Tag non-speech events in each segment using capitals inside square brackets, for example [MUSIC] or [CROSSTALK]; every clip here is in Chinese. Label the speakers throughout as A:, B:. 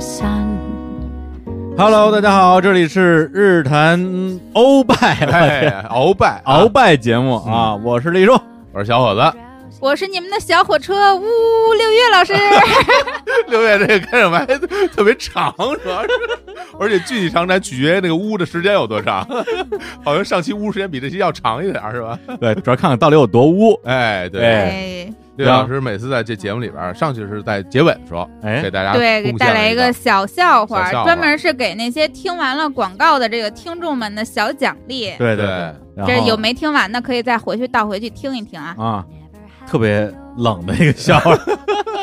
A: 散。
B: Hello，大家好，这里是日
C: [LAUGHS]
B: 坛欧拜，我
C: 哎，鳌拜
B: 是
C: 啊
B: 鳌，拜节目啊，
C: 嗯
B: 我是李叔，
C: [LAUGHS] 我是小伙子。
D: 我是你们的小火车，呜，六月老师，
C: 六月这个开场白特别长，主要是，而且具体长短取决于那个屋的时间有多长，好像上期屋时间比这期要长一点儿，是吧？
B: 对，主要看看到底有多污。
C: 哎，对，
B: 哎
D: 哎，
C: 六
B: 然后
C: 老师每次在这节目里边儿上去是在结尾的时候，
B: 哎
C: 给大家
D: 对，给
C: 贡献
D: 带来
C: 一
D: 一个小笑话，
C: 小笑话
D: 专门是给那些听完了广告的这个听众们的小奖励。
B: 对
C: 对
B: 对，然
D: 这
B: 后
D: 有没听完的，可以再回去倒回去听一听啊。
B: 啊？特别冷的一个笑
C: [LAUGHS]
B: 话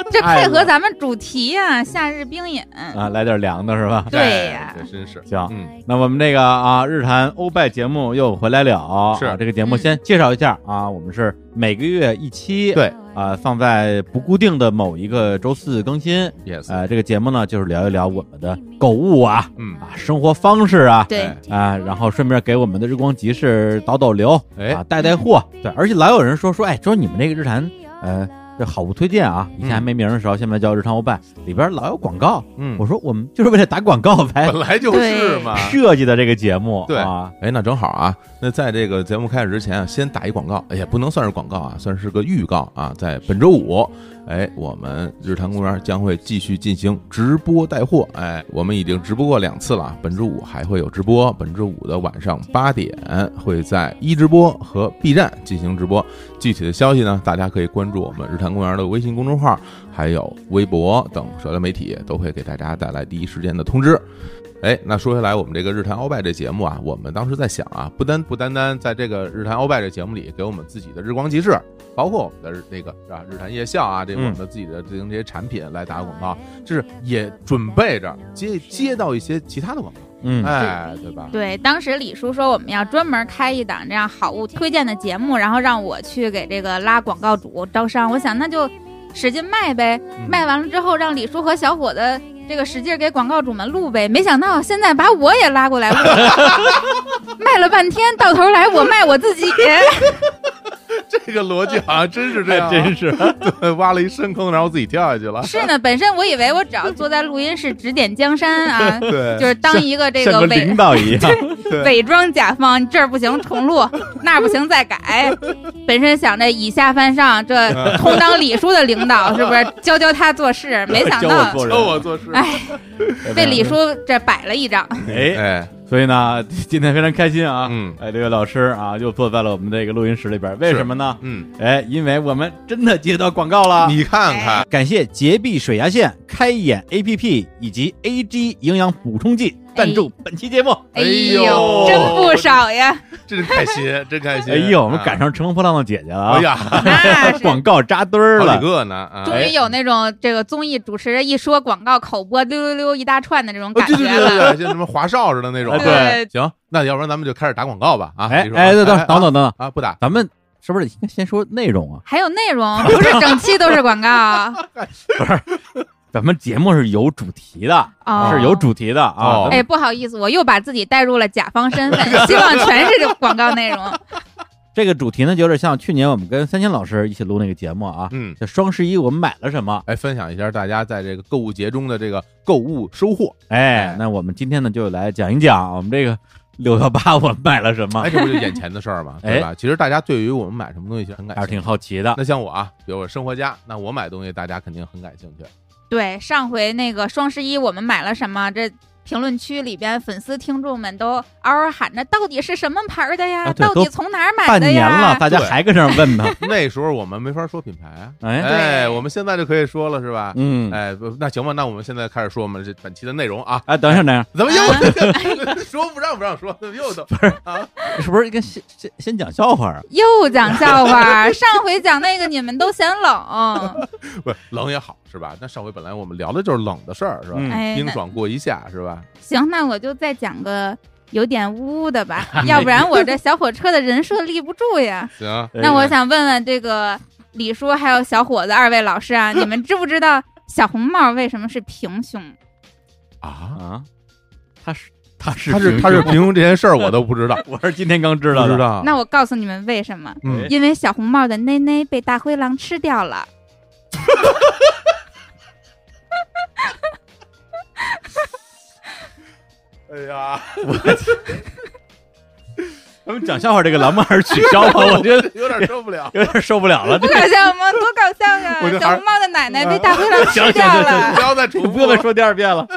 D: 这
B: 哎
D: 配合咱们主题啊，夏日冰饮。
B: 啊，来点凉的是吧？
D: 对呀
C: 哎这真是，
B: 行，
C: 嗯，
B: 那我们这个啊，日坛欧拜节目又回来了。
C: 是嗯
B: 啊这个节目先介绍一下啊，我们是每个月一期，
C: 对
B: 啊，放在不固定的某一个周四更新。
C: 也是，
B: 呃，这个节目呢，就是聊一聊我们的购物啊，
C: 嗯，
B: 啊，生活方式啊，
D: 对
C: 哎，
B: 啊，然后顺便给我们的日光集市导导流，
C: 哎
B: 啊，带带货。对，而且老有人说说，哎，说你们这个日坛，呃，这好物推荐啊，以前还没名儿的时候，现在叫日常欧拜，里边老有广告。
C: 嗯
B: 我，说我们就是为了打广告
C: [LAUGHS]
B: 才
C: 本来就是
D: 对
C: 嘛。
B: 设计的这个节目，
C: 对
B: 啊，
C: 哎，那正好啊，那在这个节目开始之前啊，先打一广告，哎也不能算是广告啊，算是个预告啊，在本周五，哎，我们日坛公园将会继续进行直播带货，哎，我们已经直播过两次了，本周五哎还会有直播，本周五的晚上八点会在一直播呃和 B 站进行直播，具体的消息呢，大家可以关注我们日坛公园的微信公众号，还有微博等社交媒体，都会给大家带来第一时间的通知。哎，那说回来，我们这个日坛鳌拜这节目啊，我们当时在想啊，不单不单单在这个日坛鳌拜这节目里给我们自己的日光集市，包括我们的日那个啊日坛夜校啊，这个
B: 嗯
C: 我们的自己的这这些产品来打广告，就是也准备着接接到一些其他的广告，
B: 嗯，
C: 哎，对吧？
D: 对，当时李叔说我们要专门开一档这样好物推荐的节目，然后让我去给这个拉广告主招商。我想那就使劲卖呗，
B: 嗯
D: 卖完了之后让李叔和小伙子这个使劲给广告主们录呗。没想到现在把我也拉过来录， [LAUGHS] 卖了半天，到头来我卖我自己。 [LAUGHS]
C: 这个逻辑好像真是这样
B: 还 [LAUGHS]
C: 啊，
B: 真是，
C: 是挖了一深坑，然后自己跳下去
B: [LAUGHS]
C: 了。，
D: 是呢，本身我以为我只要坐在录音室指点江山啊
C: 对，
D: 就是当一 [LAUGHS] 个这
B: 像
D: 个
B: 个
D: 伪
B: 领导一样，
D: 伪装甲方，这儿不行重录，那儿不行再改。本身想着以下犯上，这充当李叔的领导，是不是教教他做事？没想
B: 教我
D: 到
B: 做人
C: 教，我做事。
D: 哎 [LAUGHS] 被李叔这摆了一张。
B: [LAUGHS] 哎，
C: 哎，
B: 所以呢，今天非常开心啊，
C: 嗯
B: 哎，这个老师啊，又坐在了我们这个录音室里边，为
C: 是
B: 什么呢？
C: 嗯，
B: 哎，因为我们真的接到广告了，
C: 你看看，
B: 感谢洁碧水牙线、开眼 APP 以及 AG 营养补充剂赞助本期节目。
C: 哎
D: 哎
C: 呦
D: 呦，真不少呀！
C: 真开心，真开心。
B: 哎呦，我们
C: 啊
B: 赶。上乘风破浪的姐姐了
C: 哎
B: 啊！
C: 呀，
D: 那是
B: 广告扎堆儿
C: 好几
B: 了，
C: 个呢啊！
D: 终于有那种这个综艺主持人一说广告口播溜溜溜一大串的这种
C: 哦，
D: 感
C: 对
D: 觉
C: 对对对
D: 了。
C: 对，就什么华少似的那种
B: 哎。 [LAUGHS] 对
C: 行，那要不然咱们就开始打广告吧啊！
B: 哎
C: 李叔
B: 哎，等等
C: 啊
B: 等等等等，
C: 啊，不打，
B: 咱们是不是应该先说内容啊？
D: 还有内容，不是整期都是广告
B: 咱们节目是有主题的，
D: 哦，
B: 是有。主题的啊
C: 哦。
B: 咱
D: 哎，不好意思，我又把自己带入了甲方身份，希望全是这广告内容。
B: 这个主题呢，有点像去年我们跟三千老师一起录那个节目啊。
C: 嗯，
B: 这双十一我们买了什么？
C: 哎，分享一下大家在这个购物节中的这个购物收获。
B: 哎
C: 哎，
B: 那我们今天呢就来讲一讲我们这个六幺八我们买了什么
C: 哎，，这不就眼前的事儿
B: [LAUGHS]
C: 吗？
B: 哎
C: 对吧？其实大家对于我们买什么东西其实很感
B: 还是
C: 兴趣。
B: 挺好奇的。
C: 那像我啊，比如我生活家，那我买东西大家肯定很感兴趣。 [LAUGHS]
D: 对，上回那个双十一我们买了什么？这评论区里边粉丝听众们都嗷嗷喊着，到底是什么牌儿的呀？
B: 啊对
D: 到
B: 都
D: 底从哪儿买
B: 半
D: 的
B: 年了，
D: 呀？
B: 大家
C: 对
B: 还跟这儿问 [LAUGHS] 呢。
C: 那时候我们没法说品牌啊，
B: 哎，
C: 哎，
D: 对
C: 我们现在就可以说了，是吧？
B: 嗯，
C: 哎，不那行吧，那我们现在开始说我们这本期的内容啊，
B: 哎，等一下，等一下，
C: 怎么又 [LAUGHS] 说不让不让说，怎么又都
B: 是不是跟先先先讲笑话啊？
D: 又讲
B: [LAUGHS]
D: 笑话，上回讲那个你们都嫌
B: 嗯
D: 冷，
C: 不是 [LAUGHS] 冷也好是吧？那上回本来我们聊的就是冷的事儿是吧？
B: 嗯
D: 哎，
C: 冰
D: 那
C: 爽过一下是吧？
D: 行，那我就再讲个有点污污
B: [LAUGHS]
D: 的吧，要不然我这小火车的人设立不住呀。
C: 行，
B: 哎
D: 那我想问问这个李叔还有小伙子二位老师啊，你们知不知道小红帽为什么是平胸？
C: 啊，
B: 啊，他是他是，
C: 他是他是平庸这件事儿我都不知道
B: 我是今天刚知道
C: 不知
B: 的，
C: 道。
D: 那我告诉你们为什么。
C: 嗯，
D: [LAUGHS] 因为小红帽的内内被大灰狼吃掉了。
C: 哎呀，
B: 咱们讲笑话这个栏目还是取消吧， [LAUGHS] 我觉得
C: 有点受不了。
B: 有点受不了了。这
D: 多搞笑吗？多搞笑啊
C: 我！就还
D: 小
C: 是
D: 红帽的奶奶被大灰狼吃
B: 行
D: 掉
B: 行行
C: [LAUGHS] [LAUGHS]
D: 了
C: 不。要再重
B: 不
C: 复
B: 用再
C: 了。
B: 说第二遍了。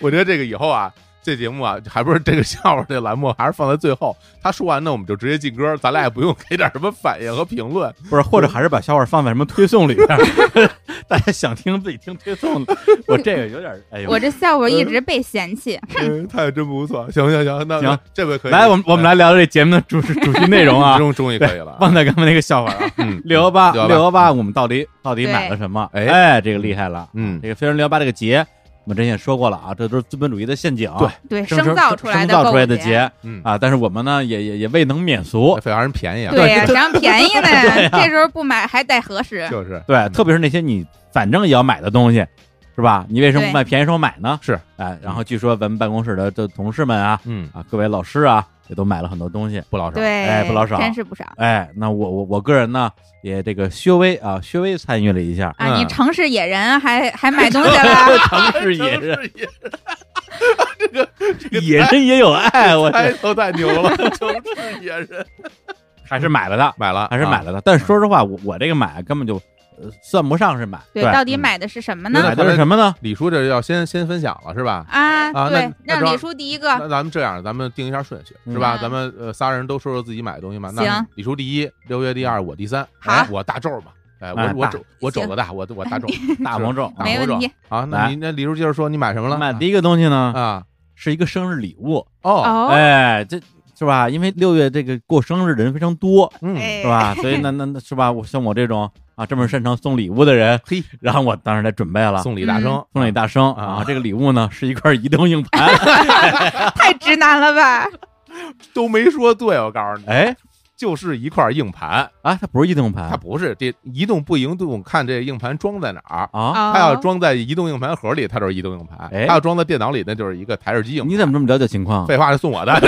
C: 我觉得这个以后啊，这节目啊，还不是这个笑话这栏目，还是放在最后。他说完呢，我们就直接进歌，咱俩也不用给点什么反应和评论。
B: 不是，或者还是把笑话放在什么推送里边， [LAUGHS] 大家想听自己听推送。我这个有点，哎呦，
D: [LAUGHS] 我这笑话一直被嫌弃，
B: 哎
C: 嗯他也真不错。行行行，那
B: 行，
C: 这回可以。哎
B: 来，我们我们来聊聊这节目的主 [LAUGHS] 主题内容啊。
C: 终终于可以了啊。
B: 忘掉刚才那个笑话啊，
C: 嗯，
B: 六幺八
C: 618
B: 六幺八，我们到底到底买了什么？
C: 对
B: 哎，这个厉害了。
C: 嗯
B: 这个飞人六幺八这个节，我们之前也说过了啊，这都是资本主义的陷阱，
C: 对
D: 对，
B: 生生
D: 造出来
B: 生造
D: 购
B: 出
D: 物
B: 来的节
C: 嗯，
B: 啊。但是我们呢，也也也未能免俗，
C: 费啥人便宜啊？
D: 对 [LAUGHS] 呀，谁让便宜呢？这时候不买还得核实，
C: 就是
B: 对，特别是那些你反正也要买的东西，是吧？你为什么不
D: 对
B: 买便宜时候买呢？
C: 是，
B: 哎，然后据说咱们办公室的的同事们啊，
C: 嗯，
B: 啊，各位老师啊，也都买了很多东西，
C: 不老少。
D: 对，
B: 哎不老少
D: 真是不少，
B: 哎，那我我我个人呢，也这个稍微啊，稍微参与了一下，
D: [LAUGHS] 啊！
C: 嗯
D: 你城市野人还还买东西了
B: 城市 [LAUGHS] 野人，
C: 真是野人
B: 野人也有爱，我
C: 开头太牛了， [LAUGHS] 就是野人
B: 还是 [LAUGHS] 买了的，
C: 买了，
B: 还是买
C: 啊。
B: 了的。但是说实话，我我这个买根本就呃算不上是买，
D: 对，
B: 对，
D: 到底买的是什么
C: 那
D: 呢
B: 买？的是什么
C: [LAUGHS]
B: 呢？
C: 李叔这要先先分享了是吧？啊
D: 啊，对，
C: 那那
D: 让李叔第一个，
C: 那咱们这样，咱们定一下顺序，
B: 嗯
C: 是吧？
D: 啊嗯
C: 咱们呃仨人都说说自己买的东西嘛。那
D: 行
C: 李叔第一，六月第二，我第三。
D: 好啊
C: 哎我大咒嘛。哎，
B: 哎
C: 我我
B: 大
C: 肘我肘子大，我我大
D: [LAUGHS]
C: 咒
B: 大
C: 是
B: 魔咒
C: 大
D: 没
C: 魔
D: 问
C: 咒
D: 题
C: 啊。那
B: 来
C: 你那李叔接着说，你买什么了？
B: 买的第一个东西呢，
C: 啊
B: 是一个生日礼物，
C: 哦，
D: 嗯哦，
B: 哎，这是吧？因为六月这个过生日的人非常多，
C: 嗯，
D: 哎
B: 是？吧？所以那那那是吧？我像我这种啊这么擅长送礼物的人，
C: 嘿，
B: 然后我当时来准备了。
C: 送礼大
D: 嗯
C: 生，
B: 送礼大生
C: 啊
B: 啊！这个礼物呢是一块移动硬盘，
D: 太直男了吧？
C: 都没说对，我告诉
B: [LAUGHS]
C: 你，
B: 哎
C: 就是一块硬盘，
B: 啊，它不是移动硬
C: 它
B: 盘
C: 不是这移动不移动，看这硬盘装在哪儿。
B: 啊！
D: 哦
C: 它要装在移动硬盘盒里，它就是移动硬盘；
B: 哎
C: 它要装在电脑里，那就是一个台式机硬盘。
B: 你怎么这么了解情况？
C: 废话是送我的，
B: [LAUGHS]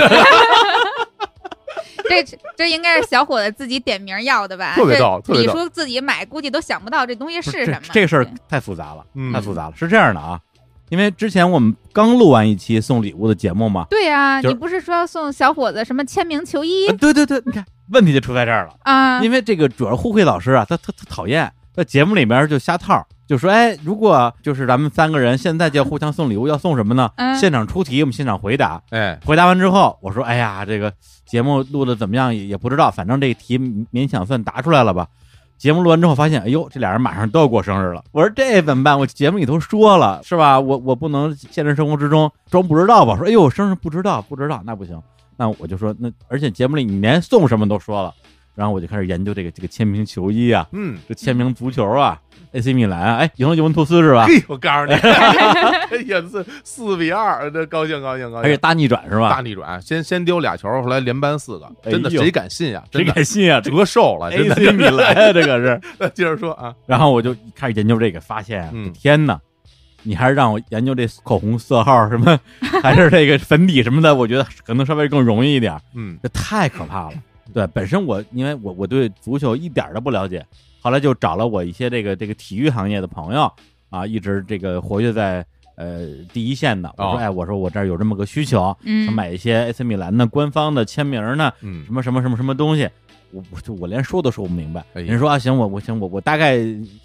D: 这这应该是小伙子自己点名要的吧？
C: 特别
D: 这
C: 逗特别
D: 李
C: 逗
D: 叔自己买，估计都想不到这东西
B: 不这
D: 是什么。
B: 这个事儿
D: 对
B: 太复杂了，
C: 嗯
B: 太复杂了。是这样的啊，因为之前我们刚录完一期送礼物的节目嘛，
D: 对啊，
B: 就是
D: 你不是说要送小伙子什么签名球衣
B: 呃对对对，你看问题就出在这儿了。
D: 啊？
B: 因为这个主要互惠老师啊，他他他讨厌在节目里面就瞎套，就说哎，如果就是咱们三个人现在就要互相送礼物，要送什么呢？
D: 嗯
B: 现场出题，我们现场回答。
C: 哎，
B: 回答完之后，我说哎呀，这个节目录的怎么样也也不知道，反正这题勉强算答出来了吧。节目录完之后发现，哎呦，这俩人马上都要过生日了。我说这怎么办？我节目里头说了是吧？我我不能现实生活之中装不知道吧？我说哎呦，生日不知道不知道，那不行。那我就说那而且节目里你连送什么都说了，然后我就开始研究这个这个签名球衣啊，
C: 嗯，
B: 这签名足球啊，AC 米兰啊，哎，赢了尤文图斯是吧？
C: 嘿，我告诉你，哎呀，四四比二，这高兴高兴高
B: 而且
C: 兴！
B: 大逆转是
C: 大
B: 吧？
C: 逆转，先先丢俩球，后来连扳四个，真的
B: 啊哎呦
C: 谁敢信呀？
B: 谁
C: 真的
B: 敢信啊？这
C: 折寿了，真
B: AC 米
C: 的。
B: 兰啊，这可是。
C: [LAUGHS] 接着说啊，
B: 然后我就开始研究这个，发现啊，
C: 嗯
B: 天哪！你还是让我研究这口红色号什么， [LAUGHS] 还是这个粉底什么的，我觉得可能稍微更容易一点。
C: 嗯
B: 这太可怕了。对，本身我因为我我对足球一点儿都不了解，后来就找了我一些这个这个体育行业的朋友啊，一直这个活跃在呃第一线的。我说，
C: 哦
B: 哎，我说我这儿有这么个需求，
D: 嗯
B: 想买一些 AC 米兰的官方的签名呢，
C: 嗯 [LAUGHS]
B: 什么什么什么什么东西，我我就我连说都说不明白。
C: 哎呀
B: 人说啊，行，我我行，我我大概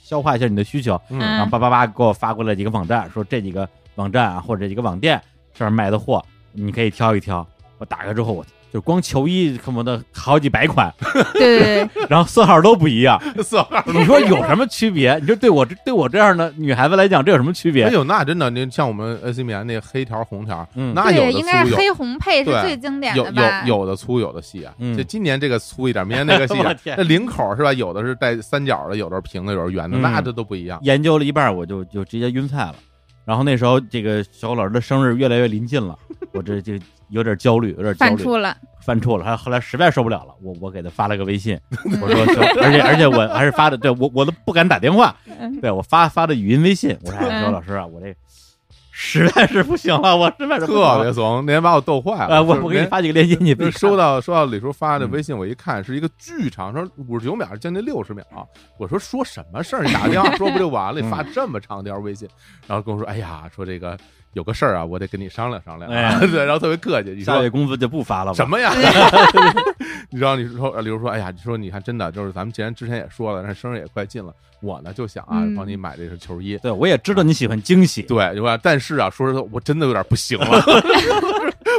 B: 消化一下你的需求，
C: 嗯
D: 嗯
B: 然后叭叭叭给我发过来几个网站，说这几个网站啊或者这几个网店这儿卖的货，你可以挑一挑。我打开之后，我就光球衣恨不得好几百款， [LAUGHS]
D: 对对对，
B: 然后色号都不一
C: [LAUGHS]
B: 样。
C: 四二。
B: 你说有什么区别？你说对我这对我这样的女孩子来讲，这有什么区
C: 哎
B: 别？
C: 呦，那真的，您像我们呃 AC 米兰那黑条红条，
B: 嗯
C: [LAUGHS] 那有的
D: 对，应该
C: 粗
D: 是
C: 有
D: 黑红配是
C: 对
D: 最经典
C: 有
D: 的吧？
C: 有有的粗，有的细啊。
B: 嗯
C: 就今年这个粗一点，明年那个细一
B: [LAUGHS] 我
C: 点。
B: 天
C: 那领口是吧？有的是带三角的，有的是平的，有的是圆的，
B: 嗯
C: 那这都不一样。
B: 研究了一半，我就就直接晕菜了。然后那时候这个小老师的生日越来越临
D: [LAUGHS]
B: 近了，我这这有点焦虑，有点焦
D: 犯
B: 虑。
C: [LAUGHS]
D: 怵了，
B: 犯怵了，还后来实在受不了了，我我给他发了个微信，
D: 嗯
B: 我说，行而且而且我还是发的，对我我都不敢打电话，
D: 嗯
B: 对我发发的语音微信，我说，哎，
D: 嗯
B: 周老师啊，我这实在是不行了，我实在是不行
C: 特
B: 了
C: 别怂，那天把我逗坏了。
B: 啊，我
C: 就是
B: 我给你
C: 连
B: 发几个链接，你自己
C: 就是
B: 看
C: 收到收到李叔发的
B: 嗯
C: 微信，我一看是一个巨长，说五十九秒，将近六十秒。我说说什么事儿？你打电话说不就完了？你
B: 嗯
C: 发这么长条微信，然后跟我说，哎呀，说这个有个事儿啊，我得跟你商量商量啊。
B: 哎
C: [LAUGHS] 对，然后特别客气，你
B: 下
C: 说
B: 月工资就不发了吧？
C: 什么呀？你知道你说，呃比如说，哎呀，你说你看，真的就是咱们既然之前也说了，但是生日也快近了，我呢就想啊
D: 嗯，
C: 帮你买这身球衣。
B: 对，我也知道你喜欢惊喜，
C: 对，对吧？但是啊，说实话，我真的有点不行
D: [LAUGHS]
C: 了，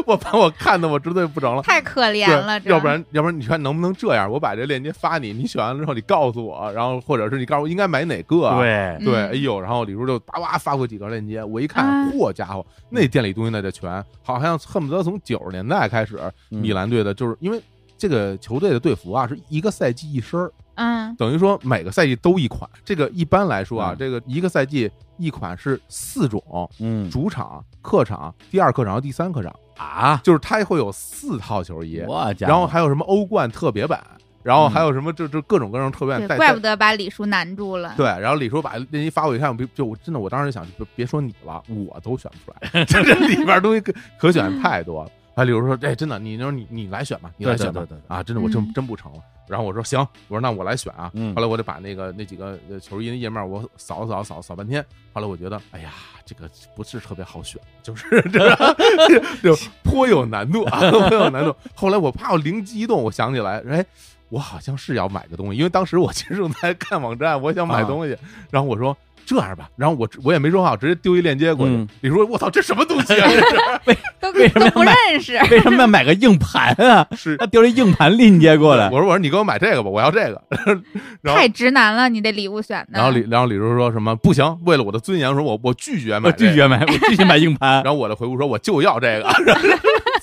C: 我把我看的我真的不成了。
D: 太可怜
C: 对，
D: 了，这
C: 要不然要不然你看能不能这样？我把这链接发你，你选完了之后你告诉我，然后或者是你告诉我应该买哪个、啊。
B: 对，
D: 嗯
C: 对，哎呦，然后李叔就叭叭发过几个链接，我一
D: 啊
C: 看，嚯家伙，那店里东西那叫全，好像恨不得从九十年代开始，
B: 嗯
C: 米兰队的就是因为这个球队的队服啊，是一个赛季一身儿， [LAUGHS]
D: 嗯
C: 等于说每个赛季都一款。这个一般来说啊，
B: 嗯
C: 这个一个赛季一款是四种，
B: 嗯
C: 主场、客场、第二客场和第三客场，
B: 啊，
C: 就是它会有四套球衣。
B: 我家伙嗯
C: 然后还有什么欧冠特别版，然后还有什么这这各种各样的特别版，
D: 对，
C: 带
D: 怪
C: 带
D: 不得把李叔难住了。
C: 对，然后李叔把那一发我一看，我别就我真的我当时就想，别别说你了，我都选不出来，这这里边东西可可选太多了。啊，李叔说，哎，真的，你说你你来选吧，你来
B: 对对
C: 选吧
B: 对对，对
C: 啊，真的我真
D: 嗯
C: 真不成了。然后我说行，我说那我来选啊
B: 嗯。
C: 后来我得把那个那几个呃球衣的页面我扫扫扫扫半天，后来我觉得，哎呀，这个不是特别好选，就是 [LAUGHS] 这个就颇有难度啊，颇有难度。后来我怕我灵机一动，我想起来，哎，我好像是要买个东西，因为当时我其实正在看网站，我想
B: 啊
C: 买东西，然后我说这样吧，然后我我也没说话，直接丢一链接过去。
B: 嗯
C: 李叔，我操，这什么东西啊？
B: [LAUGHS]
C: 这 [LAUGHS]
D: 都
B: 为什么
D: 都
B: 要
D: 不
B: 买
D: 认识。
B: 为什么要买个硬盘啊？
C: 是 [LAUGHS] 是
B: 他丢了硬盘链接过来
C: 我，说我说你给我买这个吧，我要这个。然后
D: 太直男了，你这礼物选的。
C: 然后李然后李叔说什么不行，为了我的尊严，我说我我拒绝买、
B: 我拒。绝买，我拒绝买硬盘
C: [LAUGHS] 然。后我的回复说我就要这个。 [LAUGHS]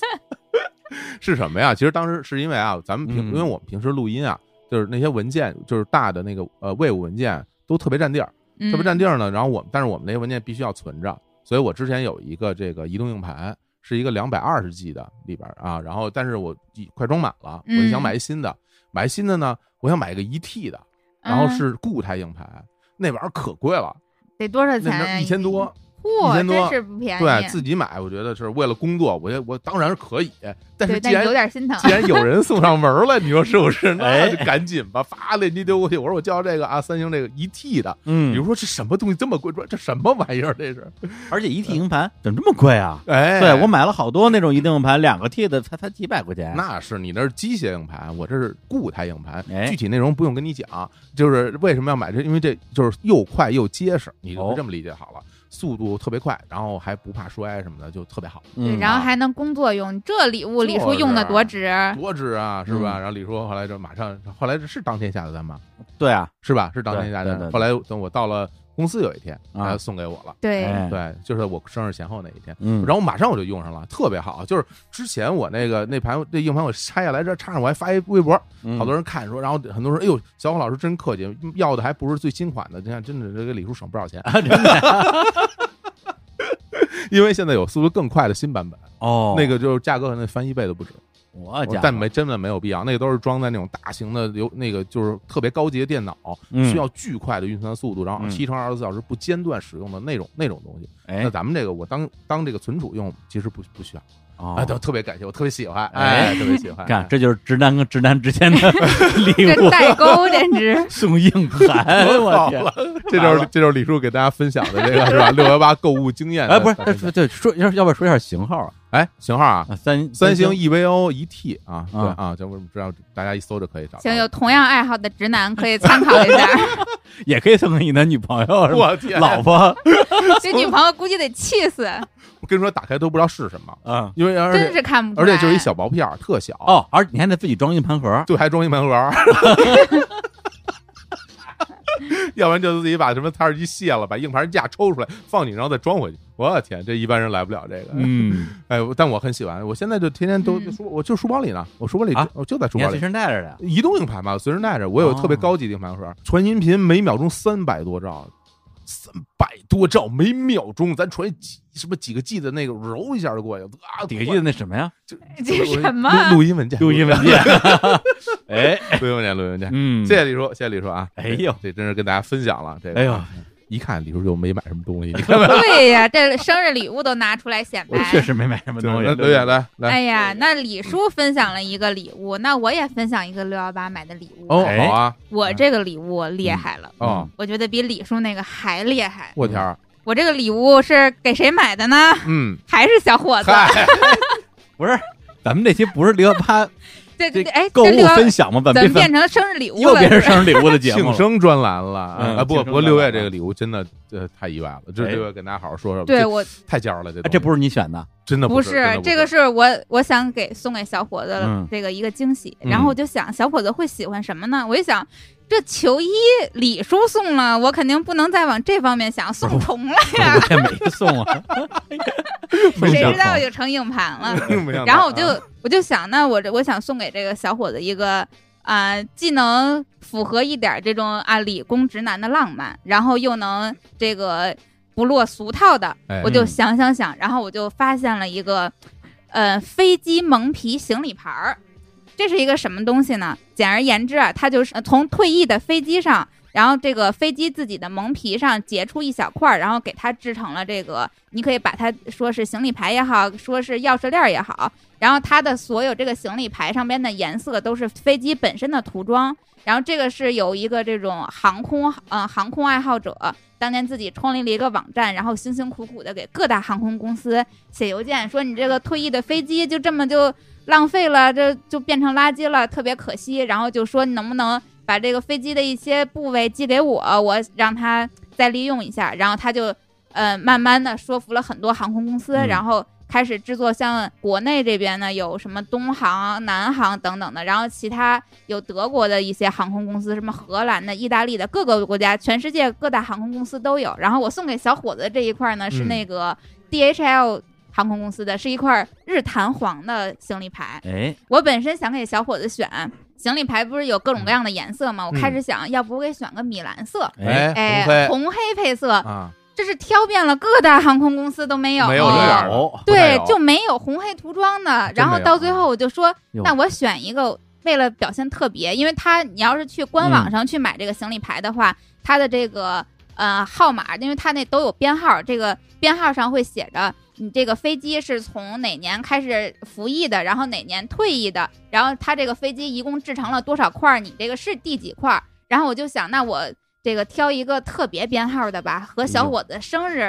C: 是什么呀？其实当时是因为啊，咱们平、
B: 嗯
C: 因为我们平时录音啊，就是那些文件，就是大的那个呃 Wave 文件都特别占地儿。
D: 嗯
C: 特别占地儿呢。然后我们，但是我们那些文件必须要存着，所以我之前有一个这个移动硬盘，是一个两百二十 G 的里边儿啊。然后，但是我已快装满了，我就想
D: 嗯
C: 买一新的。买新的呢，我想买个一 T 的，然后是固态硬盘，那玩意儿可贵了，
D: 嗯得多少
C: 那
D: 钱呀？
C: 那一千多。
D: 嚯，
C: 一千多
D: 真是不便宜。
C: 对自己买，我觉得是为了工作，我觉得我当然是可以。但是既
D: 对，但
C: 然
D: 有点心疼
C: 既。然有人送上门了，你说是
B: [LAUGHS]
C: 不是？那
B: 哎
C: 就赶紧吧，发链接丢过去。我说我就要这个啊，三星这个一 T 的。比
B: 嗯，
C: 如说这什么东西这么贵？这什么玩意儿？这
B: [LAUGHS]
C: 是？
B: 而且一 T 硬盘怎么这么贵啊？
C: 呃哎，
B: 对我买了好多那种一 T 硬盘，两个 T 的才才几百块钱。
C: 那是你那是机械硬盘，我这是固态硬盘。
B: 哎
C: 具体内容不用跟你讲，就是为什么要买这，因为这就是又快又结实，你
B: 哦
C: 就这么理解好了。速度特别快，然后还不怕摔什么的，就特别好。
D: 对，
B: 嗯
D: 然后还能工作用，这礼物李叔
C: 就是
D: 用的多值。
C: [LAUGHS] 多值啊，是
B: 嗯
C: 吧？然后李叔后来就马上，后来是当天下的单吗？
B: 对啊，
C: 是吧？是当天下的
B: 对对
C: 单。
B: 对
C: 后来等我到了公司有一天，
B: 啊
C: 他送给我了。
D: 对，
B: 哎
C: 对，就是我生日前后那一天。
B: 嗯，
C: 然后马上我就用上了，特别好。就是之前我那个那盘那硬盘我拆下来这插上，我还发一微博，
B: 嗯
C: 好多人看说，然后很多人说，哎呦，小虎老师真客气，要的还不是最新款的，你看，真的这个李叔省不少钱， [LAUGHS]
B: 啊真的
C: 因为现在有速度更快的新版本，
B: 哦，
C: 那个就是价格可能翻一倍都不止，
B: 我家伙
C: 哦但没真的没有必要，那个都是装在那种大型的有那个就是特别高级的电脑，
B: 嗯
C: 需要巨快的运算速度，然后
B: 嗯
C: 七乘二十四小时不间断使用的那种那种东西。
B: 哎
C: 那咱们这个我当当这个存储用，其实不不需要啊，
B: 啊
C: 都特别感谢，我特别喜欢，
B: 哎
C: 哎，特别喜欢。
B: 看，这就是直男跟直男之间的礼
C: 哎
D: 这
B: 物，
D: 代
C: [LAUGHS]
D: 沟简直。
B: 送硬盘，我
C: 好
B: 天！
C: 了，这就是这就是李叔给大家分享的这个是吧？六幺八购物经验
B: [LAUGHS]
C: 的
B: 哎，不是，
C: 大
B: 哎
C: 分
B: 说
C: 享
B: 对，说要要不要说一下型号啊？
C: 哎，型号啊，
B: 啊三
C: [LAUGHS] 三星 EVO 一 T 啊，对
B: 啊
C: 啊，这我们知道，大家一搜就可以找到。
D: 行，有同样爱好的直男可以参考
C: [LAUGHS]
D: 一下。
B: 也可以送给你的女朋友，是吧
C: 我天，
B: 老婆，
D: 这女朋友估计得气死，
C: 我跟你说，打开都不知道是什么，
B: 嗯，
C: 因为而
D: 真
C: 且
D: 是看不出
C: 而
D: 来。
C: 且就是一小薄片儿，特小，
B: 哦，而你还得自己装硬盘盒，
C: 对，还装一门盒儿。 [LAUGHS] 要不然就自己把什么台式机卸了，把硬盘架抽出来放进去，然后再装回去。我的天，这一般人来不了这个。
B: 嗯，
C: 哎，我但我很喜欢，我现在就天天都
D: 嗯
C: 就书，我就书包里呢，我书包里
B: 啊
C: 我就在书
B: 你
C: 包
B: 还哦随。
C: 里
B: 身带着的，
C: 移动硬盘吧，随身带着。我有特别高级的硬盘盒，传音频每秒钟三百多兆，三百多兆每秒钟，咱传几什么几个 G 的那个揉一下就过去了，啊，
B: 底下印那什么呀？
D: 这是什么？
C: 录录音文件，
B: 录音文 [LAUGHS] 件，哎，
C: 录音文件，录音文件。
B: [LAUGHS] 嗯，
C: 谢谢李叔，谢谢李叔啊！
B: 哎呦
C: 这真是跟大家分享了这个，
B: 哎呦，
C: 一看李叔就没买什么东
B: [LAUGHS]
C: 西，你看
D: 对呀，这生日礼物都拿出来显
B: 我
D: 摆。
B: 确实没买什么东西。
C: 来刘远来来，
D: 哎呀，那李叔分享了一个礼物，那我也分享一个六幺八买的礼物。
C: 哦，
B: 哎嗯
C: 好啊，
D: 我这个礼物厉害了，
C: 哦，
D: 我觉得比李叔那个还厉害。
C: 我天儿，
D: 我这个礼物是给谁买的呢？
C: 嗯，
D: 还是小伙子？
C: 嗨，
B: 不是，咱们这期不是六幺
D: [LAUGHS]
B: 八
D: 这
B: 这
D: 哎，
B: 购
D: 这
B: 物
D: 六幺
B: 分享吗？怎
D: 怎
B: 么
D: 么
B: 变
D: 变成生日礼物
B: 又
D: 了？
B: 变成生日礼物的节目
C: 庆
B: 了？
C: 生专栏了啊
B: 嗯
C: 啊！不
B: 庆生
C: 不过
B: 专栏
C: 六月
B: 了
C: 这个礼物真的这太意外了，这
B: 哎
C: 六月跟大家好好说说吧，
D: 对
C: 这
D: 我
C: 太尖儿了，这
B: 哎这
C: 是
B: 不是你
D: [LAUGHS]
B: 选的，
C: 真的
D: 不
C: 是真的
D: 这个是我我想给送给小伙子的
B: 嗯
D: 这个一个惊喜，
C: 嗯
D: 然后我就想小伙子会喜欢什么呢？我一想。这球衣李叔送了，我肯定不能再往这方面想，送重了，
B: 我也没送
D: [LAUGHS]
B: 啊。
C: 没
D: 谁
C: 想
D: 知道就成硬盘
C: [LAUGHS]
D: 了。
C: 并不像啊
D: 然后我
C: 他
D: 就我就想，那我这我想送给这个小伙子一个啊、呃既能符合一点这种啊理工直男的浪漫，然后又能这个不落俗套的，
C: 哎
D: 我就
B: 嗯
D: 想想想，然后我就发现了一个，呃，飞机蒙皮行李牌儿，这是一个什么东西呢？简而言之啊，它就是呃从退役的飞机上，然后这个飞机自己的蒙皮上截出一小块儿，然后给它制成了这个，你可以把它说是行李牌也好，说是钥匙链儿也好，然后它的所有这个行李牌上边的颜色都是飞机本身的涂装。然后这个是有一个这种航空，呃，航空爱好者，当年自己创立了一个网站，然后辛辛苦苦的给各大航空公司写邮件，说你这个退役的飞机就这么就浪费了，这就变成垃圾了，特别可惜。然后就说你能不能把这个飞机的一些部位寄给我，我让他再利用一下。然后他就呃慢慢的说服了很多航空公司，
B: 嗯
D: 然后开始制作像国内这边呢有什么东航、南航等等的，然后其他有德国的一些航空公司，什么荷兰的、意大利的，各个国家，全世界各大航空公司都有。然后我送给小伙子的这一块呢，是
C: 嗯
D: 那个 DHL 航空公司的，是一块日弹簧的行李牌。
B: 哎，
D: 我本身想给小伙子选行李牌，不是有各
C: 嗯
D: 种各样的颜色吗？我开始想，要不我给选个米蓝色，
B: 哎
D: 哎，
C: 哎，红
D: 红黑配色
C: 黑，啊，
D: 这是挑遍了各大航空公司都没有，哦
C: 没有
B: 有
C: 这样的
B: 有，
C: 不太
D: 对
C: 有，
D: 就没有红黑涂装的。
C: 真
D: 然后
C: 没有嗯
D: 到最后我就说，
B: 哟
D: 那我选一个，为了表现特别，因为它你要是去
C: 嗯
D: 官网上去买这个行李牌的话，它的这个呃号码，因为它那都有编号，这个编号上会写着。你这个飞机是从哪年开始服役的，然后哪年退役的，然后它这个飞机一共制成了多少块儿，你这个是第几块儿？然后我就想，那我这个挑一个特别编号的吧，和
B: 哎
D: 小
B: 呦
D: 伙子生日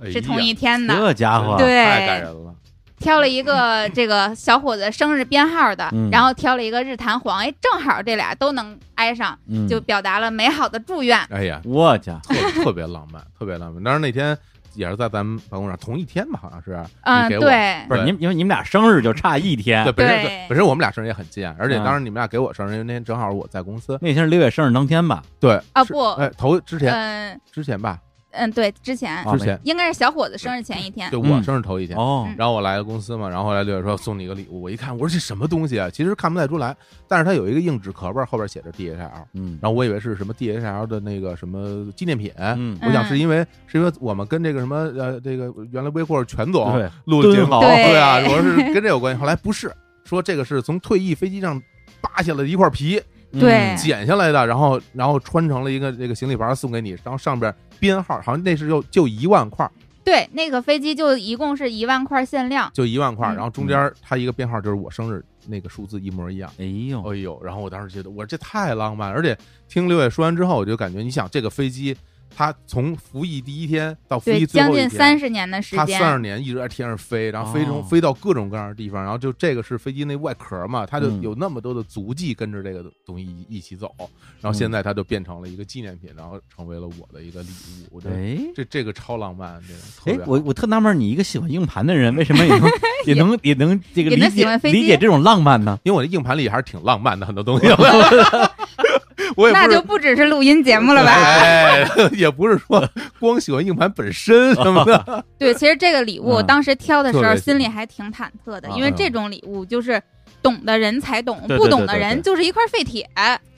C: 哎
D: 是
C: 呀
D: 同一天的，
B: 这家伙，
D: 对
C: 太感人了，
D: 挑了一个
C: 嗯
D: 这个小伙子生日编号的，
B: 嗯
D: 然后挑了一个日坛黄，哎，正好这俩都能挨上，
B: 嗯
D: 就表达了美好的祝愿。
C: 哎呀，
B: 我家 [LAUGHS]
C: 特特别浪漫，特别浪漫。当然那天也是在咱们办公室同一天吧，好像是
D: 嗯，
C: 你给我
D: 对
B: 不是你们，因为你们俩生日就差一天
C: 对，，本身
D: 对
C: 本身我们俩生日也很近，啊而且
B: 啊嗯
C: 当时你们俩给我生日，因为那天正好我在公司，
B: 那天是六月生日当天吧？
C: 对
D: 啊
C: 是
D: 不
C: 哎，头之前
D: 嗯
C: 之前吧，
D: 嗯，对，之前
B: 啊
C: 之前
D: 应该是小伙子生日前一天，
C: 对我
B: 嗯
C: 生日头一天，
B: 哦，
D: 嗯
C: 然后我来了公司嘛，然后后来六月说送你一个礼物，我一看我说这什么东西啊？其实看不太出来，但是它有一个硬纸壳儿，后边写着 DHL，然
B: 嗯，
C: 后我以为是什么 DHL 的那个什么纪念品，
B: 嗯，
D: 嗯
C: 我想是因为是因为我们跟这个什么呃这个原来微库尔全总
B: 对，
C: 录的节
B: 敦
C: 目，
B: 豪
C: 对啊，
D: 对
C: 我是跟这有关系。后来不是说这个是从退役飞机上扒下了一块皮
D: 对
B: 嗯
C: 剪下来的，然后然后穿成了一个这个行李牌送给你，然后上边编号好像那是就就一万块儿，
D: 对，那个飞机就一共是一万块限量，
C: 就一万块儿，
D: 嗯
C: 然后中间它一个编号就是我生日那个数字一模一样。
B: 哎呦，
C: 哎呦，然后我当时觉得，我说这太浪漫，而且听刘伟说完之后，我就感觉，你想这个飞机，它从服役第一天到服
D: 对，
C: 役最
D: 将
C: 后一
D: 近
C: 天，
D: 三十年的时
C: 它三十
D: 间，
C: 年一直在天上飞，然后飞中、
B: 哦
C: 飞到各种各样的地方，然后就这个是飞机那外壳嘛，它就
B: 嗯
C: 有那么多的足迹跟着这个东西一一起走，
B: 嗯
C: 然后现在它就变成了一个纪念品，然后成为了我的一个礼物，我觉得
B: 哎。
C: 这这个超浪漫，这个特
B: 哎
C: 别，好
B: 我我特纳闷，你一个喜欢硬盘的人，为 [LAUGHS] 什么
C: [LAUGHS]
B: 也能也能也能这个
D: 也能
B: 理
D: 喜
B: 解
D: 欢飞机
B: 理解这种浪漫呢？
C: 因为我的硬盘里还是挺浪漫的很多东西，
B: [LAUGHS]
C: 我也不
D: 那
C: 是
D: 就不只是录音节目了吧？
C: 哎，也不是说光喜欢硬盘本身什么
D: [LAUGHS]
C: 的，
D: 对，其实这个礼物
B: 嗯
D: 当时挑的时
C: 特
D: 候
C: 别喜
D: 心里还挺忐忑的，
C: 啊
D: 因为这种礼物就是懂的人才懂，
B: 对对
D: 不懂的
B: 对对
D: 人
B: 对
D: 就是一块废铁。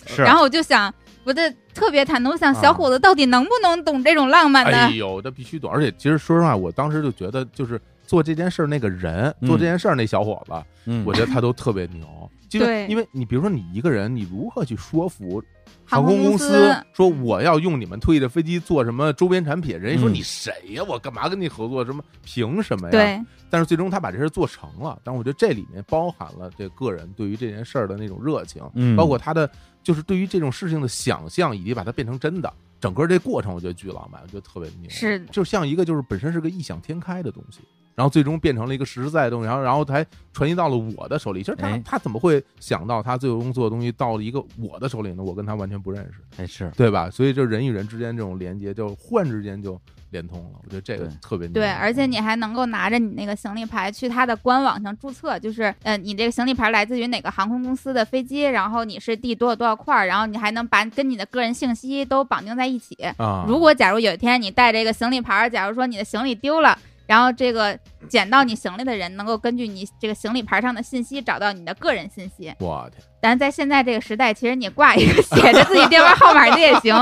B: 是
D: 然后我就想，我的特别感动，想
C: 啊
D: 小伙子到底能不能懂这种浪漫呢
C: 哎？呦，这必须懂！而且其实说实话，我当时就觉得，就是做这件事儿那个人，
B: 嗯
C: 做这件事儿那小伙子，
B: 嗯，
C: 我觉得他都特别牛。就是
D: 对
C: 因为你比如说你一个人，你如何去说服
D: 航
C: 航空
D: 公
C: 公司说我要用你们退役的飞机做什么周边产品？人家说
B: 嗯
C: 你谁呀、我干嘛跟你合作？什么凭什么呀？。
D: 对，
C: 但是最终他把这事儿做成了，但我觉得这里面包含了这个人对于这件事儿的那种热情，
B: 嗯
C: 包括他的就是对于这种事情的想象，以及把它变成真的。整个这过程，我觉得巨浪漫，我觉得特别牛。
D: 是的
C: 就像一个就是本身是个异想天开的东西，然后最终变成了一个实实在在的东西，然后然后还传递到了我的手里。其实他、
B: 哎
C: 他怎么会想到他最终做的东西到了一个我的手里呢？我跟他完全不认识，
B: 哎是，
C: 对吧？所以就人与人之间这种连接，就忽然之间就连通了。我觉得这个
B: 对
C: 特别牛嗯
D: 对，而且你还能够拿着你那个行李牌去它的官网上注册，就是呃，你这个行李牌来自于哪个航空公司的飞机，然后你是第多少多少块儿，然后你还能把跟你的个人信息都绑定在一起。
C: 啊，
D: 如果假如有一天你带这个行李牌儿，假如说你的行李丢了，然后这个捡到你行李的人能够根据你这个行李牌上的信息找到你的个人信息。
C: 我天，
D: 但在现在这个时代，其实你挂一个写着自己电话号码的也
C: [LAUGHS]
D: 行，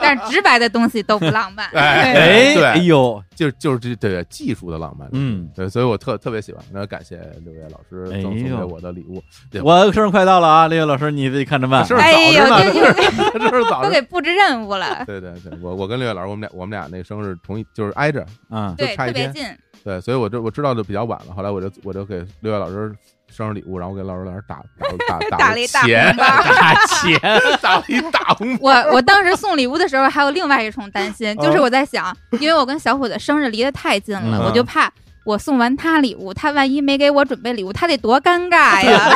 D: 但是直白的东西都不浪漫。
B: 哎
C: 对
B: 哎呦，
C: 就就是这对技术的浪漫，
B: 嗯，
C: 对，所以我特特别喜欢。那感谢六月老师
B: 哎
C: 赠送
B: 呦
C: 给我的礼物， [LAUGHS] 对
B: 我生日快到了啊，六月老师你自己看着办
C: 是。
D: 哎呦，
C: 早
D: 这
C: 知
D: 就
C: 道这是早
D: 都
C: 上
D: 给布置任务了，
C: 对对对，我我跟六月老师，我们俩我们俩那生日同一，就是挨着，
B: 嗯，
D: 对，
C: 差一
D: 特别
C: 天
D: 近。
C: 对，所以我这我知道的比较晚了。后来我就我就给六月老师生日礼物，然后我给老师老师打
D: [LAUGHS]
C: 打打
D: 打
C: 打
D: 了一大
C: 钱
D: 红，
B: [LAUGHS]
D: 包
B: 大钱，
C: 打了一大红包。
D: 我我当时送礼物的时候还有另外一重担心，
C: 嗯
D: 就是我在想，因为我跟小伙子生日离得太近了，
B: 嗯
D: 我就怕我送完他礼物，他万一没给我准备礼物，他得多尴尬呀！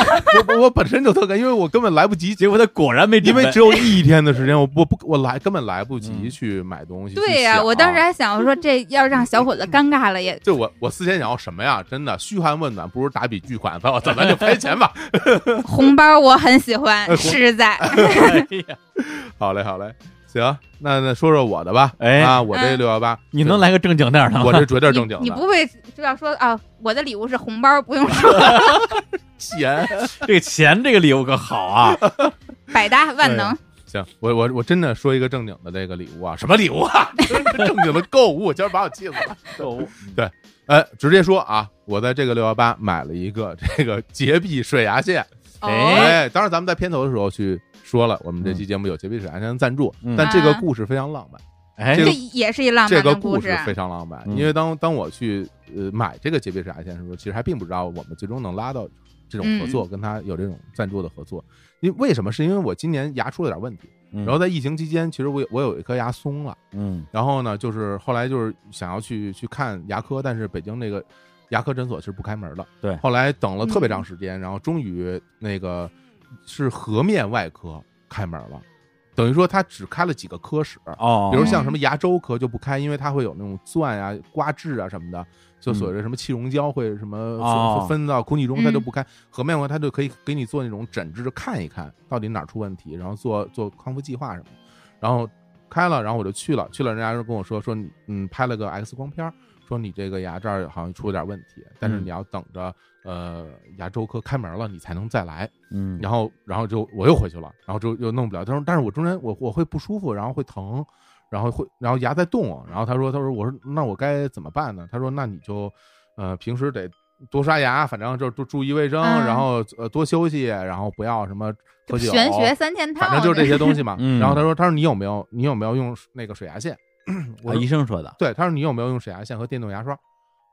C: 我我我本身就特感，因为我根本来不及，
B: 结果他果然没
C: 因
B: 准备
C: 为只有一天的时间，我我不我来根本来不及
B: 嗯
C: 去买东 [LAUGHS] 西。去
D: 对呀、
C: 想
D: 我当时还想，我说这要让小伙子尴尬了也
C: 就我我思前想要什么呀？真的嘘寒问暖，不如打笔巨款，反正咱咱就拍
B: [LAUGHS]
C: 钱吧。
D: 红包我很喜
C: 哎
D: 欢，
C: 红
D: 实在
B: [LAUGHS] 哎呀
C: 好嘞，好嘞，行，那那说说我的吧。
B: 哎
C: 啊，我这
D: 嗯
C: 六幺八，
B: 你能来个正经点儿的吗？
C: 我这绝对正经的。
D: 你你不会就要说啊，我的礼物是红包，不用说，
C: [LAUGHS] 钱？
B: [LAUGHS] 这个钱这个礼物可好
C: [LAUGHS]
B: 啊！
D: 百搭万能。
C: 行，我我我真的说一个正经的这个礼物啊，什么礼物啊？正经的购物，今儿把我气死了。呃，直接说啊，我在这个六幺八买了一个这个洁碧水牙线。[LAUGHS]
D: 哦，
C: 哎，当然咱们在片头的时候去说了，我们这期节目有洁碧水牙线的赞助，
B: 嗯
C: 但这
D: 啊
C: 个故事非常浪漫，
B: 哎
C: 这
D: 这
C: 个
D: 也是一浪
C: 这
D: 漫
C: 个
D: 的
C: 故
D: 事。
C: 非常浪漫。
B: 嗯
C: 因为当当我去呃买这个洁碧水牙线的时候，其实还并不知道我们最终能拉到这种合
D: 嗯
C: 作，跟他有这种赞助的合作。因为为什么？是因为我今年牙出了点问题，
B: 然
C: 然后在疫情期间，其实我有我有一颗牙松了。
B: 嗯
C: 然后呢，就是后来就是想要去去看牙科，但是北京那个牙科诊所是不开门的。
B: 对
C: 后来等了特别
D: 嗯
C: 长时间，然后终于那个是颌面外科开门了，等于说他只开了几个科室，
B: 哦，
C: 比如像什么牙周科就不开，因为它会有那种钻啊、刮治啊什么的，就所谓的什么气溶胶会什么
B: 嗯哦
C: 分分到空气中，
D: 嗯
C: 它就不开。颌面外科它就可以给你做那种诊治，就看一看到底哪儿出问题，然后做做康复计划什么的。然后开了，然后我就去了，去了人家就跟我说说你嗯拍了个 X 光片儿，说你这个牙这儿好像出了点问题，但是
B: 嗯
C: 你要等着呃牙周科开门了你才能再来。
B: 嗯，
C: 然后然后就我又回去了，然后就又弄不了。他说，但是我中间我我会不舒服，然后会疼，然后会然后牙在动。啊然后他说，他说我说那我该怎么办呢？他说那你就呃平时得多刷牙，反正就是多注意卫生，
D: 嗯
C: 然后呃多休息，然后不要什么喝酒，
D: 玄学三件套，
C: 哦反正就是这些东西嘛。
B: 嗯
C: 然后他说，他说你有没有你有没有用那个水牙线？我
B: 啊
C: 说
B: 医生说的，
C: 对，他说你有没有用水牙线和电动牙刷？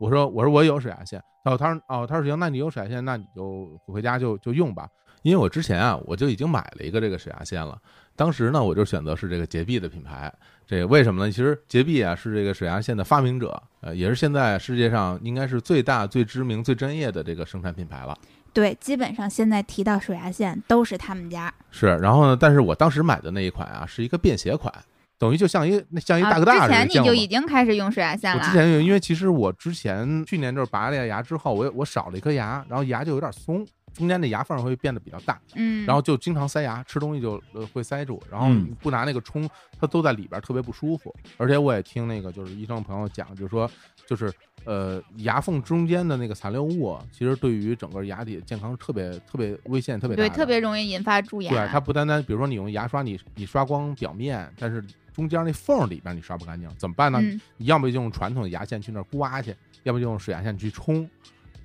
C: 我说我说我有水牙线。他说他说哦，他说行，那你有水牙线，那你就回家就就用吧。因为我之前啊，我就已经买了一个这个水牙线了。当时呢，我就选择是这个洁碧的品牌。这为什么呢？其实洁碧啊是这个水牙线的发明者，呃，也是现在世界上应该是最大、最知名、最专业的这个生产品牌了。
D: [LAUGHS] 对，基本上现在提到水牙线都是他们家。
C: 是，然后呢，但是我当时买的那一款啊，是一个便携款，等于就像一那像一哎大哥大似
D: 啊、之
C: 的。
D: 前你
C: 见过
D: 就
C: 吗
D: 已经开始用水牙线
C: 我
D: 了
C: 之。前有，因为其实我之前去年就是拔了牙之后，我有我少了一颗牙，然后牙就有点松，中间的牙缝会变得比较大，
D: 嗯，
C: 然后就经常塞牙，吃东西就呃会塞住，然后
B: 嗯
C: 不拿那个冲，它都在里边，特别不舒服。而且我也听那个就是医生朋友讲，就是说就是呃牙缝中间的那个残留物啊，其实对于整个牙体健康特别特别危险，特别大
D: 对，
C: 的，
D: 特别容易引发蛀牙。
C: 对它不单单，比如说你用牙刷，你你刷光表面，但是中间那缝儿里边你刷不干净，怎么办呢？
D: 嗯，
C: 你要么就用传统的牙线去那儿刮去，要么就用水牙线去冲，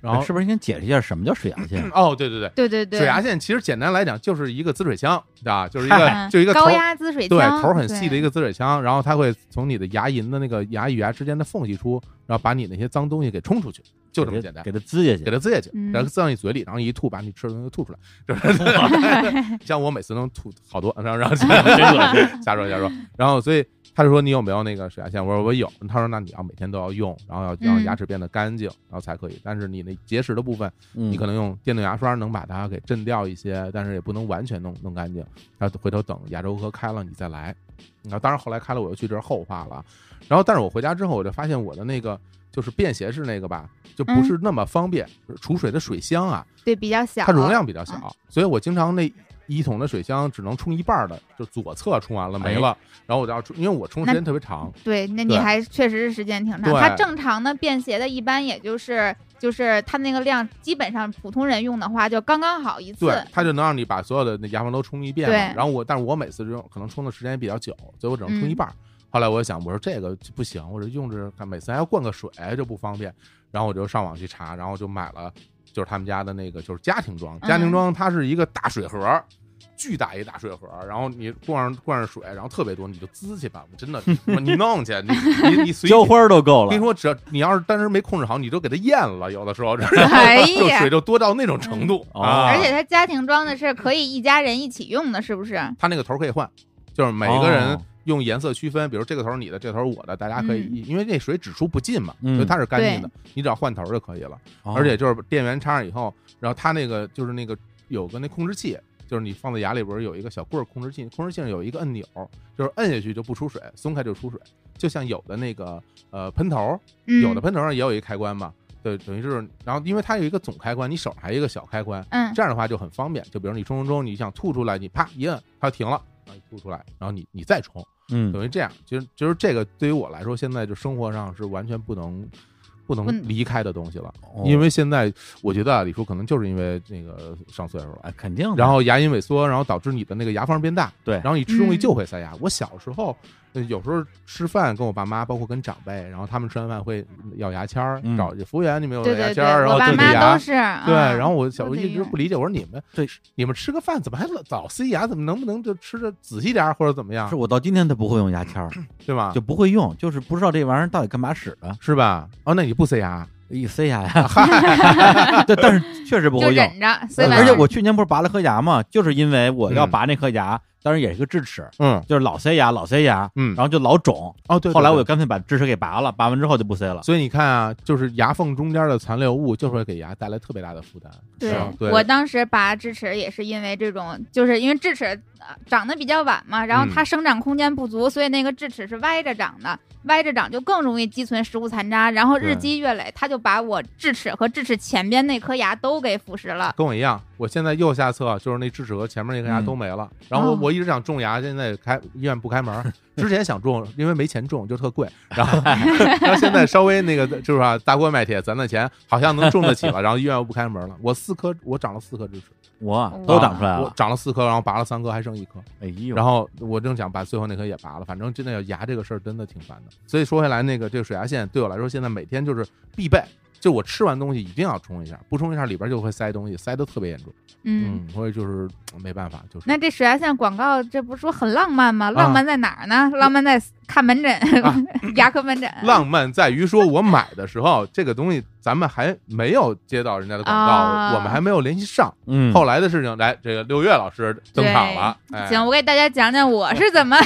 C: 然
B: 哎
C: 后
B: 是不是先解释一下什么叫水牙线？
C: 哦，对对对。
D: 对对对，
C: 水牙线其实简单来讲就是一个滋水枪，对吧？就是一个
D: [LAUGHS] 嗯
C: 就一个头
D: 高压滋水
C: 对
D: 枪，
C: 头很细的一
D: 个，
C: 个滋水枪，然后它会从你的牙龈的那个牙与牙之间的缝隙出，然后把你那些脏东西给冲出去，就这么简单
B: 给。它滋下
C: 给
B: 去。
C: 它滋下去，
D: 嗯
C: 然后滋到你嘴里，然后一吐，把你吃的东西吐出来。就是
D: [LAUGHS]
C: [LAUGHS] 像我每次能吐好多，然后然后 [LAUGHS]
B: [LAUGHS]
C: 瞎说瞎说。然后所以他就说你有没有那个水牙线？我说我有。他说那你要每天都要用，然后要让
D: 嗯
C: 牙齿变得干净，然后才可以。但是你那结石的部分，
B: 你
C: 你可能用电动牙刷能把它给震掉一些，但是也不能完全弄弄干净。然后回头等牙周科开了你再来。然后当然后来开了我又去这是后话了。然后但是我回家之后我就发现我的那个就是便携式那个吧，就不
D: 嗯
C: 是那么方便，储水的水箱啊，
D: 对，比较小，
C: 它容量比较小，所以我经常那。一桶的水箱只能冲一半儿的，就左侧冲完了没了，然后我就要冲，因为我冲时间特别长，
D: 对，那你
C: 对
D: 还确实是时间挺长。
C: 对
D: 它正常的便携的，一般也就是就是它那个量，基本上普通人用的话就刚刚好一次
C: 对。， [LAUGHS] 它就能让你把所有的那牙缝都冲一遍嘛。
D: 对
C: 然后我，但是我每次用可能冲的时间也比较久，所以我只能冲
D: 嗯
C: 一半儿。后来我想，我说这个不行，我说用着看每次还要灌个水，就不方便。然后我就上网去查，然后就买了，就是他们家的那个就是家庭装，
D: 嗯
C: 家庭装它是一个大水盒。巨大一大水盒，然后你灌上灌上水，然后特别多，你就滋去吧，
D: [LAUGHS]
C: 真的，你你弄去，你你你随意
B: 浇花儿都够
C: 我跟你
B: 了，
C: 说，只要你要是当时没控制好，你都给它咽了，有的时候 [LAUGHS] 就
D: 哎
C: 水
D: 呀，
C: 就多到那种程度、
B: 嗯
C: 啊！
B: 哦
D: 而且它家庭装的是可以一家人一起用的，是不是？
C: 它那个头可以换，就是每个人
B: 哦
C: 用颜色区分，比如这个头是你的，这个头是我的，大家可以，因为那水只出不进嘛，
B: 嗯
C: 所以它是干净的，你只要换头就可以了。
B: 哦
C: 而且就是电源插上以后，然后它那个就是那个有个那控制器，就是你放在牙里边儿有一个小棍儿控制器，控制器上有一个按钮，就是摁下去就不出水，松开就出水，就像有的那个呃喷头儿，
D: 嗯，
C: 有的喷头上也有一开关嘛，对，等于就是，然后因为它有一个总开关，你手上还有一个小开关，
D: 嗯
C: 这样的话就很方便。就比如你冲冲冲，你想吐出来，你啪一摁，它就停了，然后你吐出来，然后你你再冲，
B: 嗯，
C: 等于这样，其实就是这个对于我来说，现在就生活上是完全不能不
D: 不
C: 能
D: 能
C: 离开的东西了，
B: 哦
C: 因为现在我觉得啊，李叔可能就是因为那个上岁数了。
B: 哎肯定的，
C: 然后牙龈萎缩，然后导致你的那个牙缝变大，
B: 对
C: 然后你吃东西就会塞牙。我小时候呃有时候吃饭跟我爸妈，包括跟长辈，然后他们吃完饭会咬牙签儿，
B: 嗯
C: 找服务员，你们有
D: 对
C: 牙
D: 对
C: 签
D: 对，
C: 儿，然
D: 我
C: 后
D: 爸
C: 对
B: 自己
C: 对
D: 妈
C: 牙
D: 都。是。嗯
C: 对，
D: 对
C: 然后我小时候
D: 啊都这
C: 一直
D: 样
C: 不理解，我说你们
B: 对
C: 你们吃个饭怎么还老老塞牙？怎么能不能就吃的仔细点儿或者怎么样
B: 是，我到今天都不会用牙签儿，
C: 对吧
B: 就？不会用，就是不知道这玩意儿到底干嘛使的，
C: 是吧？哦，那你不塞牙？
B: 一塞牙呀，对，但是确实不
D: 就
B: 会用。
D: 忍着，所以
C: 吧
B: 而
D: 完
B: 且
D: 了
B: 我去年不是拔了颗牙嘛，就是因为我要
C: 嗯
B: 拔那颗牙，当然也是个智齿，
C: 嗯
B: 就是老塞牙，老塞牙，
C: 嗯
B: 然，后就老肿。
C: 哦对。对
B: 后来我就
C: 对
B: 干脆把智齿给拔了，拔完之后就不塞了。
C: 所以你看啊，就是牙缝中间的残留物，就会给牙带来特别大的负担。是吧对，
D: 我当时拔智齿也是因为这种，就是因为智齿呃长得比较晚嘛，然后
C: 嗯
D: 它生长空间不足，所以那个智齿是歪着长的，歪着长就更容易积存食物残渣，然后日
C: 对
D: 积月累，它就把我智齿和智齿前边那颗牙都给腐蚀了。
C: 跟我一样，我现在右下侧就是那智齿和前面那颗牙
B: 嗯
C: 都没了。然后我
D: 哦
C: 我一直想种牙，现在开医院不开门儿。之前想种，因为没钱种，就特贵。
B: [LAUGHS]
C: 然后然后现在稍微那个就是啊，大锅卖铁，攒攒钱，好像能种得起了。然后医院又不开门了。我四颗，我长了四颗智齿，啊
B: 我都长出来
C: 我
B: 了，
C: 长了四颗，然后拔了三颗，还剩一颗。
B: 哎呦，
C: 然后我正想把最后那颗也拔了，反正真的牙这个事儿真的挺烦的。所以说回来，那个这个水牙线对我来说，现在每天就是必备。就我吃完东西一定要冲一下，不冲一下里边就会塞东西，塞的特别严重。
D: 嗯，
C: 嗯，所以就是嗯没办法，就是
D: 那这水牙线广告这不是说很浪漫吗？浪漫在哪儿呢？浪漫在看门诊，
C: 啊
D: 牙科门诊。
C: [LAUGHS] 浪漫在于说，我买的时候这个东西咱们还没有接到人家的广告，
D: 啊
C: 我们还没有联系上。
B: 嗯，
C: 后来的事情，来这个六月老师登场了，哎、
D: 行，我给大家讲讲我是
C: [LAUGHS]
D: 怎么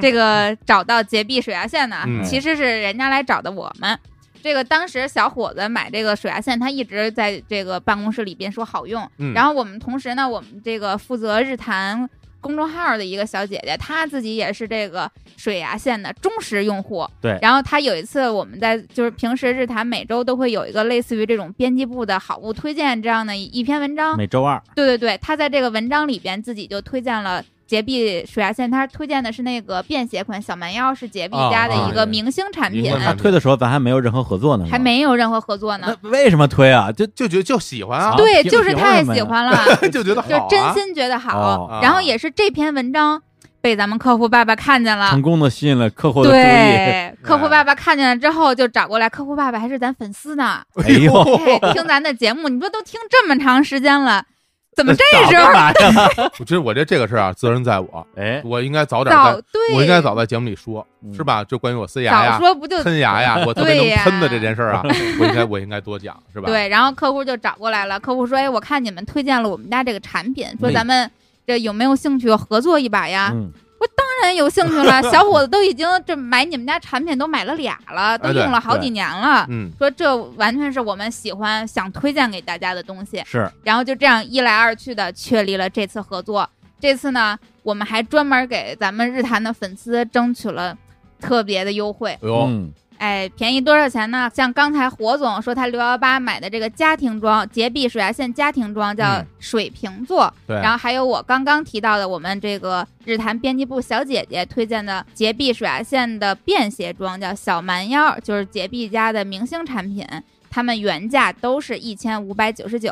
D: 这个找到洁碧水牙线的啊。
C: 嗯
D: 其实是人家来找的我们。这个当时小伙子买这个水牙线，他一直在这个办公室里边说好用。
C: 嗯
D: 然后我们同时呢，我们这个负责日坛公众号的一个小姐姐，她自己也是这个水牙线的忠实用户。
B: 对
D: 然后她有一次我们在就是平时日坛每周都会有一个类似于这种编辑部的好物推荐这样的一篇文章，
B: 每周二
D: 对对对，他在这个文章里边自己就推荐了洁碧水牙线，它推荐的是那个便携款小蛮腰，是洁碧
C: 啊
D: 家的
C: 啊
D: 一个
C: 对
D: 明星产
C: 明
D: 品，啊
C: 白
B: 他推的时候咱还没有任何合作呢，是吧
D: 还。没有任何合作呢。
B: 那为什么推啊？就
C: 就觉得就喜欢啊，
D: 对，
B: 凭
D: 就是
B: 凭
D: 太
B: 什么
D: 喜
B: 呀 [LAUGHS]
D: 欢了，
C: 就觉得好、啊，啊
D: 就真心觉得好。
B: 哦
D: 然后也是这篇文章被咱们客户爸爸看见了
B: 成，功的吸引了客户的注意。哎
D: 啊
C: [LAUGHS]
D: 对， [LAUGHS] 客户爸爸看见了之后就找过来，客户爸爸还是咱粉丝
C: [LAUGHS]
D: 呢，
B: 呦，
C: 哦
D: 哎听咱的节目，你说都听这么长时间了，怎么这
B: [LAUGHS]
D: 时
B: 早
D: 候
B: 干
C: [LAUGHS]
B: 嘛呀？
C: 哎我真我这这个事儿啊，责任在我，
B: 哎，
C: 我应该早点
D: 早
C: 在，
D: 对，
C: 我应该早在节目里说，
B: 嗯
C: 是吧？就关于我塞牙
D: 早
C: 呀、
D: 说不就
C: 喷牙呀，我特别
D: 对
C: 能
D: 呀
C: 喷的这件事儿
D: [LAUGHS]
C: 啊，我应该我应该多讲，是吧？
D: 对？然后客户就找过来了，客户说：“哎，我看你们推荐了我们家这个产品，说
B: 嗯
D: 咱们这有没有兴趣合作一把呀？”
B: 嗯，
D: 当然有兴趣了，小伙子都已经这买你们家产品都买了俩了，都
C: 哎对
D: 用了好
B: 对
D: 几年了。
C: 嗯，
D: 说这完全是我们喜欢想推荐给大家的东西，
B: 是
D: 然后就这样一来二去的确立了这次合作。这次呢，我们还专门给咱们日坛的粉丝争取了特别的优惠，
C: 哎呦，
B: 嗯
D: 哎，便宜多少钱呢？像刚才火总说他六幺八买的这个家庭装洁碧水牙线家庭装叫
C: 嗯
D: 水瓶座，
C: 对，
D: 然后还有我刚刚提到的我们这个日坛编辑部小姐姐推荐的洁碧水牙线的便携装叫小蛮腰，就是洁碧家的明星产品，他们原价都是一千五百九十九，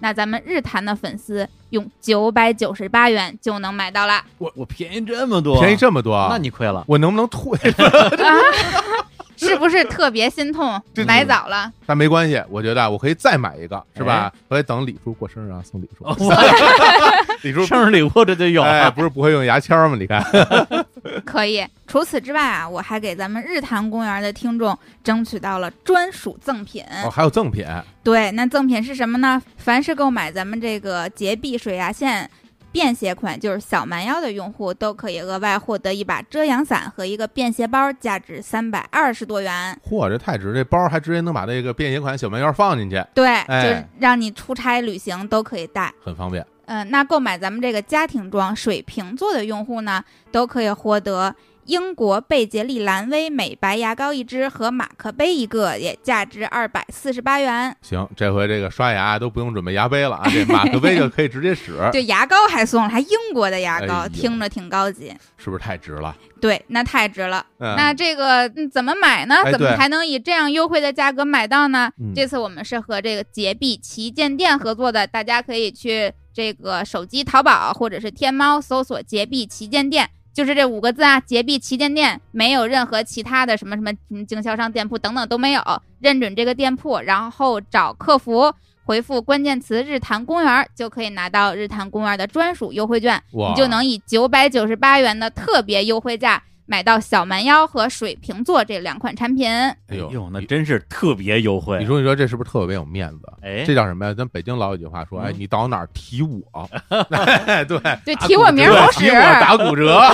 D: 那咱们日坛的粉丝用九百九十八元就能
C: [LAUGHS]
D: 买到了。
B: 我我便宜这么多，啊
C: 便宜这么多，啊
B: 那你亏 [LAUGHS] 了。
C: 我能不能退？
D: 啊 [LAUGHS] 是不是特别心痛
C: 这？
D: 买早了，
C: 但没关系，我觉得啊我可以再买一个，是吧？
B: 哎
C: 我得等李叔过生日啊，送李叔，李叔。
B: 哦生日礼物这就有啊
C: 哎，
B: 了，
C: 不是不会用牙签儿吗？你看，
D: 可以。除此之外啊，我还给咱们日坛公园的听众争取到了专属赠品。
C: 哦，还有赠品，
D: 对，那赠品是什么呢？凡是购买咱们这个洁碧水啊牙线便携款，就是小蛮腰的用户，都可以额外获得一把遮阳伞和一个便携包，价值三百二十多元。
C: 嚯，这太值！这包还直接能把这个便携款小蛮腰放进去，
D: 对，
C: 哎
D: 就是让你出差旅行都可以带。
C: 很方便。
D: 嗯、那购买咱们这个家庭装水瓶座的用户呢，都可以获得英国贝洁丽蓝薇美白牙膏一支和马克杯一个，也价值二百四十八元。
C: 行，这回这个刷牙都不用准备牙杯了啊，这马克杯就可以直接使，
D: 对，牙膏还送了，还英国的牙膏，
C: 哎呦
D: 听着挺高级。
C: 是不是太值了？
D: 对，那太值了。
C: 嗯
D: 那这个、嗯怎么买呢
C: 哎？
D: 怎么
C: 对
D: 才能以这样优惠的价格买到呢？
C: 嗯
D: 这次我们是和这个洁碧旗舰店合作的，大家可以去这个手机淘宝或者是天猫搜索“洁碧旗舰店”，就是这五个字啊，“洁碧旗舰店”，没有任何其他的什么什么嗯经销商店铺等等都没有，认准这个店铺，然后找客服。回复关键词“日坛公园”就可以拿到日坛公园的专属优惠券，
C: 哇，
D: 你就能以九百九十八元的特别优惠价买到小蛮腰和水瓶座这两款产品。
C: 哎呦
B: 那真是特别优惠。
C: 你说你说这是不是特别有面子？
B: 哎
C: 这叫什么呀？咱北京老有句话说，哎，
B: 嗯
C: 你到哪儿
B: [LAUGHS]
C: 提我？ [LAUGHS] 哎对，
D: 对，提我名儿好
C: 对，
D: 使
C: 提我，打骨 [LAUGHS] 折，哎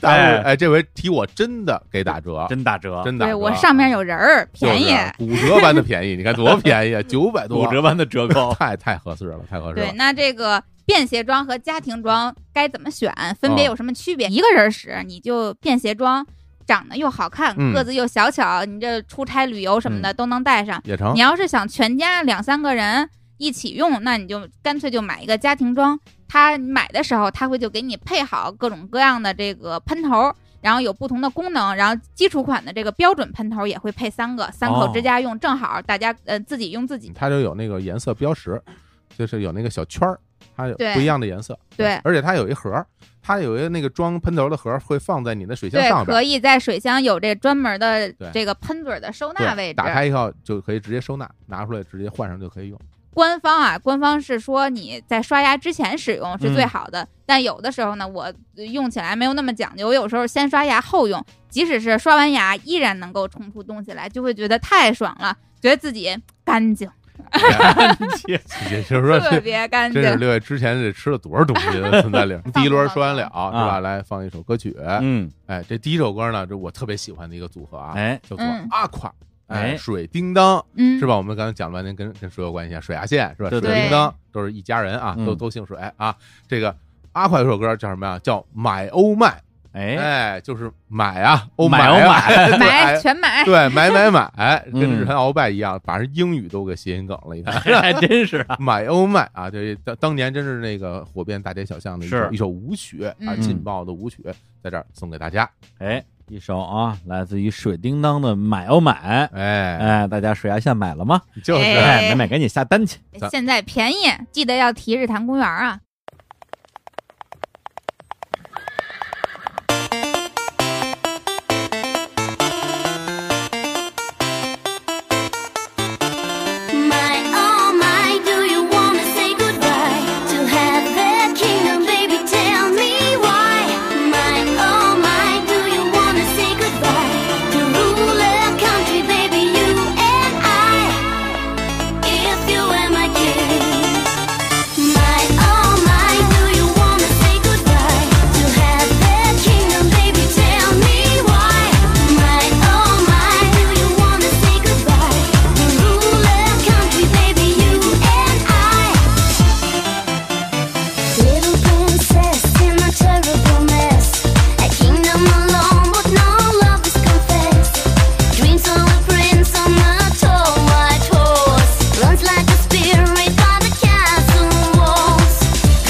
C: 打骨
B: 哎
C: 哎，这回提我真的给打折，
B: 真打折，
C: 真打
D: 对
C: 折。
D: 我上面有人儿，便宜。
C: 就是啊骨折般的便宜，你看多便宜啊，九百多，
B: 五折般的折扣。
C: [LAUGHS] 太太合适了，太合适
D: 对，
C: 了。
D: 那这个便携装和家庭装该怎么选？分
C: 哦
D: 别有什么区别？一个人使你就便携装，长得又好看，
C: 嗯
D: 个子又小巧，你这出差旅游什么的都能带上。
C: 也成
D: 你，要是想全家两三个人一起用，那你就干脆就买一个家庭装。它你买的时候，它会就给你配好各种各样的这个喷头，然后有不同的功能，然后基础款的这个标准喷头也会配三个，三
C: 哦
D: 口之家用正好，大家呃自己用自己。
C: 它就有那个颜色标识，就是有那个小圈儿，它有
D: 对
C: 不一样的颜色。
D: 对
C: 而且它有一盒儿，它有一个那个装喷头的盒儿，会放在你的水箱
D: 对，
C: 上边
D: 可
C: 儿。
D: 以在水箱有这专门的
C: 对
D: 这个喷嘴的收
C: 对，
D: 纳位置。
C: 打开以后就可以直接收纳，拿出来直接换上就可
D: [LAUGHS]
C: [LAUGHS] 以用。
D: 官方啊，官方是说你在刷牙之前使用是最
C: 嗯
D: 好的，但有的时候呢，我呃用起来没有那么讲究，我有时候先刷牙后用，即使是刷完牙，依然能够冲出东西来，就会觉得太爽了，觉得自己干净，
C: 也就是说，
D: 特别干
C: 真是
D: 净。
C: 六月之前得吃了多少东西的存在里。第一轮说完了，是吧？
B: 啊
C: 来放一首歌曲。
B: [LAUGHS] 嗯，
C: 哎，这第一首歌呢，这我特别喜欢的一个组合啊，
B: 哎，
C: 叫做
D: 嗯
C: 阿垮。哎，
B: 哎
C: 水叮当
D: 嗯，
C: 是吧？我们刚才讲了半天，跟跟水有关系啊，水牙线是吧？
B: 对
C: 水
B: 对
C: 叮当都是一家人啊，
B: 嗯
C: 都都姓水啊。这个阿垮有首歌叫什么呀？叫《买欧麦》，
B: 哎，哦
C: 哎，就是买啊，欧
B: 买
C: 啊
B: 欧买
D: [LAUGHS]
C: 对
D: 买
C: 哎
D: 全买，
C: 对，买买买，跟
B: 嗯
C: 日韩鳌拜一样，把人英语都给谐音梗了。你看，
B: 还真是啊，
C: 买欧卖啊，这当当年真是那个火遍大街小巷的一首
B: 是
C: 一首舞曲啊，
D: 嗯
C: 劲爆的舞曲，在这儿送给大家。
B: 哎，一首啊，来自于水叮当的《买哦买》，
C: 哎，
B: 哎，大家水牙线买了吗？
C: 就是
D: 嗯哎
B: 哎，买买赶紧下单去，
C: 咱
D: 现在便宜，记得要提日坛公园啊。
A: My oh my, do you wanna say goodbye to have that kingdom, baby? Tell me why. My oh my, do you wanna say goodbye to rule a country, baby? You and I, if you were my king. My oh my, do you wanna say goodbye to have that kingdom, baby? Tell me why. My oh my, do you wanna say goodbye to rule a country, baby? You and I. Little princess in a terrible mess, a kingdom alone, but no love is confessed. Dreams of a prince on a tall white horse runs like a spirit by the castle walls.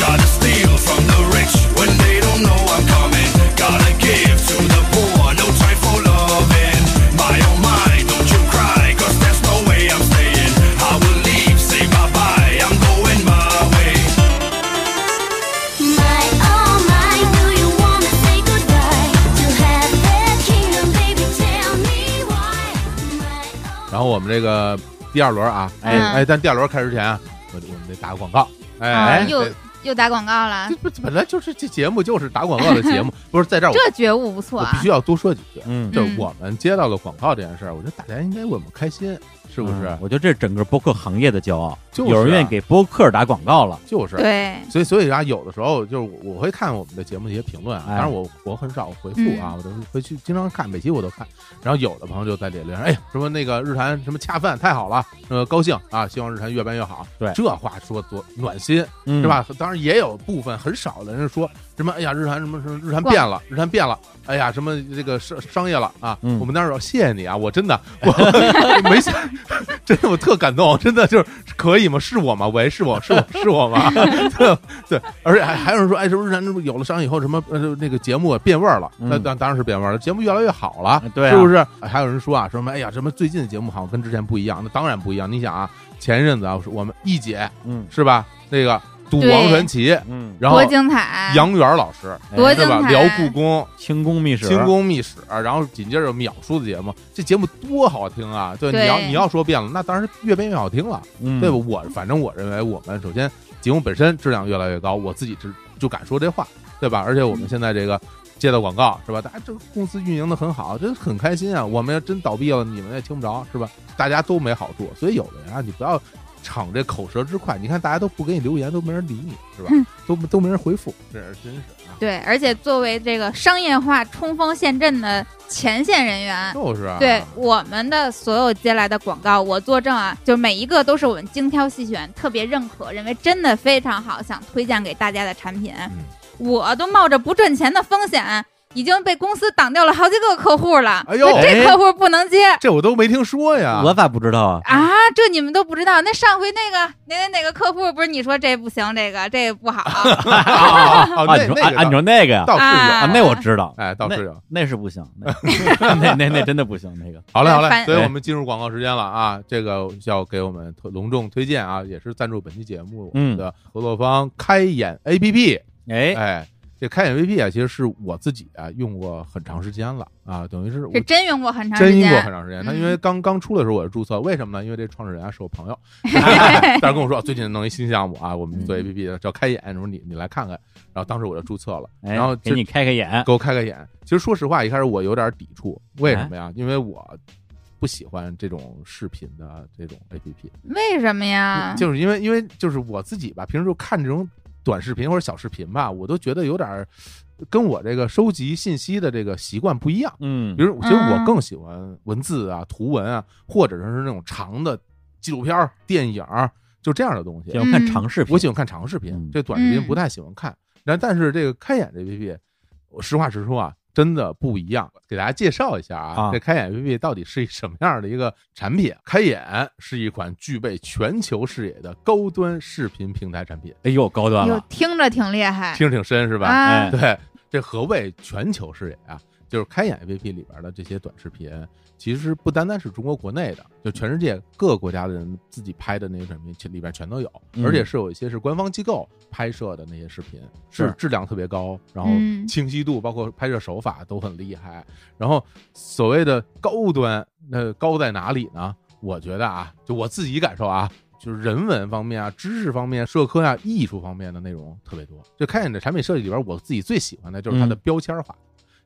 E: Gotta steal from the rich when they don't know I'm coming. Gotta give to the poor, no time for loving. My oh my, don't you cry, cause there's no way I'm staying. I will leave, say bye bye, I'm going my way.
A: My oh my, do you wanna say goodbye to have that kingdom, baby? Tell me why. My oh.
C: 然后我们这个第二轮啊，哎
D: 嗯
C: 哎，但第二轮开始之前啊，我我们得打个广告，
D: 啊
C: 哎，
D: 又
C: 得
D: 又打广告了
C: 这，不本来就是这节目就是打广告的节目，不是在这儿我
D: 嗯这觉悟不错
C: 我
D: 啊
C: 必须。要多说几句，
B: 嗯，
C: 就是我们接到了广告这件事儿，我觉得大家应该为我们开心，是
B: 是
C: 不
D: 嗯
C: 是？
B: 嗯我觉得这是整个播客行业的骄傲，
C: 就是
B: 有人愿意
C: 啊
B: 给播客打广告了，
C: 就是，
D: 对，
C: 所以所以啊，有的时候就是我我会看我们的节目的一些评论啊，
B: 哎
C: 当然我我很少回复啊，我都会去经常看，每期我都看。然后有的朋友就在里留言，哎呀，什么那个日坛什么恰饭太好了，呃，高兴啊，希望日坛越办越好。
B: 对
C: 这话说多暖心
B: 嗯
C: 是？吧？当然也有部分很少的人说什么，哎呀，日坛什么什么日坛变了，日坛变了，哎呀，什么这个商商业了啊。
B: 嗯
C: 我们当时说谢谢你啊，我真的我没想， [LAUGHS] 真的我特感动，真的就是可以吗？是我吗？喂，是我是我是我吗？ [LAUGHS] 对对，而且还还有人说，哎，什么日坛是不是有了商业以后什么呃那个节目啊变味儿了？
B: 嗯
C: 那当当然是变味儿了，节目越来越好了
B: 啊，对啊
C: 是不是？哎还有人说啊，说什么哎呀，什么最近的节目好像跟之前不一样，那当然不一样。你想啊，前一阵子啊，我们一姐
B: 嗯
C: 是吧？那个赌
D: 对
C: 王传奇，
B: 嗯，
C: 然后
D: 多精彩！啊
C: 杨元老师，
B: 哎
D: 多
C: 对
D: 精
C: 吧？
D: 彩！
C: 聊故宫、
B: 清宫秘史，
C: 清宫秘史，然后紧接着秒叔的节目，这节目多好听啊！对，
D: 对
C: 你要你要说变了，那当然是越变越好听了，
B: 嗯，
C: 对吧？我反正我认为我们首先节目本身质量越来越高，我自己只就敢说这话，对吧？而且我
D: 嗯
C: 们现在这个。接到广告是吧？大家这个公司运营的很好，真很开心啊！我们要真倒闭了，你们也听不着是吧？大家都没好处，所以有的人啊，你不要逞这口舌之快。你看大家都不给你留言，都没人理你是吧？
D: 嗯
C: 都都没人回复，这是真是啊！
D: 对，而且作为这个商业化冲锋陷阵的前线人员，
C: 就是啊，
D: 对我们的所有接来的广告，我作证啊，就每一个都是我们精挑细选，特别认可，认为真的非常好，想推荐给大家的产品。
C: 嗯
D: 我都冒着不赚钱的风险，已经被公司挡掉了好几个客户了。
C: 哎呦
D: 说这客户不能接。
C: 这我都没听说呀。
B: 我咋不知道啊？
D: 啊，这你们都不知道。那上回那个哪哪哪个客户不是你说这不行，这个这不好
C: 啊 [LAUGHS] 啊啊！
B: 啊，
C: 那
B: 你
C: 那
B: 说
C: 个
B: 啊，啊你说那个呀？
C: 倒是有，
D: 啊
B: 啊，那我知道，
C: 哎，倒是有。
B: 那是不行，那那那那真的不行，那个
C: 好嘞，好嘞，
D: 反
C: 所以我们进入广告时间了啊！这个要给我们推隆重推荐啊，也是赞助本期节目我们的合作方开眼 APP。
B: 哎，
C: 哎，这开眼 APP 啊，其实是我自己啊用过很长时间了啊，等于是我
D: 是真用过很长时
C: 真用过
D: 间
C: 很。长时间。
D: 嗯
C: 他因为刚刚出的时候我就注册，为什么呢？因为这创始人啊是我朋
D: [LAUGHS]
C: 友，但是跟我说最近弄一新项目啊，我们做 APP 叫开眼，什么你你来看看。然后当时我就注册了，
B: 哎
C: 然后
B: 给
C: 这
B: 你开开眼，
C: 给我开开眼。其实说实话，一开始我有点抵触，为什么呀？因为我不喜欢这种视频的这种 A P P，、
D: 为什么呀？
C: 就是因为因为就是我自己吧，平时就看这种短视频或者小视频吧，我都觉得有点儿跟我这个收集信息的这个习惯不一样。
B: 嗯
C: 比，如，其实我
D: 嗯
C: 更喜欢文字啊、图文啊，或者是那种长的纪录片儿、电影儿，就这样的东西。
B: 要看长视频
C: 我，喜欢看长视频
B: 嗯，
C: 这短视频
D: 嗯
C: 不太喜欢看。然后但是这个开眼这 APP，我实话实说啊，真的不一样。给大家介绍一下啊，
B: 啊
C: 这开眼 APP 到底是一什么样的一个产品？开眼是一款具备全球视野的高端视频平台产品，
B: 哎呦，高端
D: 哟
B: 了，，
D: 听着挺厉害
C: 听着挺深是吧？
D: 啊
B: 哎，
C: 对，这何谓全球视野啊？就是开眼 APP 里边的这些短视频，其实不单单是中国国内的，就全世界各个国家的人自己拍的那些短视频其里边全都有，
B: 嗯
C: 而且是有一些是官方机构拍摄的那些视频，是
B: 是
C: 质量特别高，然后
D: 嗯
C: 清晰度包括拍摄手法都很厉害。然后所谓的高端，那高在哪里呢？我觉得啊，就我自己感受啊，就是人文方面啊、知识方面、社科啊、艺术方面的内容特别多。就开眼这产品设计里边，我自己最喜欢的就是它的
B: 嗯
C: 标签化，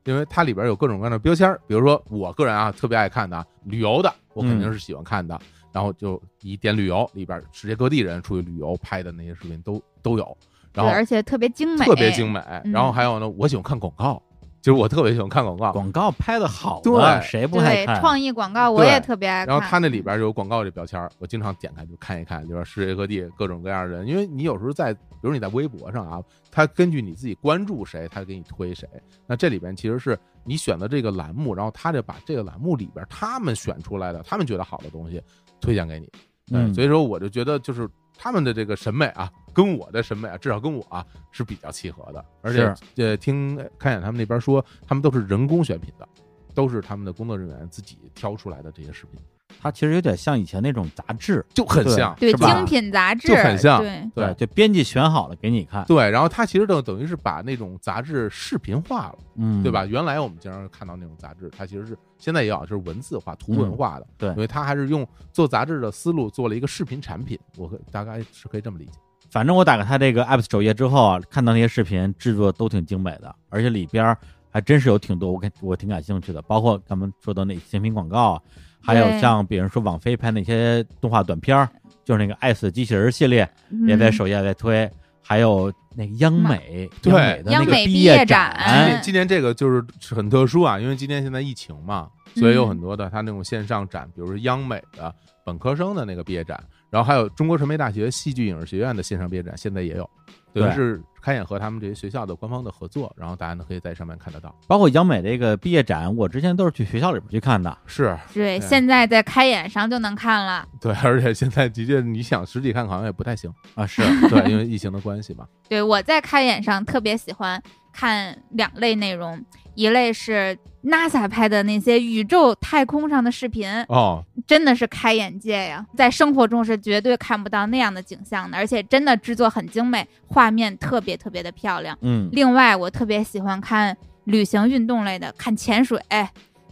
C: 因为它里边有各种各样的标签儿，比如说我个人啊特别爱看的啊旅游的，我肯定是喜欢看的。然后就一点旅游里边，世界各地人出去旅游拍的那些视频都都有。然
D: 对，
C: 后
D: 而且特别精美，
C: 特别精美。
D: 嗯
C: 然后还有呢，我喜欢看广告，其实我特别喜欢看广告。
B: 广告拍的好
C: 对
B: 的，谁不爱
D: 对，
B: 看？啊
D: 创意广告我也
C: 对
D: 特别爱看。嗯
C: 然后它那里边有广告这标签儿，我经常点开就看一看，就是世界各地各种各样的人，因为你有时候在，比如你在微博上啊，它根据你自己关注谁，它给你推谁。那这里边其实是你选的这个栏目，然后它就把这个栏目里边他们选出来的，他们觉得好的东西推荐给你。对，
B: 嗯
C: 所以说我就觉得就是他们的这个审美啊，跟我的审美啊，至少跟我啊是比较契合的。而且呃，听看见他们那边说，他们都是人工选品的，都是他们的工作人员自己挑出来的这些视频，
B: 它其实有点像以前那种杂志，
C: 就很
B: 对
C: 像，
D: 对
B: 是吧
D: 精品杂志
C: 就很像
D: 对，
C: 对。
B: 就编辑选好了给你看，
C: 对，然后它其实等等于是把那种杂志视频化了，
B: 嗯，
C: 对吧？？原来我们经常看到那种杂志，它其实是现在也有，就是文字化、图文化的。
B: 嗯对
C: 因为它还是用做杂志的思路做了一个视频产品，我可大概是可以这么理解。
B: 反正我打开它这个 app 首页之后啊，看到那些视频制作都挺精美的，而且里边儿还真是有挺多我感我挺感兴趣的，包括咱们说的那新品广告啊，还有
D: 对
B: 像比如说网飞拍那些动画短片儿，就是那个《爱死机器人》系列也在
D: 嗯
B: 首页在推，还有那个央美
C: 对
B: 美的那
D: 央
B: 个
D: 美毕业
B: 业
C: 今
D: 展
C: 年今年这个就是很特殊啊，因为今年现在疫情嘛，所以有很多的他那种线上展，比如说央美的本科生的那个毕业展，然后还有中国传媒大学戏剧影视学院的线上毕业展，现在也有，等于
B: 对
C: 是开眼和他们这些学校的官方的合作，然后大家呢可以在上面看得到。
B: 包括央美这个毕业展，我之前都是去学校里边去看的，
C: 是
D: 对，
C: 对
D: 现在在开眼上就能看了。
C: [LAUGHS] 对，而且现在的确你想实体看好像也不太行，
B: 啊，是
C: 对，因为疫情的关系嘛。
D: 对我在开眼上特别喜欢看两类内容，一类是 NASA 拍的那些宇宙太空上的视频，
C: 哦，
D: 真的是开眼界呀！在生活中是绝对看不到那样的景象的，而且真的制作很精美，画面特别特别的漂亮。
B: 嗯，
D: 另外，我特别喜欢看旅行运动类的，看潜水，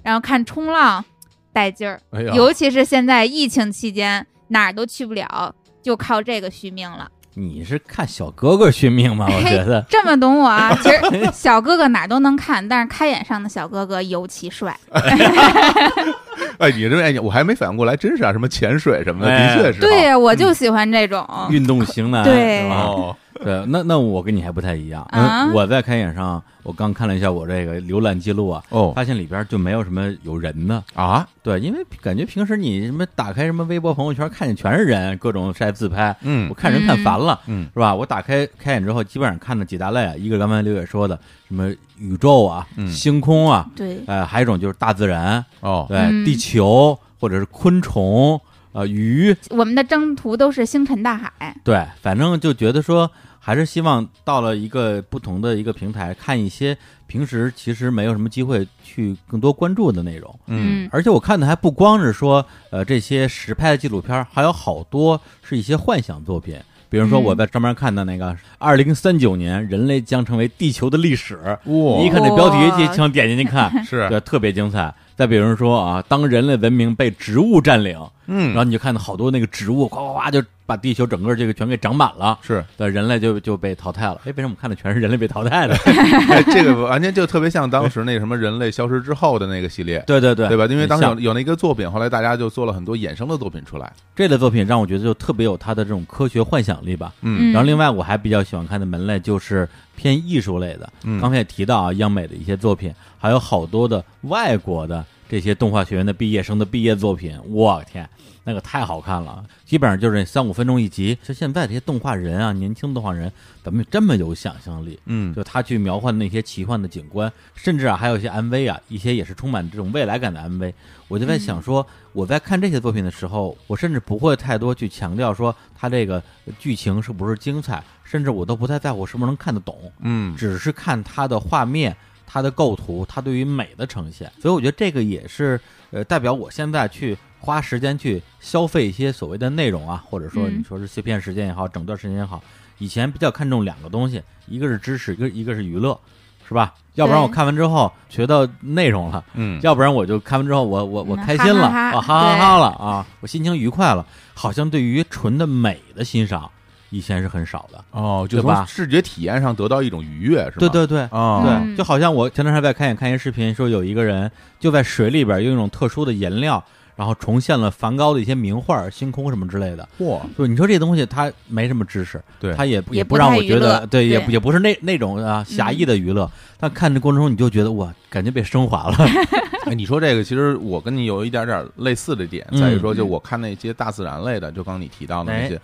D: 然后看冲浪，带劲儿。
C: 哎呀，
D: 尤其是现在疫情期间，哪儿都去不了，就靠这个续命了。
B: 你是看小哥哥续命吗？我觉
D: [LAUGHS]
B: 得
D: 这么懂我
C: [LAUGHS]
D: 啊？其实小哥哥哪儿都能看，但是开眼上的小哥哥尤其帅。
C: 哎，你这么哎，我还没反应过来，真是啊，什么潜水什么的，的
B: 哎
C: 确是啊。
D: 对呀，我就喜欢这种。
C: 嗯
B: 运动型男，
D: 对
B: 是吧
C: 哦，
B: [LAUGHS] 对，那那我跟你还不太一样。嗯
D: 啊
B: 我在开眼上，我刚看了一下我这个浏览记录啊，
C: 哦
B: 发现里边就没有什么有人的。
C: 啊，
B: 对，因为感觉平时你什么打开什么微博、朋友圈，看见全是人，各种晒自拍，
C: 嗯
B: 我看人看烦了，
C: 嗯，
B: 是吧？我打开开眼之后，基本上看的几大类啊，一个刚才刘也说的，什么宇宙啊、
C: 嗯
B: 星空啊，
D: 对，
B: 呃，还有一种就是大自然，
C: 哦，
B: 对，
D: 嗯
B: 地球或者是昆虫，呃，鱼，
D: 我们的征途都是星辰大海。
B: 对，反正就觉得说，还是希望到了一个不同的一个平台，看一些平时其实没有什么机会去更多关注的内容。
C: 嗯，
B: 而且我看的还不光是说，呃，这些实拍的纪录片儿，还有好多是一些幻想作品。比如说
D: 嗯
B: 我在上面看的那个二零三九年，人类将成为地球的历史。
C: 哇，
B: 你一看这标题，
D: 哇
B: 就想点进去看
C: [LAUGHS] 哦是
B: 对，特别精彩。再比如说啊，当人类文明被植物占领，
C: 嗯
B: 然后你就看到好多那个植物，哗哗哗就把地球整个这个全给长满了，
C: 是，
B: 对，人类就就被淘汰了。哎，为什么我们看的全是人类被淘
C: [LAUGHS]
B: 汰的？
C: 哎，这个完全就特别像当时那个什么人类消失之后的那个系列，
B: 对对对，
C: 对吧？因为当时有
B: 像
C: 有那个作品，后来大家就做了很多衍生的作品出来，
B: 这类作品让我觉得就特别有它的这种科学幻想力吧。
C: 嗯
B: 然后另外我还比较喜欢看的门类就是偏艺术类的，
C: 嗯
B: 刚才也提到啊，央美的一些作品，还有好多的外国的这些动画学院的毕业生的毕业作品，我天，那个太好看了，基本上就是三五分钟一集。就现在这些动画人啊，年轻动画人，咱们这么有想象力，
C: 嗯，
B: 就他去描绘那些奇幻的景观，甚至啊，还有一些 MV 啊，一些也是充满这种未来感的 MV。我就在想说，我在看这些作品的时候，我甚至不会太多去强调说它这个剧情是不是精彩，甚至我都不太在乎是不是能看得懂，
C: 嗯，
B: 只是看它的画面、它的构图、它对于美的呈现。所以我觉得这个也是呃，代表我现在去花时间去消费一些所谓的内容啊，或者说
D: 嗯
B: 你说是碎片时间也好，整段时间也好，以前比较看重两个东西，一个是知识，一个一个是娱乐，是吧？要不然我看完之后学到内容了，
C: 嗯，
B: 要不然我就看完之后我我我
D: 嗯
B: 开心了，
D: 哈哈哈
B: 我哈哈哈了啊，我心情愉快了，好像对于纯的美的欣赏以前是很少的。
C: 哦，就
B: 对吧
C: 从视觉体验上得到一种愉悦，是吧？
B: 对对对，
C: 啊，
B: 对，
D: 嗯
B: 就好像我前段时间在看也看一视频，说有一个人就在水里边用一种特殊的颜料，然后重现了梵高的一些名画、星空什么之类的。
C: 嚯，
B: 就你说这东西，它没什么知识，
C: 对
B: 它也不
D: 也
B: 不
D: 不
B: 让
D: 太
B: 我
D: 娱
B: 觉得，
D: 乐
B: 对，也
D: 对嗯
B: 不也不是那那种啊狭义的娱乐。但看这过程中，你就觉得哇，感觉被升华了。
C: [LAUGHS] 哎，你说这个，其实我跟你有一点点类似的点，
B: 嗯哎
C: 在于说，就我看那些大自然类的，就刚刚你提到的那些，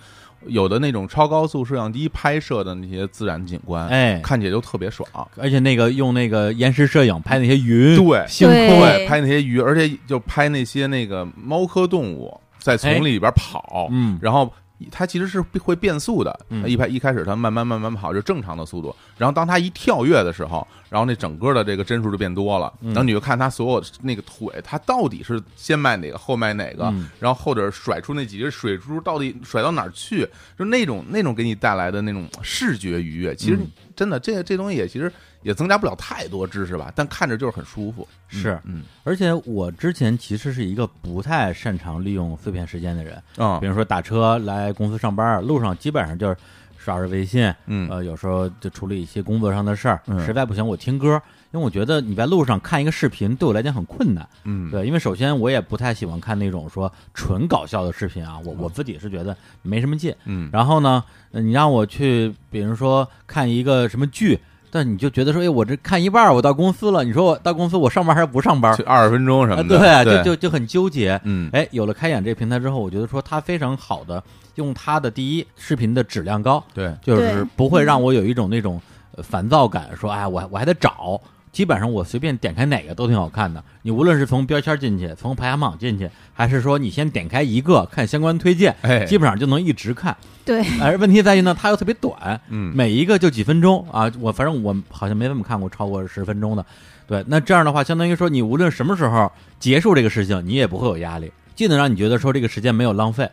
C: 有的那种超高速摄像机拍摄的那些自然景观，
B: 哎
C: 看起来就特别爽。
B: 而且那个用那个延时摄影拍那些 [LAUGHS] 云、
C: 对
B: 星空，
D: 对
C: 拍那些鱼，而且就拍那些那个猫科动物在丛林里边跑，
B: 哎嗯
C: 然后。它其实是会变速的，
B: 嗯
C: 一拍一开始它慢慢慢慢跑就正常的速度，然后当它一跳跃的时候，然后那整个的这个帧数就变多了，
B: 嗯
C: 然后你就看它所有那个腿，它到底是先迈哪个后迈哪个，
B: 嗯
C: 然后后者甩出那几个水珠到底甩到哪儿去，就那种那种给你带来的那种视觉愉悦，其实
B: 嗯
C: 真的这这东西也其实也增加不了太多知识吧，但看着就是很舒服，
B: 是。
C: 嗯
B: 而且我之前其实是一个不太擅长利用碎片时间的人，
C: 啊
B: 比如说打车来公司上班，路上基本上就是刷刷微信，
C: 嗯
B: 呃，有时候就处理一些工作上的事儿，
C: 嗯
B: 实在不行我听歌，因为我觉得你在路上看一个视频对我来讲很困难，
C: 嗯，
B: 对，因为首先我也不太喜欢看那种说纯搞笑的视频啊，我我自己是觉得没什么劲，
C: 嗯
B: 然后呢，呃你让我去，比如说看一个什么剧。但你就觉得说，哎，我这看一半儿，我到公司了。你说我到公司，我上班还是不上班？
C: 就二十分钟什
B: 啊，
C: 么的，
B: 对啊，
C: 对
B: 就就就很纠结。 [LAUGHS]
C: 嗯
B: 哎，有了开眼这个平台之后，我觉得说它非常好的用它的第一视频的质量高，
C: 对，
B: 就是
D: 对
B: 不会让我有一种那种呃烦躁感，说哎，我我还得找。基本上我随便点开哪个都挺好看的。你无论是从标签进去，从排行榜进去，还是说你先点开一个看相关推荐，
C: 哎
B: 基本上就能一直看。哎
D: 对，
B: 而问题在于呢，它又特别短，
C: 嗯
B: 每一个就几分钟啊。我反正我好像没怎么看过超过十分钟的。对，那这样的话，相当于说你无论什么时候结束这个事情，你也不会有压力，既能让你觉得说这个时间没有浪费，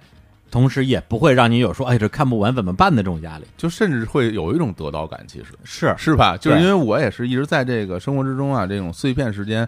B: 同时也不会让你有说哎这看不完怎么办的这种压力。
C: 就甚至会有一种得到感，其实
B: 是，
C: 是吧？就是
B: 对
C: 因为我也是一直在这个生活之中啊，这种碎片时间。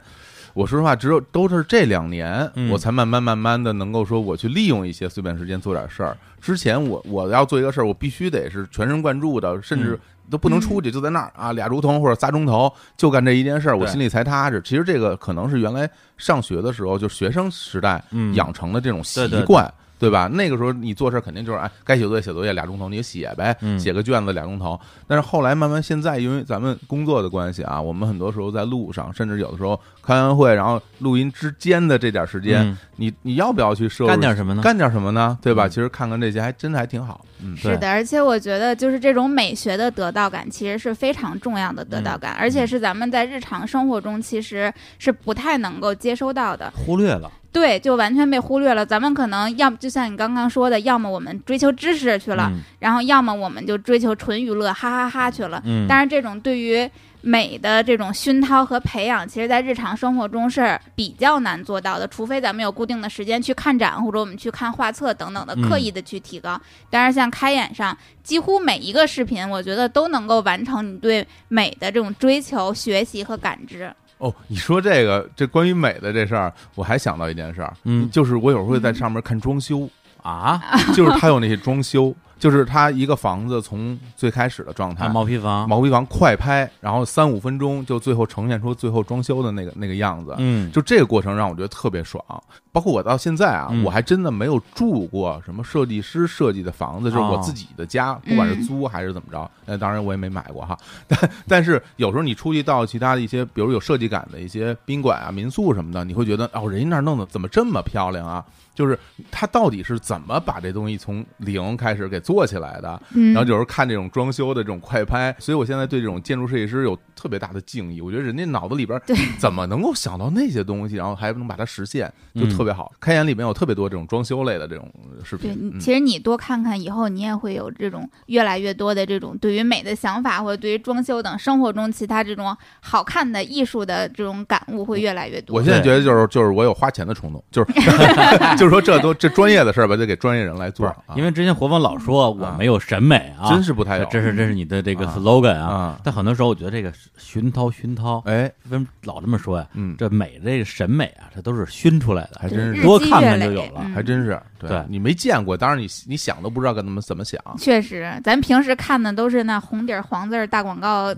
C: 我说实话，只有都是这两年，
B: 嗯
C: 我才慢慢慢慢的能够说，我去利用一些碎片时间做点事儿。之前我我要做一个事儿，我必须得是全神贯注的，甚至
B: 嗯
C: 都不能出去，就在那儿啊，俩竹筒或者仨钟头，就干这一件事儿，我
B: 对
C: 心里才踏实。其实这个可能是原来上学的时候，就学生时代
B: 嗯
C: 养成的这种习
B: 对对对
C: 惯，对吧？那个时候你做事儿肯定就是哎，该写作业写作业俩钟头你就写呗，
B: 嗯
C: 写个卷子俩钟头。但是后来慢慢现在因为咱们工作的关系啊，我们很多时候在路上，甚至有的时候开完会然后录音之间的这点时间，
B: 嗯
C: 你你要不要去摄入
B: 干点什么呢
C: 干点什么呢？对吧？
B: 嗯
C: 其实看看这些还真的还挺好，嗯，
B: 对
D: 是的，而且我觉得就是这种美学的得到感，其实是非常重要的得到感，而且是咱们在日常生活中其实是不太能够接收到的。
B: 忽略了，
D: 对，就完全被忽略了。咱们可能要么就像你刚刚说的，要么我们追求知识去了，
B: 嗯
D: 然后要么我们就追求纯娱乐，哈哈哈去了。
B: 嗯，
D: 但是这种对于美的这种熏陶和培养，其实在日常生活中是比较难做到的，除非咱们有固定的时间去看展，或者我们去看画册等等的，
B: 嗯
D: 刻意的去提高。但是像开眼上，几乎每一个视频，我觉得都能够完成你对美的这种追求、学习和感知。
C: 哦，你说这个这关于美的这事儿，我还想到一件事儿，
B: 嗯
C: [LAUGHS] 就是我有时候会在上面看装修，
B: 啊，
C: 就是它有那些装修，就是他一个房子从最开始的状态
B: 看，毛坯房，
C: 毛坯房快拍，然后三五分钟就最后呈现出最后装修的那个那个样子，
B: 嗯，
C: 就这个过程让我觉得特别爽。包括我到现在啊，
B: 嗯
C: 我还真的没有住过什么设计师设计的房子，就是我
B: 哦
C: 自己的家，不管是租啊还是怎么着，那当然我也没买过哈。 [LAUGHS] 但但是有时候你出去到其他的一些，比如有设计感的一些宾馆啊、民宿什么的，你会觉得哦，人家那儿弄的怎么这么漂亮啊？就是他到底是怎么把这东西从零开始给做起来的？
D: 嗯
C: 然后有时候看这种装修的这种快拍，所以我现在对这种建筑设计师有特别大的敬意。我觉得人家脑子里边
D: 对
C: 怎么能够想到那些东西，然后还能把它实现，就
B: 嗯
C: 特别好。开眼里面有特别多这种装修类的这种视频
D: 对，，你
C: 嗯
D: 其实你多看看，以后你也会有这种越来越多的这种对于美的想法，或者对于装修等生活中其他这种好看的艺术的这种感悟会越来越多。
C: 我现在觉得就是就是我有花钱的冲动，就是 [LAUGHS] 就是说这都这专业的事儿吧，得给专业人来
B: 不
C: 做
B: 是，，因
C: 为
B: 为之前活峰老说我没有审美啊，
C: 啊真是不太有，
B: 这是这是你的这个
C: 啊
B: slogan 啊。
C: 啊，
B: 但很多时候我觉得这个熏陶熏陶，
C: 哎，
B: 为什么老这么说呀？
C: 嗯，
B: 这美这个审美啊，这都是熏出来的，
C: 还真
D: 日
C: 是
D: 积
B: 多看
D: 月
B: 看就
D: 累
B: 有了
D: 嗯
C: 还真是，
B: 对
C: 你没见过，当然你你想都不知道该怎么怎么想，
D: 确实，咱平时看的都是那红底儿黄字儿大
B: [LAUGHS]
D: 广告，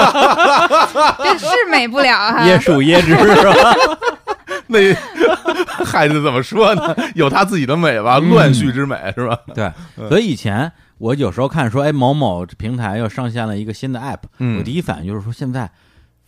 D: 这是美不了哈。
B: 椰树椰汁是吧？
C: [LAUGHS] 那孩子怎么说呢？有他自己的美吧，
B: 嗯
C: 乱序之美是吧？嗯
B: 对，所以以前我有时候看说，哎，某某平台又上线了一个新的 app，、
C: 嗯
B: 我第一反应就是说，现在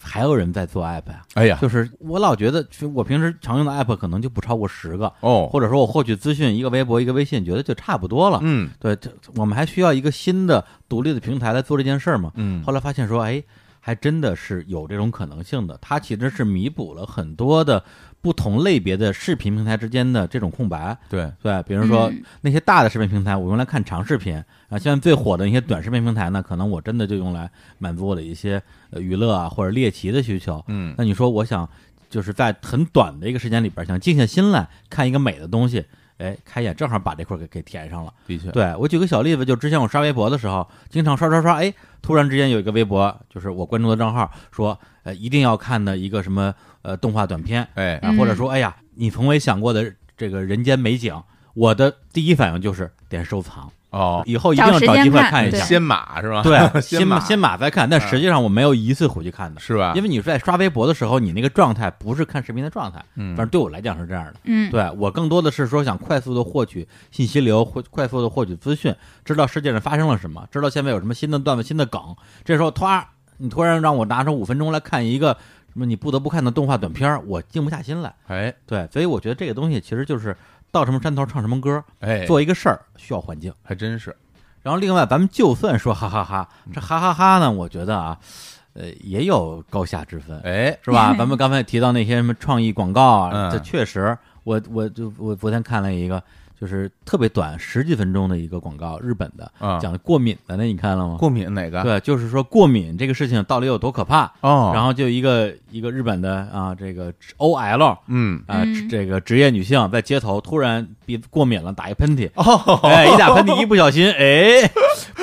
B: 还有人在做 app 呀、
C: 哎呀，
B: 就是我老觉得，就我平时常用的 app 可能就不超过十个，
C: 哦，
B: 或者说我获取资讯一个微博一个微信，觉得就差不多了。
C: 嗯
B: 对，这我们还需要一个新的独立的平台来做这件事儿吗？
C: 嗯，
B: 后来发现说，哎，还真的是有这种可能性的。它其实是弥补了很多的不同类别的视频平台之间的这种空白。
C: 对，
B: 对，比如说、
D: 嗯
B: 那些大的视频平台，我用来看长视频啊。现在最火的那些短视频平台呢，可能我真的就用来满足我的一些呃娱乐啊或者猎奇的需求。
C: 嗯
B: 那你说，我想就是在很短的一个时间里边，想静下心来看一个美的东西，哎，开眼正好把这块儿给给填上了。
C: 的确，
B: 对我举个小例子，就之前我刷微博的时候，经常刷刷刷，哎，突然之间有一个微博，就是我关注的账号说，呃，一定要看的一个什么呃动画短片，
C: 哎，
B: 啊，
D: 嗯
B: 或者说，哎呀，你从未想过的这个人间美景，我的第一反应就是点收藏，
C: 哦，
B: 以后一定要
D: 找时
B: 找
D: 间
B: 机会
D: 看
B: 看一
D: 对
B: 下，
C: 先马是
B: [LAUGHS]
C: 吧？ [LAUGHS]
B: 对，
C: 先嗯啊
B: 先
C: 马
B: 先码再看，但实际上我没有一次回去看的。
C: 是吧？
B: 因为你在刷微博的时候，你那个状态不是看视频的状态，
C: 嗯
B: 反正对我来讲是这样的。
D: 嗯，
B: 对我更多的是说想快速的获取信息流，或快速的获取资讯，知道世界上发生了什么，知道现在有什么新的段子、新的梗。这时候突然你突然让我拿出五分钟来看一个什么你不得不看的动画短片儿，我静不下心来。
C: 哎
B: 对，所以我觉得这个东西其实就是到什么山头唱什么歌，
C: 哎，
B: 做一个事儿需要环境。
C: 还真是，
B: 然后另外，咱们就算说哈哈哈这哈哈哈呢，我觉得啊，呃，也有高下之分。
C: 哎，
B: 是
C: [LAUGHS]
B: 吧？咱们刚才提到那些什么创意广告啊
C: 嗯，
B: 这确实，我我就我昨天看了一个，就是特别短，十几分钟的一个广告，日本的，
C: 啊，
B: 讲过敏的那，你看了吗？
C: 过敏哪个？
B: 对，就是说过敏这个事情到底有多可怕。
C: 哦，
B: 然
C: 后
B: 后就一个一个日本的啊，这个 OL 啊、
C: 嗯，
D: 嗯
B: 这个职业女性在街头突然鼻子过敏了，打一喷嚏，
C: 哦，
B: 哎，一打喷嚏，一不小心，哎，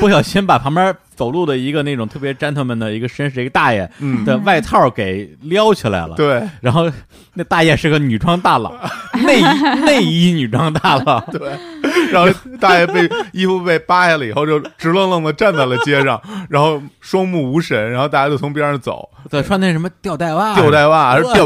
B: 不小心把旁边走路的一个那种特别 gentleman 的一个绅士一个大爷
C: 嗯
B: 的外套给撩起来了。
C: 对
B: 然后那大爷是个女装大
C: [LAUGHS]
B: 佬，内衣内衣女装大佬，
C: 对，然后大爷被衣服被扒下了以后，就直愣愣的站在了街上，然后双目无神，然后大家就从边上 [LAUGHS] 走，
B: 对，穿那什么吊带袜，
C: 吊，带袜还是吊，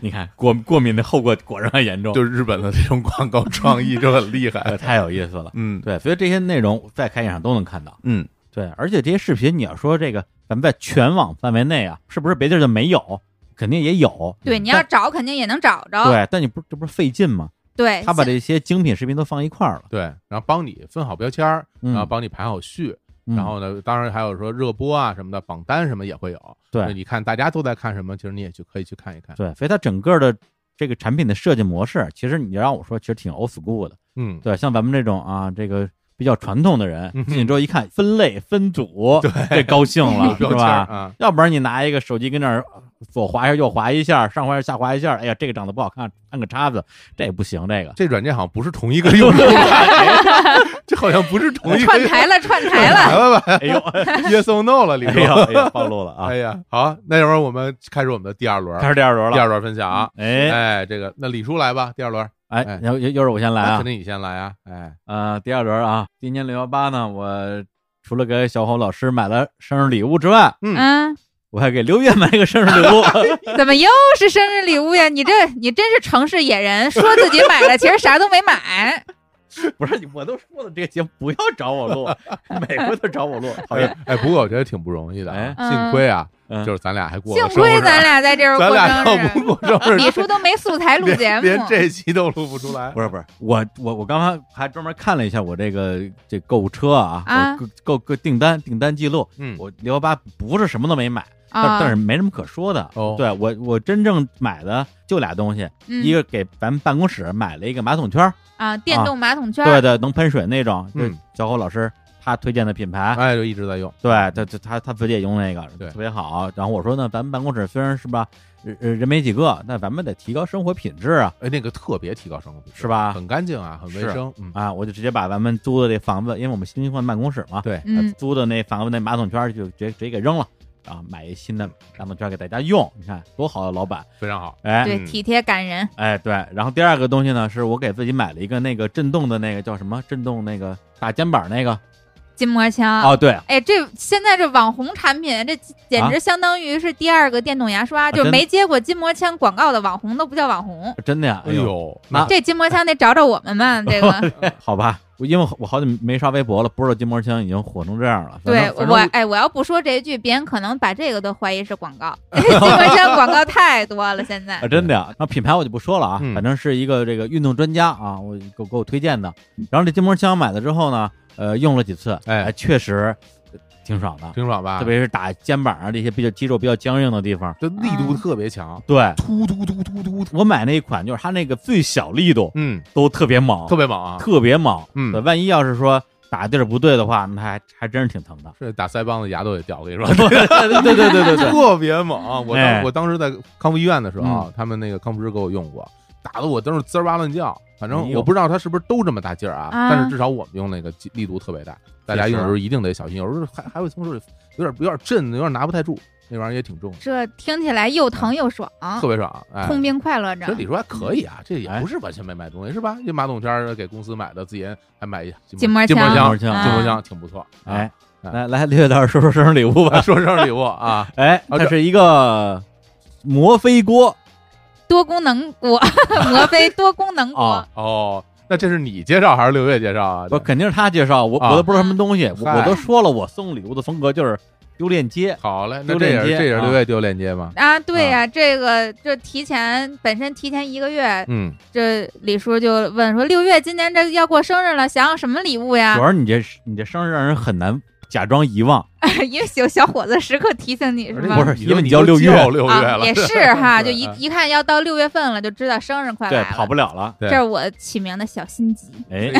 B: 你看过过敏的后果果然很严重，
C: 就是日本的这种广告创意就很厉
B: 呃 [LAUGHS]
C: 害，
B: 太有意思了。
C: 嗯
B: 对，所以这些内容在开眼上都能看到。
C: 嗯，
B: 对，而且这些视频，你要说这个咱们在全网范围内啊，是不是别地儿就没有？肯定也有。
D: 对，你要找肯定也能找哎着。
B: 嗯对，但你不这不是费劲吗？
D: 对，
B: 他把这些精品视频都放一块儿了，
C: 对，然后帮你分好标签儿，
B: 嗯
C: 然后帮你排好序，
B: 嗯
C: 然后呢，当然还有说热播啊什么的，榜单什么也会有。
B: 对
C: 所以你看大家都在看什么，其实你也去可以去看一看。
B: 对，所以它整个的这个产品的设计模式，其实你让我说，其实挺 old school 的。
C: 嗯，
B: 对，像咱们这种啊，这个比较传统的人，进去之后一看分类分组，这高兴了，是
C: 标签儿
B: 吧？
C: 啊，
B: 要不然你拿一个手机跟那儿左滑一下右滑一下，上滑一下下滑一下，哎呀，这个长得不好看，按个叉子，这也不行，这个。
C: 这软件好像不是同一个用户，这好像不是同一个
D: 串
C: 用户。
D: 台了，串台了。
C: [LAUGHS]
B: [LAUGHS]
C: 来了吧
B: [LAUGHS] 哎呦，
C: ，Yes or No 了，里
B: 哎
C: 头。
B: 呦，哎呦，暴露了啊
C: 哎！呀，好，那要不然我们开始我们的第二轮
B: 开，始第二轮
C: 第
B: 了，
C: 二轮分享啊。
B: 哎，
C: 哎，这个那李叔来吧，第二轮。
B: 哎
C: 哎，
B: 然后又又是我先来
C: 那
B: 啊
C: 肯，定你先来啊！哎，
B: 呃，第二轮啊，今年六幺八呢，我除了给小侯老师买了生日礼物之外，
D: 嗯，
B: 我还给刘烨买了个生日礼物， [LAUGHS]
D: 怎么又是生日礼物呀？你这你真是城市野人，说自己买了，其实啥都没买。
B: 不是，我都说了这个节目不要找我 [LAUGHS] 录，每回都找我录，讨厌。
C: 哎，不过我觉得挺不容易的啊，
D: 哎
C: 幸亏啊，
B: 嗯
C: 就是咱俩还过了
D: 幸
C: 生日啊 [LAUGHS]
D: 亏咱俩在这儿
C: 咱
D: 过
C: 俩
D: 生
C: 要不
D: 日，
C: 过生日
D: 李，叔都没素材录节
C: 连
D: 目。
C: 连这期都录不出来。
B: [LAUGHS] 不是不是，我我我刚刚还专门看了一下我这个这购物车啊，
D: 啊
B: 我购购购订单订单记录，
C: 嗯
B: 我六幺八不是什么都没买，但
D: 啊，
B: 但是没什么可说的。
C: 哦
B: 对我我真正买的就俩东西，
D: 嗯
B: 一个给咱们办公室买了一个马桶圈儿，
D: 啊，电动马桶圈
B: 对
D: 儿，
B: 对，能喷水那种，就
C: 嗯
B: 小侯老师他推荐的品牌，
C: 哎，就一直在用。
B: 对他他他他自己也用那个，
C: 对
B: 特别好。然后我说呢，咱们办公室虽然是吧，呃呃人没几个，但咱们得提高生活品质啊。
C: 哎，那个特别提高生活品质，
B: 是吧
C: 很干净啊，很卫生。嗯，
B: 啊，我就直接把咱们租的这房子，因为我们新换办公室嘛，
C: 对，
D: 嗯
B: 呃租的那房子那马桶圈儿就直接直接给扔了，然后买一新的马桶圈儿给大家用，你看多好的老板，
C: 非常好。
B: 哎，
D: 对，
C: 嗯
D: 体贴感人。
B: 哎，对，然后第二个东西呢，是我给自己买了一个那个震动的那个叫什么震动那个打肩膀那个
D: 筋膜
B: [LAUGHS]
D: 枪。
B: 哦，对，
D: 哎，这现在这网红产品，这简直相当于是第二个电动牙刷，就
B: 真
D: 没接过筋膜枪广告的网红都不叫网红。
B: 真的呀，
C: 哎
B: 呦，
C: 呦，
B: 那
D: 这筋膜枪得找找我们吧，这个。
C: 哎
B: 好吧，我因为我好久没刷微博了，不知道筋膜枪已经火成这样了。反
D: 对
B: 正反
D: 我
B: 正，
D: 哎，我要不说这一句，别人可能把这个都怀疑是广告。筋膜枪广告太多了，现在
B: [LAUGHS] 啊，。真的呀。然后品牌我就不说了啊，
C: 嗯
B: 反正是一个这个运动专家啊，我给我给我推荐的。然后这筋膜枪买了之后呢，呃，用了几次，
C: 哎
B: 确实挺爽的，
C: 挺爽吧？
B: 特别是打肩膀啊这些比较肌肉比较僵硬的地方。
C: 这力
B: 嗯
C: 度特别强，
B: 对
C: 突突突突突突，
B: 我买那一款，就是它那个最小力度
C: 嗯，
B: 都特别猛，
C: 特别猛啊！
B: 特别猛。
C: 嗯
B: 对，万一要是说打地儿不对的话，那还还真是挺疼
C: [LAUGHS]
B: 的。
C: 是打腮帮子牙都得掉，我跟你说，
B: 对 [LAUGHS] 对对对对对，
C: 特别猛。我
B: 哎嗯
C: 当我当时在康复医院的时候，啊他们那个康复师给我用过，打的我都是滋儿哇乱叫。反
B: 哎
C: 正
B: 呦
C: 我不知道他是不是都这么大劲儿啊，
D: 啊
C: 但是至少我们用那个力度特别大，大家用
B: 啊
C: 的时候一定得小心，有时候还还会从手里有点有点震，有点拿不太住，那玩意儿也挺重，
D: 这听起来又疼又爽，
B: 啊
C: 特别爽。哎，
D: 痛并快乐
C: 其
D: 着
C: 实。李叔还可以啊，这也
B: 哎
C: 不是完全没买东西是吧？这马桶圈儿给公司买的，自己还买一
D: 筋
C: 膜
D: 膜
C: 筋枪，
D: 枪，
B: 筋膜枪
D: 啊
C: 筋膜枪挺不错。啊，
B: 哎，
C: 哎
B: 来来，六月老师说说生日礼物吧。
C: [LAUGHS] 说生日礼物啊，
B: [LAUGHS] 哎，
C: 啊
B: 它
C: 这
B: 是一个摩飞锅
D: 多功能 [LAUGHS] 锅，摩飞多功能锅
B: 啊，，
C: 哦，那这是你介绍还是六月介绍啊？
B: 不肯定是他介绍，我
C: 啊
B: 我都不知道什么东西，我
C: 嗨
B: 我都说了，我送礼物的风格就是丢链接。
C: 好嘞，那
B: 丢
C: 这也
B: 链
C: 是
B: 接
C: 这也是
B: 啊
C: 六月丢链接吗？
D: 啊，对呀、这个这提前本身提前一个月，
C: 嗯，
D: 这李叔就问说，六月今年这要过生日了，想要什么礼物呀
B: 主？要是你这你这生日让人很难假装遗忘，
D: [LAUGHS] 因为小小伙子时刻提醒你是吧？
B: 不是
C: 你
B: 因为
C: 你
B: 你叫
C: 都
B: 六月
C: 叫六月
D: 啊，
C: 了， [LAUGHS]
D: 也是哈，就
C: 对
D: 一
C: 嗯
D: 一看要到六月份了，就知道生日快来
B: 对，
D: 了。
B: 跑不了了。
C: 对
D: 这是我起名的小心机。
B: 哎，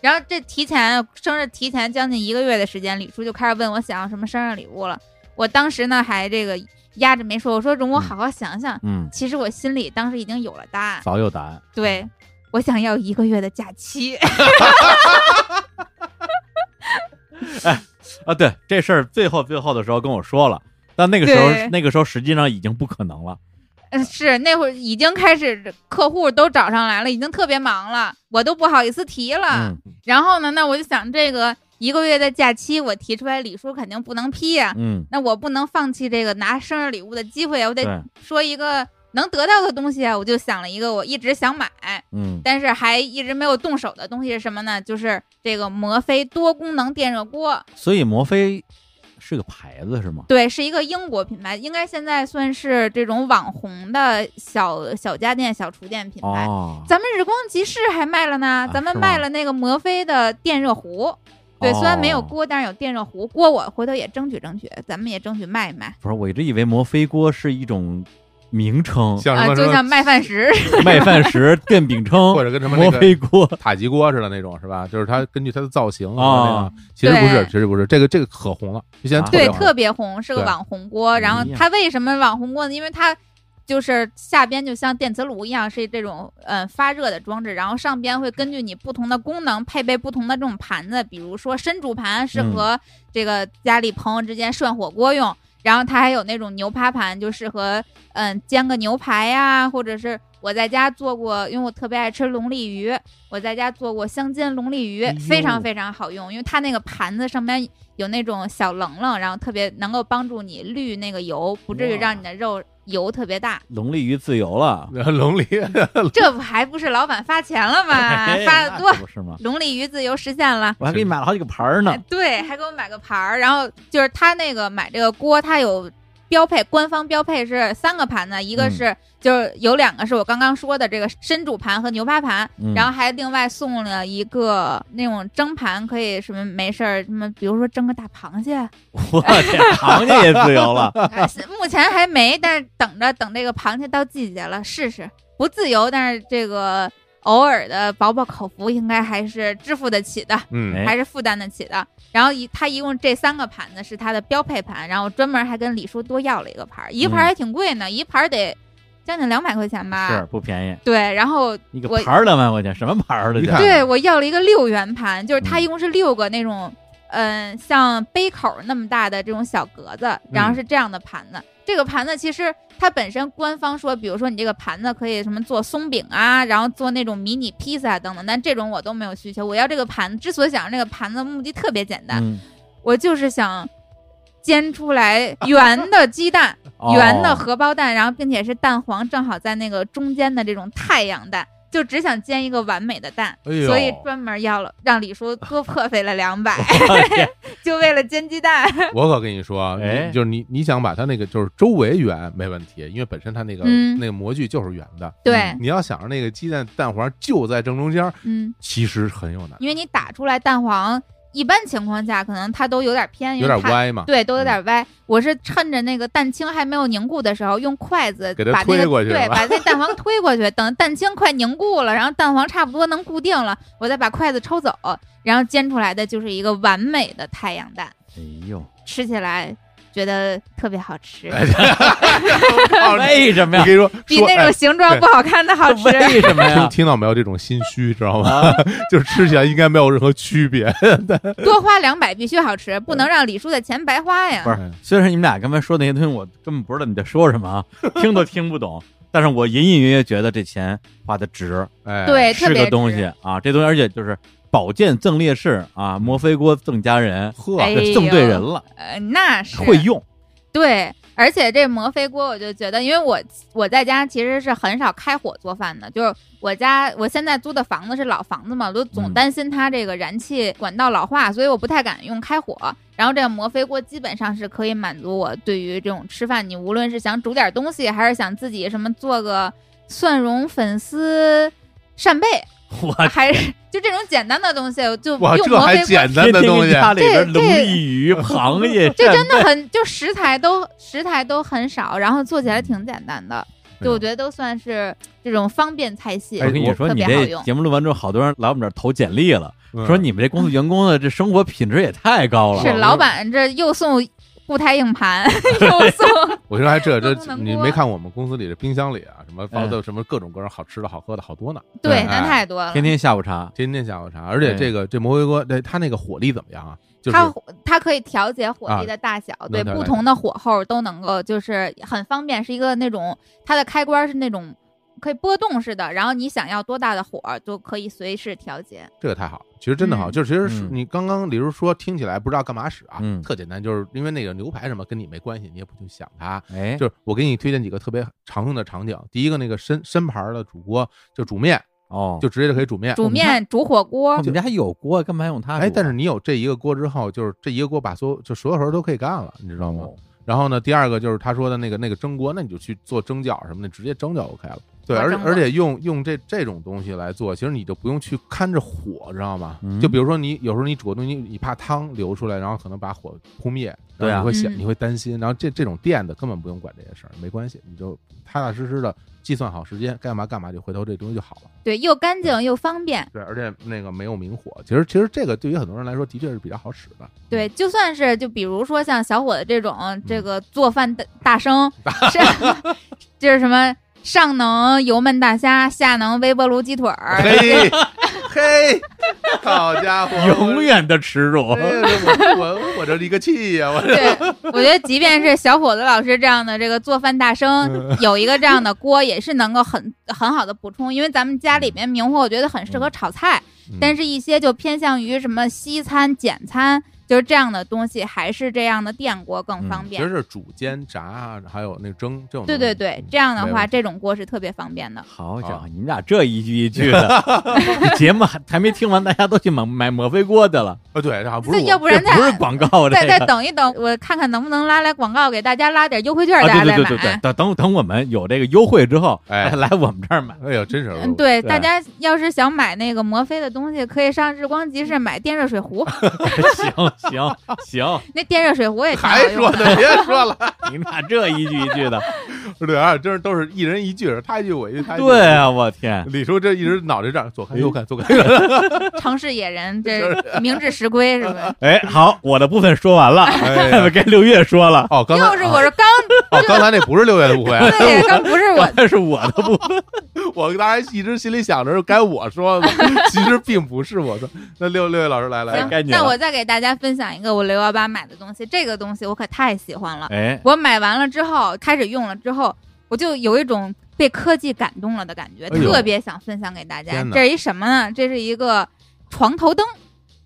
D: 然后这提前生日提前将近一个月的时间，李叔就开始问我想要什么生日礼物了。我当时呢还这个压着没说，我说容我好好想想。
B: 嗯，
D: 其实我心里当时已经有了答案，
B: 早有答案。
D: 对我想要一个月的假期。
B: 啊，对这事儿最后最后的时候跟我说了，但那个时候
D: 对
B: 那个时候实际上已经不可能了。
D: 嗯，是那会儿已经开始客户都找上来了，已经特别忙了，我都不好意思提了。
B: 嗯
D: 然后呢，那我就想这个一个月的假期，我提出来，李叔肯定不能批呀、
B: 嗯，
D: 那我不能放弃这个拿生日礼物的机会啊，我得
B: 对，
D: 说一个能得到的东西啊。我就想了一个我一直想买，
B: 嗯
D: 但是还一直没有动手的东西是什么呢？就是这个摩飞多功能电热锅，
B: 所以摩飞是个牌子是吗？
D: 对，是一个英国品牌，应该现在算是这种网红的小小家电、小厨电品牌。
B: 哦，
D: 咱们日光集市还卖了呢，咱们
B: 啊是吗
D: 卖了那个摩飞的电热壶。对，虽然没有
B: 哦
D: 锅，但是有电热壶。锅我回头也争取争取，咱们也争取卖一卖
B: 不是，我一直以为摩飞锅是一种名称，
C: 像
D: 啊、
C: 什么什
D: 就像
C: 么
D: 麦饭石。
B: 麦饭石、电饼 [LAUGHS] 铛
C: 或者跟什么那
B: 摩
C: 个
B: 飞锅，
C: 塔吉锅似的那种是吧？就是它根据它的造型
B: 啊
C: 啊，其实不是，
D: 对
C: 其实不是，这个这个可红了，之前
B: 啊
D: 对，
C: 别红
D: 特别红，是个
C: 对啊
D: 网红锅。然后
B: 哎呀
D: 它为什么网红锅呢？因为它就是下边就像电磁炉一样，是这种嗯发热的装置，然后上边会根据你不同的功能配备不同的这种盘子，比如说深煮盘适
B: 嗯
D: 合这个家里朋友之间涮火锅呃用，然后它还有那种牛扒盘，就适合嗯煎个牛排呀、或者是。我在家做过，因为我特别爱吃龙利鱼，我在家做过香煎龙利鱼
C: 哎，呦
D: 非常非常好用，因为它那个盘子上面有那种小棱棱，然后特别能够帮助你滤那个油，不至于
B: 哇
D: 让你的肉油特
B: [LAUGHS]
D: 别大。
B: 龙利鱼自由了，
C: [LAUGHS]
B: [LAUGHS]
C: 龙鳞，
D: 这不还不是老板发钱了吗
B: 哎？
D: 啊
B: 啊
D: 发的多
B: 那，可不是吗？
D: 龙利鱼自由实现了。
B: 我还给你买了好几个盘儿呢
D: 哎，对，还给我买个盘儿，然后就是他那个买这个锅，他有标配，官方标配是三个盘子，一个
B: 嗯
D: 是、就是有两个是我刚刚说的这个深煮盘和牛扒盘，
B: 嗯
D: 然后还另外送了一个那种蒸盘，可以什么没事儿什么，比如说蒸个大螃蟹，
B: 我天，螃蟹也自由
D: [LAUGHS]
B: 了，
D: 哎目前还没，但是等着等这个螃蟹到季节了试试，不自由，但是这个偶尔的饱饱口福应该还是支付得起的。
C: 嗯
B: 哎
D: 还是负担得起的。然后一他一共这三个盘子是他的标配盘，然后专门还跟李叔多要了一个盘儿，一盘儿还挺贵呢，一盘儿得将近两百块钱
B: 嗯是
D: 吧。
B: 不便宜，
D: 对，然后
B: 一个
D: 啊我
B: 盘儿两万块钱，什么盘儿的
C: 你
B: 钱？
C: 看
D: 对我要了一个六元盘，就是它
B: 嗯
D: 一共是六个那种，嗯、像杯口那么大的这种小格子，然
B: 嗯
D: 后是这样的盘子。这个盘子其实它本身官方说，比如说你这个盘子可以什么做松饼啊，然后做那种迷你披萨啊等等，但这种我都没有需求。我要这个盘子，之所以想要这个盘子，目的特别简单，
B: 嗯，
D: 我就是想煎
B: [LAUGHS]
D: 出来圆的鸡蛋，
B: 哦
D: 圆的荷包蛋，然后并且是蛋黄正好在那个中间的这种太阳蛋，就只想煎一个完美的蛋，
C: 哎呦
D: 所以专门要了让李叔多破费了两百，
B: 我天
D: 就为了煎鸡蛋。
C: [LAUGHS] 我可跟你说啊，
B: 哎
C: 你就是你你想把它那个就是周围圆没问题，因为本身它那个
D: 嗯
C: 那个模具就是圆的。
D: 对，
C: 你要想着那个鸡蛋蛋黄就在正中间，
D: 嗯，
C: 其实很有难，
D: 因为你打出来蛋黄，一般情况下可能它都有点偏，因
C: 有
D: 为
C: 点
D: 它。
C: 歪啊嗯嘛。
D: 对，都有点歪。我是趁着那个蛋清还没有凝固的时候，用筷子
C: 给它
D: 把那
C: 推
D: 个
C: 过去
D: 对，
C: 是吧 [LAUGHS]
D: 把那蛋黄推过去。等蛋清快凝固了，然后蛋黄差不多能固定了，我再把筷子抽走，然后煎出来的就是一个完美的太阳蛋，
B: 哎呦，
D: 吃起来觉得特别好吃，
C: 哎
B: 为什么
C: 哦你我
B: 呀？
C: 跟你说，
D: 比
C: 说哎
D: 那种形状
C: 对
D: 不好看的
C: [LAUGHS]
D: 好
B: [LAUGHS]
D: 吃。
B: 为什么
C: 哎听
B: 呀？
C: 听到没有这种心虚，知道吗？ [LAUGHS] 就是吃起来应该没有任何区别。
B: [LAUGHS]
D: 多花两百必须好吃，不能让李叔的钱白花呀
B: 嗯不。是，虽然你们俩刚才说那些东西，我根本不知道你在说什么啊，听都听不懂，但是我隐隐约约觉得这钱花的值，
C: 哎，
D: 对，特
B: 是
D: 别
B: 个东西
D: 值。
B: 啊，这东西而且就是宝剑赠烈士啊，墨菲锅赠佳人，
C: 呵，
D: 哎呦
B: 赠对人了，
D: 呃，那是
B: 会用，
D: 对，而且这摩飞锅，我就觉得，因为我我在家其实是很少开火做饭的，就是我家我现在租的房子是老房子嘛，我就总
B: 嗯
D: 担心它这个燃气管道老化，所以我不太敢用开火。然后这个摩飞锅基本上是可以满足我对于这种吃饭，你无论是想煮点东西，还是想自己什么做个蒜蓉粉丝扇贝，
B: [LAUGHS] 我
D: 还是就这种简单的东西，我就
C: 哇，
D: 用
C: 这
D: 摩
C: 还
D: 飞锅
C: 简单的东
D: 啊
C: 西，啊
B: 家里边龙
D: 对对
B: 利
D: [LAUGHS]
B: 鱼、螃蟹，
D: 这真的很，就食材都食材都很少，然后做起来挺简单的，就我觉得都算是这种方便菜系。
B: 哎我跟你说，
D: 特
B: 你
D: 别好
B: 这
D: 用。
B: 节目录完之后，好多人来我们这儿投简历了，
C: 嗯
B: 说你们这公司员工的这生活品质也太高了。啊
D: 是老板这又送固态硬盘，又送
C: 我跟你说，还这这
D: 都不能啊
C: 你
D: 播
C: 没看我们公司里的冰箱里啊，什么放的什么各种各样好吃的好喝的好多呢，
D: 对
C: 哎，
D: 那太多了
B: 天。天下午茶，
C: 天天下午茶。而且这个这魔鬼锅，对它那个火力怎么样啊？就是
D: 它火它可以调节火
C: 啊
D: 力的大小，
C: 能
D: 对
C: 调
D: 不
C: 节
D: 同的火候都能够，就是很方便，是一个那种它的开关是那种可以波动式的，然后你想要多大的火就可以随时调节。
C: 这个太好，其实真的好，
D: 嗯
C: 就其实是
B: 嗯
C: 你刚刚李如说听起来不知道干嘛使啊，
B: 嗯
C: 特简单，就是因为那个牛排什么跟你没关系，你也不去想它。
B: 哎，
C: 就是我给你推荐几个特别常用的场景，第一个那个深深盘儿的煮锅，就煮面，
B: 哦，
C: 就直接就可以煮面。
D: 煮面、煮火锅
B: 我，们家有锅，干嘛用它煮啊？
C: 哎，但是你有这一个锅之后，就是这一个锅把所有就所有时候都可以干了，你知道吗？
B: 哦
C: 然后呢，第二个就是他说的那个那个蒸锅，那你就去做蒸饺什么的，直接蒸就 OK 了。对，
D: 做
C: 而且
D: 蒸锅
C: 而且用用这这种东西来做，其实你就不用去看着火，知道吗？
B: 嗯
C: 就比如说你有时候你煮个东西，你怕汤流出来，然后可能把火扑灭，
B: 对啊
C: 然后你会想、
D: 嗯
C: 你会担心，然后这这种电的根本不用管这些事儿，没关系，你就踏踏实实的计算好时间，该干嘛干嘛就回头这东西就好了。
D: 对，又干净又方便。
C: 对，而且那个没有明火，其实其实这个对于很多人来说的确是比较好使的。
D: 对，就算是就比如说像小伙子这种这个做饭大大生，是就是什么上能油焖大虾，下能微波炉鸡腿
B: 哎
C: [LAUGHS]
D: 儿，
C: 嘿，嘿，好家伙，
B: [LAUGHS] 永远的耻辱。
C: 哎呀我我我这一个气呀、我
D: 对，我觉得即便是小伙子老师这样的这个做饭大生，有一个这样的锅也是能够很很好的补充，因为咱们家里面明火，我觉得很适合炒菜，但是一些就偏向于什么西餐、简餐，就是这样的东西，还是这样的电锅更方
C: 其
D: 便。
C: 实是煮、煎、炸，啊还有那个蒸这种东西。
D: 对对
B: 嗯
D: 对，这样的
C: 没
D: 话，
C: 问
D: 这种锅是特别
B: [LAUGHS]
D: 方便的。
B: 好家
C: 好
B: 伙，你们俩这一句一句的，这节目还还没听完，大家都去买买摩飞锅去了，
C: 啊，对，这还不
D: 那
C: 是
D: 要
C: 我
D: 不然
B: 这不是
D: 再
B: 广告，这
D: 再
B: 个
D: 再等一等，我看看能不能拉来广告，给大家拉点优惠券，
B: 啊，
D: 大家
B: 对
D: 再
B: 对对对对，
D: 买。
B: 等等等我们有这个优惠之后，
C: 哎
B: [LAUGHS] 来我们这
C: [LAUGHS]
B: 儿买。
C: 哎呀，真是
D: 嗯， [LAUGHS] 对，
B: 对啊
D: 大家要是想买那个摩飞的东西，可以上日光集市买电热
B: [LAUGHS]
D: 水壶，
B: 行行行，
D: 那电热水壶也挺好
C: 还
D: 用
C: 说
D: 的。
C: 呢，别说了，
B: 你们俩这一句一句的，
C: 对啊，真是都是一人一句，他一句我一句，他一句我一句
B: 对啊，哎我天，
C: 李叔这一直脑袋胀，左看右看左看，
D: 城市野
B: [LAUGHS]
D: 人，这明治石龟是吧？
B: 哎，好，我的部分说完
C: [LAUGHS]
B: 了， [LAUGHS]
C: 哎呀
B: 该六月说了，
C: 哦，刚才
D: 又是我
C: 啊
B: [LAUGHS]
D: 说刚
C: 哦，刚才那不是六月的误会啊，
D: 对，刚不是我
B: 那是我的部分。
C: [LAUGHS] 我当时一直心里想着是该我说，其实并不是我说。那六六月老师来来
B: 哎
D: 行
B: 该。你了
D: 那我再给大家分享一个我六幺八买的东西，这个东西我可太喜欢了。
B: 哎，
D: 我买完了之后，开始用了之后，我就有一种被科技感动了的感觉，
C: 哎呦
D: 特别想分享给大家
C: 天。哪
D: 这是一什么呢？这是一个床头灯。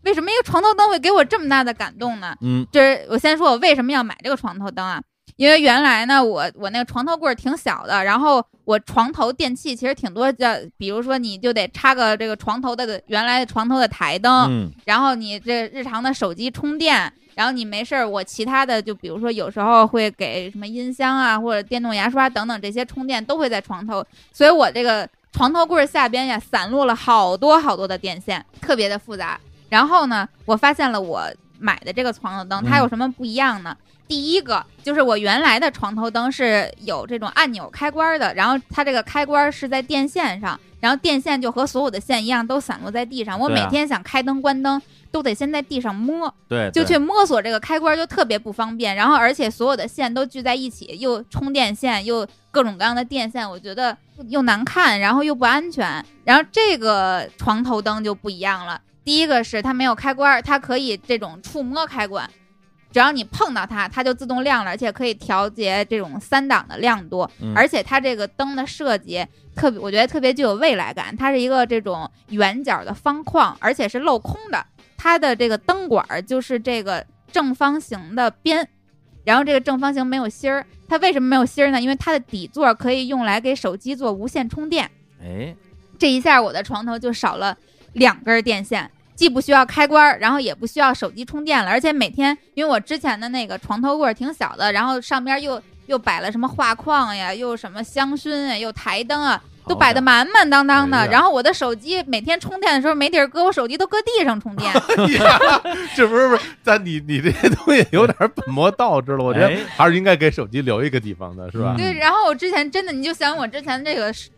D: 为什么一个床头灯会给我这么大的感动呢？
B: 嗯，
D: 就是我先说我为什么要买这个床头灯啊？因为原来呢，我我那个床头柜儿挺小的，然后我床头电器其实挺多的，比如说你就得插个这个床头的原来床头的台灯，
B: 嗯，
D: 然后你这日常的手机充电，然后你没事儿，我其他的就比如说有时候会给什么音箱啊或者电动牙刷等等这些充电都会在床头，所以我这个床头柜儿下边呀散落了好多好多的电线，特别的复杂。然后呢，我发现了我买的这个床头灯它
B: 嗯
D: 有什么不一样呢？第一个就是我原来的床头灯是有这种按钮开关的，然后它这个开关是在电线上，然后电线就和所有的线一样都散落在地上。我
B: 对
D: 每
B: 啊
D: 天想开灯关灯都得先在地上摸，
B: 对，
D: 就
B: 对
D: 去摸索这个开关就特别不方便。然后而且所有的线都聚在一起，又充电线又各种各样的电线，我觉得又难看，然后又不安全。然后这个床头灯就不一样了，第一个是它没有开关，它可以这种触摸开关。只要你碰到它，它就自动亮了，而且可以调节这种三档的亮度，
B: 嗯
D: 而且它这个灯的设计特别，我觉得特别具有未来感。它是一个这种圆角的方框，而且是镂空的，它的这个灯管儿就是这个正方形的边，然后这个正方形没有芯儿。它为什么没有芯儿呢？因为它的底座可以用来给手机做无线充电。
B: 哎，
D: 这一下我的床头就少了两根电线，既不需要开关儿，然后也不需要手机充电了。而且每天，因为我之前的那个床头柜儿挺小的，然后上边又又摆了什么画框呀，又什么香薰啊，又台灯啊，都摆的满满当当
C: 哎
D: 的。
C: 呀
D: 然后我的手机每天充电的时候没地儿搁，我手机都搁地上充电。
C: 这不是不是，咱你你这些东西有点本末倒置了，我觉得
B: 哎
C: 还是应该给手机留一个地方的，是吧？
D: 对，
B: 嗯
D: 然后我之前真的，你就想我之前这个是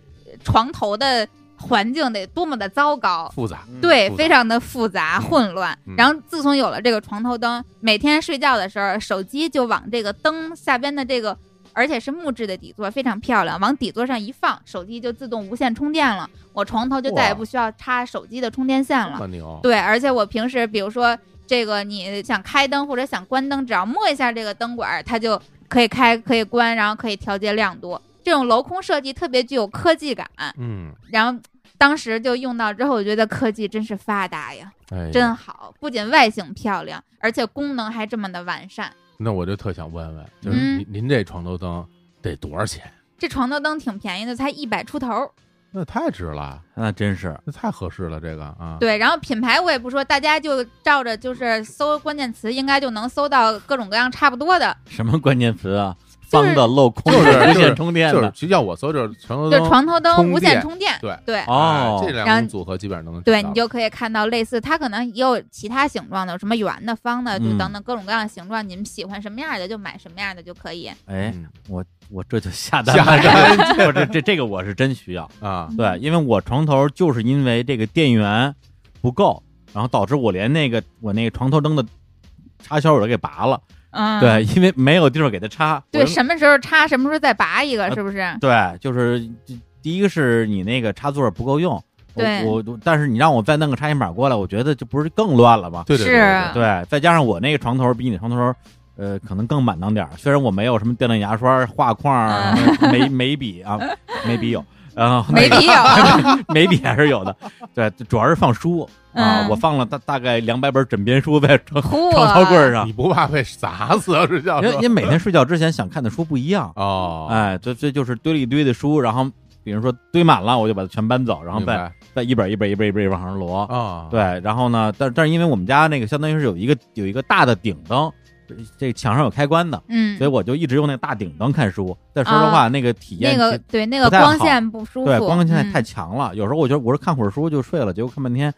D: 床头的环境得多么的糟糕，
C: 复杂，
D: 对，
C: 嗯复杂
D: 非常的复杂混乱
C: 嗯。
D: 然后自从有了这个床头灯，每天睡觉的时候，手机就往这个灯下边的这个，而且是木质的底座，非常漂亮，往底座上一放，手机就自动无线充电了。我床头就再也
C: 哇
D: 不需要插手机的充电线了
C: 这。么牛，
D: 对，而且我平时比如说这个你想开灯或者想关灯，只要摸一下这个灯管儿，它就可以开可以关，然后可以调节亮度。这种镂空设计特别具有科技感，
C: 嗯，
D: 然后当时就用到之后，我觉得科技真是发达呀，
C: 哎，
D: 真。好，不仅外形漂亮，而且功能还这么的完善。
C: 那我就特想问问，就是
D: 嗯
C: 您、您这床头灯得多少钱？
D: 这床头灯挺便宜的，才一百出头儿。
B: 啊
C: 那太值了，
B: 那真是
C: 那太合适了，这个啊，
D: 对，然后品牌我也不说，大家就照着就是搜关键词，应该就能搜到各种各样差不多的。
B: 什么关键词啊？
D: 就
B: 方
D: 是
B: 的、镂空
C: 就是
B: 的、无
C: 就是
B: 线充电
C: 就是
B: 的，
C: 其实要我搜就是床头
D: 就
C: 灯，
D: 床头灯
C: 充
D: 无线
C: 电
D: 充电，
C: 对
D: 对
B: 哦
C: 哎这两
D: 然
C: 种
D: 后
C: 组合基本上都能
D: 对
C: 找到
D: 你就可以看到类似，它可能也有其他形状的，有什么圆的、方的，就
B: 嗯
D: 等等各种各样的形状，你们喜欢什么样的就买什么样的就可以。
B: 哎，
C: 嗯
B: 我我这就下单
C: 下
B: [LAUGHS] 了，我这这这个我是真需要。
D: 哎
C: 啊，
B: 对，因为我床头就是因为这个电源不够，然后导致我连那个我那个床头灯的插销我都给拔了。
D: 嗯，
B: 对，因为没有地方给它插。
D: 对，
B: 我
D: 什么时候插，什么时候再拔一个，
B: 呃
D: 是不是？
B: 对，就是第一个是你那个插座不够用，
D: 对
B: 我我但是你让我再弄个插线板过来，我觉得这不是更乱了吗？
C: 对对对
D: 是
C: 对对
B: 对，再加上我那个床头比你床头，呃，可能更满当点儿。虽然我没有什么电动牙刷、画框儿、眉眉笔啊，眉笔有， [LAUGHS] 然后
D: 没
C: [LAUGHS]
D: 必要。啊
B: 眉笔还是有的。对，主要是放书啊，
D: 嗯
B: 我放了大大概两百本枕边书在床
D: 嚯
B: 床头柜儿上
C: 你，不怕被砸死啊？睡觉
B: 因
C: 时
B: 为 [LAUGHS]
C: 候
B: 因为每天睡觉之前想看的书不一样，
C: 哦，
B: 哎，这这就是堆了一堆的书，然后比如说堆满了，我就把它全搬走，然后
C: 明
B: 再
C: 白
B: 再一本一本一本一本往上摞。
C: 啊，
B: 对，然后呢，但但是因为我们家那个相当于是有一个有一个大的顶灯，这墙上有开关的，
D: 嗯啊
B: 所以，我就一直用那个大顶灯看书。但说实话，那个体验
D: 那
B: 其、
D: 个对那个
B: 不太好
D: 光线不舒服，
B: 对光线现在太
D: 嗯
B: 强了，有时候我觉得我是看会儿书就睡了，结果看半天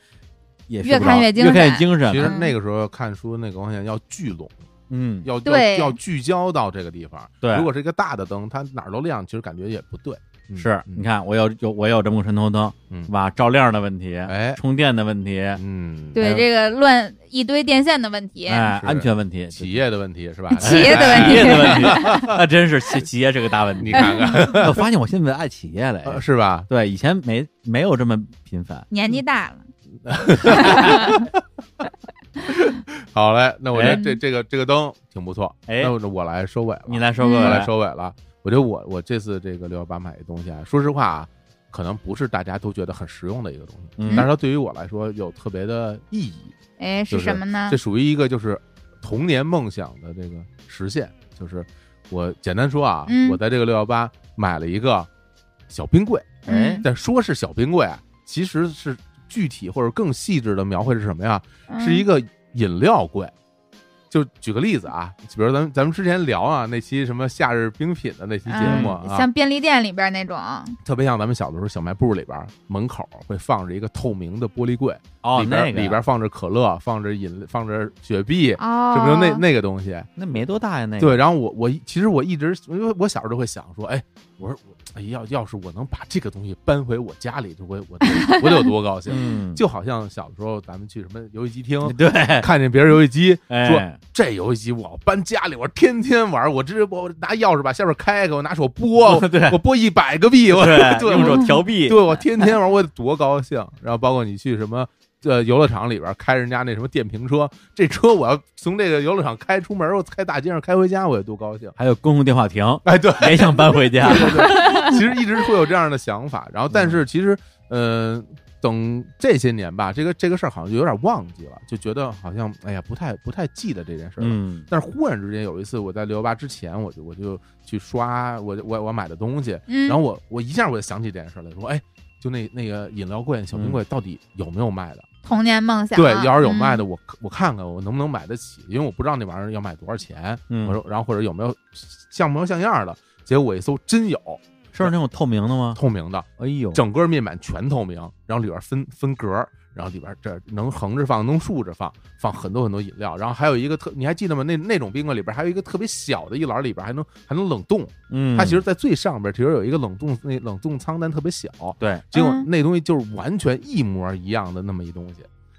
B: 也睡
D: 越
B: 不
D: 看
B: 着
D: 越
B: 越
D: 精
B: 看
D: 神
B: 精神。
C: 其实那个时候看书那个光线要聚拢，
B: 嗯，
C: 要要
D: 对
C: 要聚焦到这个地方。
B: 对
C: 如果是一个大的灯，它哪儿都亮，其实感觉也不对。嗯
B: 是
C: 嗯
B: 你看我有有我有这么个神头灯，
C: 嗯
B: 是吧？照亮的问题，
C: 哎
B: 充电的问题，
C: 嗯，
B: 哎
D: 对
B: 呦
D: 这个乱一堆电线的问题，
B: 哎，
C: 是
B: 安全问题，哎
C: 企业的问题是吧？
D: [LAUGHS] 企业的问
B: 企
D: 题
B: 业的问
D: [LAUGHS]
B: 题，那真是企企业是个大问
C: 你
B: 题。
C: 看
B: [LAUGHS]
C: 看
B: 我发现我现在爱企业了。哎
C: [LAUGHS] [LAUGHS] 呃是吧？
B: 对，以前没没有这么频繁。
D: 年
C: 嗯
D: 纪大了，
C: 好嘞，那我觉
B: 哎
C: 得这这个这个灯挺不错。
B: 哎
C: 那我来收尾了，
B: 你来收
D: 嗯
B: 个
C: 我
B: 尾
C: 来，收尾了。我觉得我我这次这个六幺八买的东西啊，说实话啊，可能不是大家都觉得很实用的一个东西，
B: 嗯
C: 但是它对于我来说有特别的意义。
D: 哎，
C: 就是是
D: 什么呢
C: 这？属于一个就是童年梦想的这个实现，就是我简单说啊，
D: 嗯
C: 我在这个六幺八买了一个小冰柜，
D: 嗯
C: 但说是小冰柜啊，其实是具体或者更细致的描绘是什么呀？
D: 嗯
C: 是一个饮料柜。就举个例子啊，比如咱们咱们之前聊啊那期什么夏日冰品的那期节目
D: 嗯
C: 啊，
D: 像便利店里边那种，
C: 特别像咱们小的时候小卖部里边门口会放着一个透明的玻璃柜，
B: 哦，
C: 里边、
B: 那个
C: 里边放着可乐，放着饮放着雪碧，
D: 哦，
C: 是不是那那个东西？
B: 那没多大呀，那个
C: 对，然后我我其实我一直因为我小时候就会想说，哎，我说我哎要要是我能把这个东西搬回我家里，就会我得我得有多高
B: [LAUGHS]
C: 兴。
B: 嗯，
C: 就好像小时候咱们去什么游戏机厅，
B: [LAUGHS] 对，
C: 看见别人游戏机，说
B: 哎，
C: 这游戏机我要搬家里，我天天玩，我这我拿钥匙把下边开开，我拿手拨，我
B: [LAUGHS] [LAUGHS] 对
C: 我拨一百个币，我 [LAUGHS] 对
B: 用
C: 我
B: 手调臂，
C: 对我天天玩，我得多高兴。然后包括你去什么呃游乐场里边开人家那什么电瓶车，这车我要从这个游乐场开出门，我开大街上开回家，我得多高兴。
B: 还有公共电话亭，
C: 哎，对，
B: 也想搬回
C: [LAUGHS]
B: 家。
C: 对对，其实一直会有这样的想法。然后，但是其实，呃，等这些年吧，这个这个事儿好像有点忘记了，就觉得好像哎呀，不太不太记得这件事儿了。
B: 嗯
C: 但是忽然之间有一次，我在六幺八之前，我就我就去刷我我我买的东西，
D: 嗯，
C: 然后我我一下我就想起这件事儿来，说哎，就那那个饮料柜、小
B: 嗯
C: 冰柜到底有没有卖的？
D: 童年梦想啊，
C: 对，要是有卖的，
D: 嗯，
C: 我我看看我能不能买得起，因为我不知道那玩意儿要卖多少钱。
B: 嗯，
C: 我说，然后或者有没有像模像样儿的？结果我一搜，真有
B: 是那种透明的吗？
C: 透明的，
B: 哎呦，
C: 整个面板全透明，然后里边分分格儿，然后里边这能横着放，能竖着放，放很多很多饮料。然后还有一个特，你还记得吗？那那种冰柜里边还有一个特别小的一栏，里边还能还能冷冻。
B: 嗯，
C: 它其实，在最上边其实有一个冷冻那冷冻仓，但特别小。
B: 对，
C: 结果
D: 嗯
C: 那东西就是完全一模一样的那么一东西，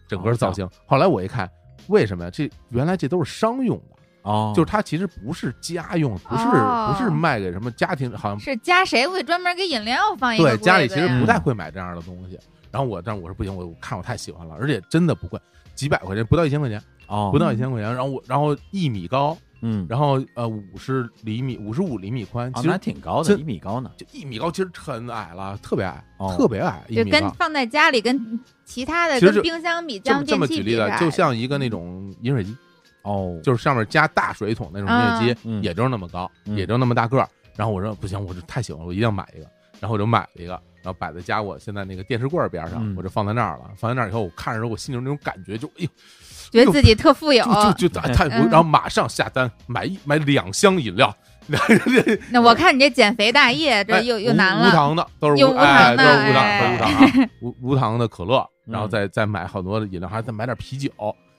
C: 整
B: 哦
C: 个造型。后来我一看，为什么呀？这原来这都是商用的，
B: 哦，
C: 就是它其实不是家用，不是
D: 哦
C: 不是卖给什么家庭，好像
D: 是家谁会专门给饮料放一
C: 对
D: 个
C: 家里
D: 柜
C: 其
D: 子
C: 实
D: 呀
C: 不太
B: 嗯
C: 会买这样的东西。然后我，但是我说不行，我我看我太喜欢了，而且真的不贵，几百块钱，不到一千块钱，
B: 哦
C: 不，到一千块钱。然后我，然后一米高，
B: 嗯，
C: 然后呃五十厘米，五十五厘米宽，
B: 啊
C: 其
B: 那还
C: 实
B: 挺高的，
C: 这
B: 一米高呢。
C: 就一米高，其实很矮了，特别矮，
B: 哦
C: 特别矮，一
D: 就
C: 米
D: 跟
C: 高。
D: 放在家里跟其他的
C: 其实
D: 跟
C: 就
D: 冰箱比，
C: 这
D: 像
C: 么这
D: 电
C: 么
D: 器嗯
C: 举
D: 比
C: 例
D: 啥
C: 子，就
D: 的
C: 像一个那种饮水机，
B: 哦，
C: 就是上面加大水桶那种
D: 啊
C: 饮水机，
B: 嗯
C: 也就是那么高，
B: 嗯
C: 也就那么大个儿。然后我说不行，我这太喜欢了，我一定要买一个。然后我就买了一个，然后摆在家我现在那个电视柜儿边上，
B: 嗯
C: 我就放在那儿了。放在那儿以后，我看着我心里有那种感觉就，哎呦，
D: 觉得自己特富有，
C: 就就就太，
D: 嗯
C: 然后马上下单买一买两箱饮料，
D: 那我看你这减肥大业，这
C: 哎
D: 又又
C: 无
D: 难
C: 无
D: 了。
C: 糖的都是
D: 又
C: 无
D: 无
C: 哎
D: 糖
C: 都
D: 的
C: 是无糖都是无
D: 哎
C: 糖
D: [LAUGHS]
C: 啊，无无糖的可乐，然后
B: 嗯
C: 再再买好多的饮料，还再买点啤酒。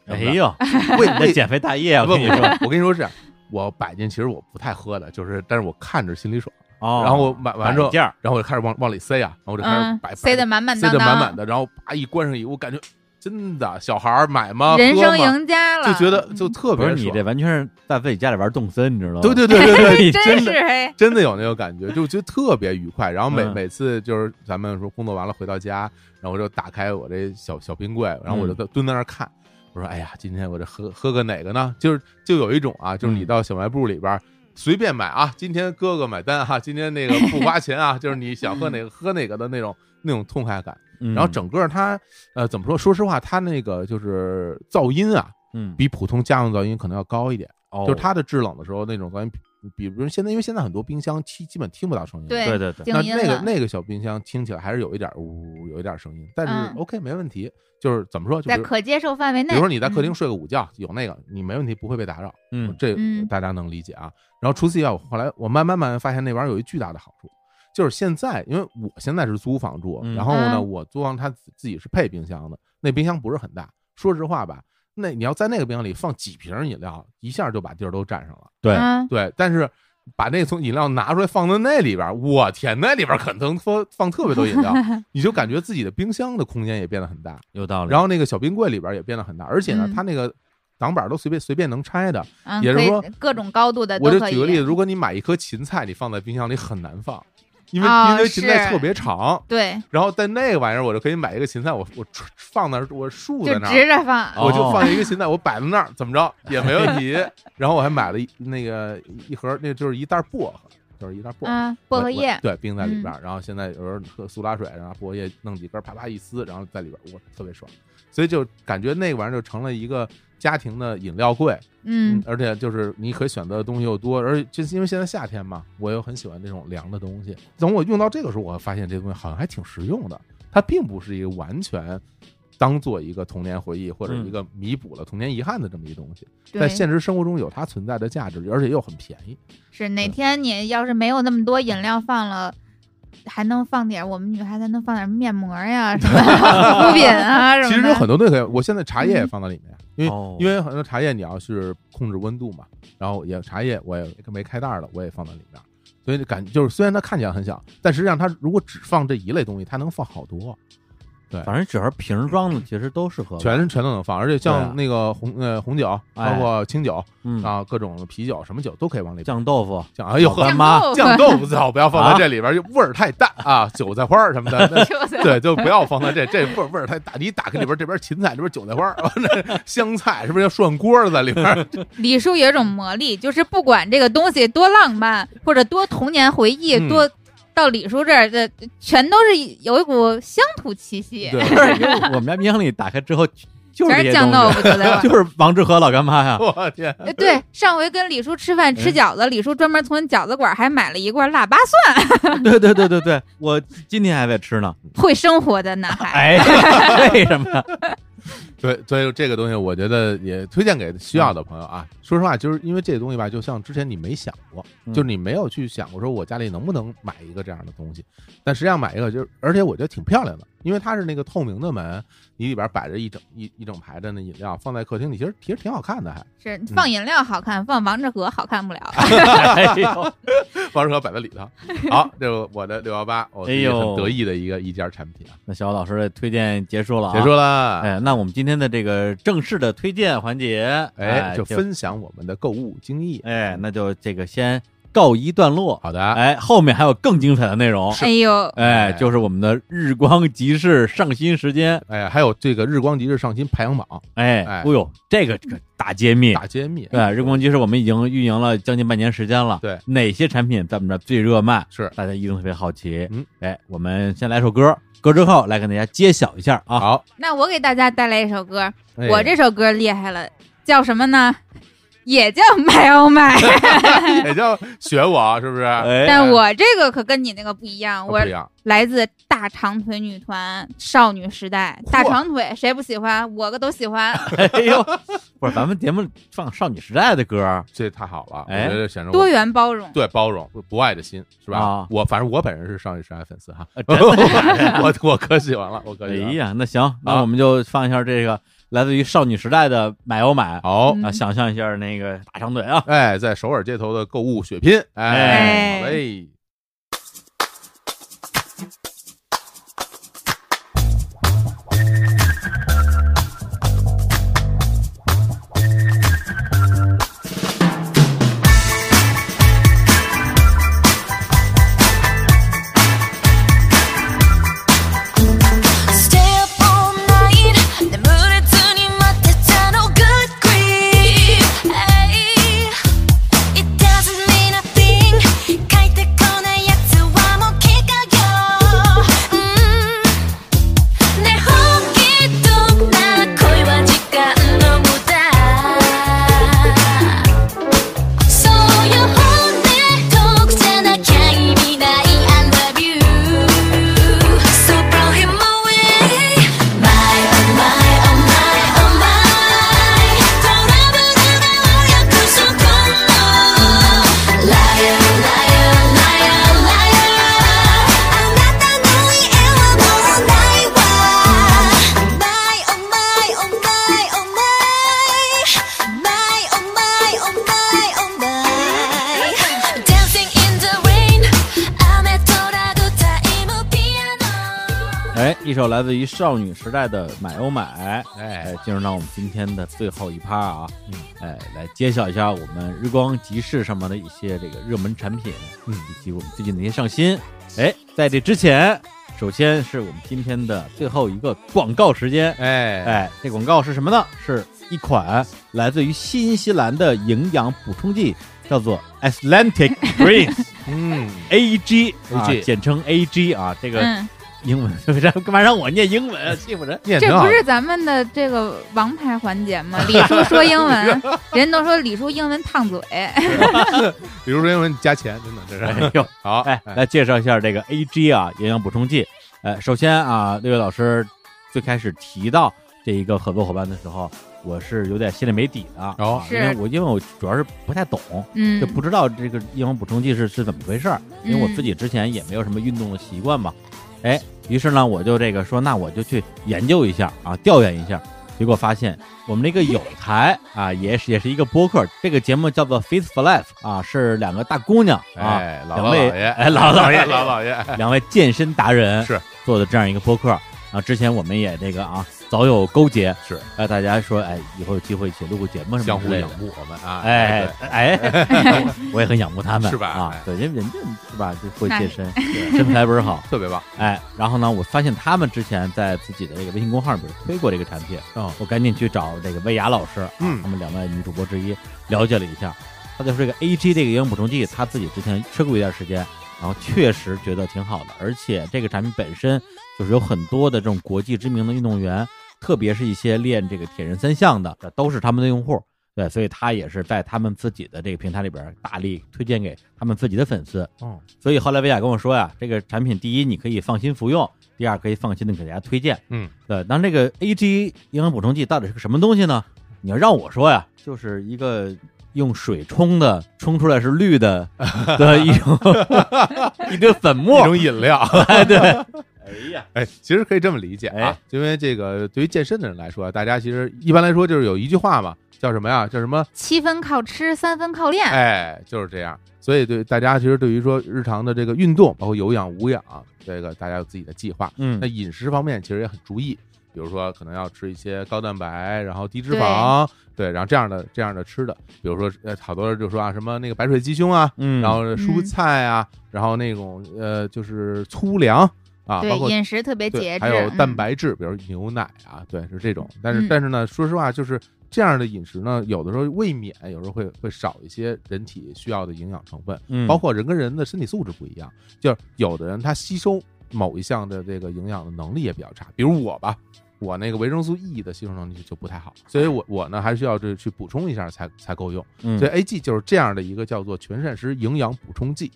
B: 哎呦， [LAUGHS]
C: 为
B: 你
C: 为
B: 这减肥大业啊，
C: 不
B: 我跟你说，，
C: 我跟你说是这样，我摆进其实我不太喝的，就是但是我看着心里爽，
B: 哦，
C: 然后我买完之后
B: 摆件儿
C: 然后我就开始往往里塞啊，然后我就开始
D: 嗯
C: 摆，
D: 塞
C: 的
D: 得满满
C: 塞
D: 当
C: 的
D: 当，
C: 满满的，然后啪一关上以后，我感觉真的小孩儿买吗？
D: 人
C: 啊喝吗
D: 生赢家了，
C: 就觉得就特
B: 不
C: 别
B: 是你
C: 爽
B: 这完全是在自己家里玩动森，你知道吗？
C: 对对对
B: [LAUGHS]
C: 对对，
D: 真
C: 真
D: 是
C: 的
D: 哎，
C: 真的有那种感觉，就觉得特别愉快。然后每、
B: 嗯
C: 每次就是咱们说工作完了回到家，然后我就打开我这小小冰柜，然后我就
B: 嗯
C: 蹲在那儿看。我说：“哎呀，今天我这喝喝个哪个呢？就是就有一种啊，就是你到小卖部里边
B: 嗯
C: 儿随便买啊，今天哥哥买单哈、啊今天那个不花
B: [LAUGHS]
C: 钱啊，就是你想喝哪个喝哪个的那种那种痛快感。
B: 嗯，
C: 然后整个它呃怎么说？说实话，它那个就是噪音啊，
B: 嗯，
C: 比普通家用噪音可能要高一点。
B: 哦
C: 就是它的制冷的时候那种噪音，比如现在因为现在很多冰箱基基本听不到声音，
D: 对
B: 对对对，
D: 静
C: 那
D: 音
C: 那个
D: 了
C: 那个小冰箱听起来还是有一点儿呜有一点儿声音，但是
D: 嗯
C: OK 没问题，就是怎么说，就
D: 在
C: 比如
D: 可接受范围
C: 比
D: 内。
C: 如说你在客厅
D: 嗯
C: 睡个午觉，有那个你没问题，不会被打扰，
B: 嗯
C: 这
D: 嗯
C: 大家能理解啊。然后除此以外，我后来我慢慢慢慢发现那玩意儿有一巨大的好处。就是现在，因为我现在是租房住，
B: 嗯
C: 然后呢，
D: 嗯
C: 我租房它自自己是配冰箱的，那冰箱不是很大。说实话吧，那你要在那个冰箱里放几瓶饮料，一下就把地儿都占上了。
B: 对
D: 嗯，
C: 对，但是把那从饮料拿出来放在那里边儿，我天，那里边儿可能放放特别多
D: [LAUGHS]
C: 饮料，你就感觉自己的冰箱的空间也变得很大，
B: 有道理。
C: 然后那个小冰柜里边儿也变得很大，而且呢，
D: 嗯
C: 它那个挡板儿都随便随便能拆的。
D: 嗯
C: 也是
D: 可以
C: 说
D: 各种高度的呃都
C: 我就
D: 可以。
C: 举个例子，如果你买一颗芹菜，你放在冰箱里很难放，因为、
D: 啊
C: 因为芹菜
D: 是
C: 特别长。
D: 对，
C: 然后但那个玩意儿，我就可以买一个芹菜，我我戳放那儿，我竖
D: 就
C: 在那儿，啊
D: 直着放。
B: 哦
C: 我就放一个芹菜，我摆在那儿，怎么着也没问题。然后我还买了一那个一盒，那就是一袋薄荷，就是一袋薄荷。
D: 嗯，薄
C: 我
D: 荷
C: 我
D: 叶，嗯
C: 对，冰在里边儿，然后现在有时候喝苏打水，然后薄荷叶弄几根儿，啪啪一撕，然后在里边儿，哇，特别爽。所以就感觉那个玩意儿就成了一个家庭的饮料柜，
D: 嗯，
C: 而且就是你可选择的东西又多，而且就是因为现在夏天嘛，我又很喜欢这种凉的东西。等我用到这个时候，我发现这东西好像还挺实用的，它并不是一个完全当做一个童年回忆或者
B: 嗯
C: 一个弥补了童年遗憾的这么一东西，在
D: 对，
C: 现实生活中有它存在的价值，而且又很便宜。
D: 是哪
B: 嗯
D: 天你要是没有那么多饮料放了。还能放点，我们女孩子能放点面膜呀，什么护肤品啊，什么的。
C: 其实有很多东西可以，我现在茶叶也放到里面，因为、
B: 哦
C: 因为很多茶叶你要是控制温度嘛，然后也茶叶我也没开袋儿的，我也放到里面，所以就感就是虽然它看起来很小，但实际上它如果只放这一类东西，它能放好多，
B: 反正只要是瓶装的，其实都适合。
C: 全全都能放，而且
B: 对啊
C: 像那个红呃红酒，包
B: 哎
C: 括清酒
B: 嗯，
C: 啊，各种啤酒什么酒都可以往里放。
B: 酱豆腐，
C: 酱
B: [LAUGHS]
C: 哎呦
B: 老
C: 呵
B: 干妈
D: [LAUGHS] 酱豆
C: 酱豆
D: 腐
C: 腐最好不要放
B: 啊
C: 在这里边，就味儿太淡啊，韭菜花儿什么的，
D: [LAUGHS]
C: 那对，就不要放在这这味儿味儿太大。你一打开里边儿，这边儿芹菜，这边儿韭菜花儿， [LAUGHS] 那香菜是不是要涮锅儿了在里边儿？ [LAUGHS]
D: 李叔有一种魔力，就是不管这个东西多浪漫，或者多童年回忆，
C: 嗯
D: 多到李叔这儿的，全都是有一股乡土气息，
C: 对
B: 不
D: [LAUGHS]
B: 是因为我们家冰箱里打开之后就是
D: 全
B: 这
D: 是
B: 些
D: 酱豆
B: 东
D: 腐就在
B: 西，[LAUGHS]
D: 我。
B: 就是王致和老干妈呀。
C: 我天！
D: 哎对，上回跟李叔吃饭
B: 嗯
D: 吃饺子，李叔专门从饺子馆还买了一罐腊八
B: 对对对对对，我今天还在吃呢。
D: 蒜。会生活的男孩，
B: 哎， [LAUGHS] 为什么呀？
C: 对，所以这个东西我觉得也推荐给需要的朋友啊。说实话，就是因为这东西吧，就像之前你没想过，
B: 嗯
C: 就是你没有去想过说我家里能不能买一个这样的东西。但实际上买一个，就是而且我觉得挺漂亮的，因为它是那个透明的门，你里边摆着一整一一整排的那饮料，放在客厅里，其实其实挺好看的还。
D: 是放
B: 嗯
D: 饮料好看，放王致和好看不了。
B: [LAUGHS] 哎呦，
C: 王志和摆在里头。好，啊这是我的六幺八，我自己
B: 哎
C: 很
B: 呦
C: 得意的一个一家产品啊。
B: 那小欧老师的推荐结束了、啊，
C: 结束。了，
B: 哎，那我们今天的这个正式的推荐环节，哎，
C: 哎，就。分享我们的购物经历。
B: 哎，那就这个先告一段落。
C: 好的，
B: 哎，后面还有更精彩的内容。
D: 哎呦，
B: 哎，就是我们的日光集市上新时间。
C: 哎，还有这个日光集市上新排行榜
B: 哎，
C: 哎
B: 哦呦，这个可大揭秘。
C: 大揭秘，啊
B: 对，日光集市我们已经运营了将近半年时间了。
C: 对
B: 哪些产品在我们这儿最热卖？
C: 是
B: 大家一定特别好奇。
C: 嗯，
B: 哎，我们先来首歌，歌之后来给大家揭晓一下啊。
C: 好，
D: 那我给大家带来一首歌，
C: 哎
D: 我这首歌厉害了，叫什么呢？也叫买哦买。
C: [LAUGHS] 哎也叫学我啊，是不是？啊
B: 哎，
D: 但我这个可跟你那个不一样，我
C: 哦不一样，
D: 来自大长腿女团少女时代，
C: 嚯
D: 大长腿谁不喜欢？我个都
C: [LAUGHS]
D: 喜欢，
B: [LAUGHS] 哎呦，不是咱们节目放少女时代的歌儿，
C: 这太好了，我
B: 哎
C: 觉得显示
D: 多
C: 我
D: 元包容。
C: 对包容不爱的心是吧
B: 啊？
C: 我反正我本人是少女时代粉丝哈，
B: 呃真的
C: [LAUGHS] 我我可喜欢了，我可
B: 哎
C: 喜欢了。
B: 呀，那行，那我们就放一下这个来自于少女时代的《买哦买》
C: 好，
D: 嗯
B: 啊，想象一下那个大长腿啊，
C: 哎，在首尔街头的购物血拼，哎，
D: 哎
C: 好嘞。
E: 「
B: 哎一首来自于少女时代的《买哦买》，
C: 哎
B: 哎，进入到我们今天的最后一趴啊，
C: 嗯，
B: 哎，来揭晓一下我们日光集市上面的一些这个热门产品，
C: 嗯
B: 以及我们最近的一些上新。哎，在这之前，首先是我们今天的最后一个广告时间。
C: 哎
B: 哎，这广告是什么呢？是一款来自于新西兰的营养补充剂，叫做
C: [LAUGHS]
B: Atlantic Greens
C: 嗯
B: AG，啊
C: AG
B: 简称 AG 啊，这个
D: 嗯，
B: 英 [LAUGHS] 文干嘛让我念英 [LAUGHS] 文啊？欺负人！
C: 念挺
D: 这
C: 好
D: 不是咱们的这个王牌环节
C: [LAUGHS]
D: 吗？李叔说英
C: 哎
D: 文，人都说李叔英文烫嘴，
C: 比如说英文你加钱，真的这是
B: 哎呦，
C: 好
B: 哎，来介绍一下这个 AG 啊，营养补充剂。呃，首先啊，六月老师最开始提到这一个合作伙伴的时候，我是有点心里没底的啊，
C: 哦
B: 因为
D: 是
B: 我因为我主要是不太懂，
D: 嗯
B: 就，不知道这个营养补充剂是是怎么回事儿，因为我
D: 嗯
B: 自己之前也没有什么运动的习惯嘛，哎，于是呢，我就这个说，那我就去研究一下啊，调研一下，结果发现我们这个有台啊，也是也是一个播客，这个节目叫做 Face for Life 啊，是两个大姑娘啊，
C: 哎，姥
B: 两
C: 姥
B: 位
C: 姥爷，
B: 哎姥姥姥
C: [LAUGHS]
B: 爷
C: 姥姥姥爷，
B: 两位健身达人
C: 是
B: 做的这样一个播客啊，之前我们也这个啊早有勾结，
C: 是
B: 呃，大家说哎，以后有机会一起录个节目什
C: 相
B: 么之
C: 互
B: 类的
C: 仰。慕我们啊，
B: 哎
C: 对， [LAUGHS]
B: 哎，哎我我也很仰慕他们，
C: 是吧
B: 啊
C: 哎，
B: 对，因为人家是吧，就会
D: 那
B: 健身，身材倍儿好。
C: 特别棒，
B: 哎，然后呢，我发现他们之前在自己的这个微信公号里边推过这个产品，
C: 哦
B: 我赶紧去找这个薇娅老师，啊
C: 嗯
B: 他们两位女主播之一，了解了一下，她就说这个 A G 这个营养补充剂，她自己之前吃过一段时间，然后确实觉得挺好的，而且这个产品本身就是有很多的这种国际知名的运动员，特别是一些练这个铁人三项的，都是他们的用户。对，所以她也是在他们自己的这个平台里边大力推荐给他们自己的粉丝。
C: 哦，
B: 所以后来薇娅跟我说呀，这个产品第一你可以放心服用，第二可以放心的给大家推荐。
C: 嗯，
B: 对。当然这个 A G 营养补充剂到底是个什么东西呢？你要让我说呀，就是一个用水冲的，冲出来是绿的
C: [LAUGHS]
B: 的一种 [LAUGHS] 一堆粉
C: 一
B: 末。
C: 种饮料，
B: 哎，对。哎呀，
C: 哎，其实可以这么理解啊
B: 哎，
C: 因为这个对于健身的人来说啊，大家其实一般来说就是有一句话嘛，叫什么呀？叫什么？
D: 七分靠吃，三分靠练，
C: 哎，就是这样。所以对大家其实对于说日常的这个运动，包括有氧、无氧，啊这个大家有自己的计划。
B: 嗯
C: 那，饮食方面其实也很注意，比如说可能要吃一些高蛋白，然后低脂
D: 对
C: 肪，对，然后这样的这样的吃的，比如说呃，好多人就说啊，什么那个白水鸡胸啊，
B: 嗯，
C: 然后蔬菜啊，然后那种呃就是粗粮啊，
D: 对
C: 包，括
D: 饮食特别
C: 对
D: 节制，
C: 还有蛋
D: 嗯
C: 白质，比如牛奶啊，对，是这种。但是
D: 嗯
C: 但是呢，说实话，就是这样的饮食呢，有的时候未免有时候会会少一些人体需要的营养成分，
B: 嗯
C: 包括人跟人的身体素质不一样，就是有的人他吸收某一项的这个营养的能力也比较差，比如我吧。我那个维生素 E 的吸收能力就不太好，
D: 哎
C: 所以我我呢还需要这去补充一下才才够用。
B: 嗯
C: 所以 AG 就是这样的一个叫做全膳食营养补充剂，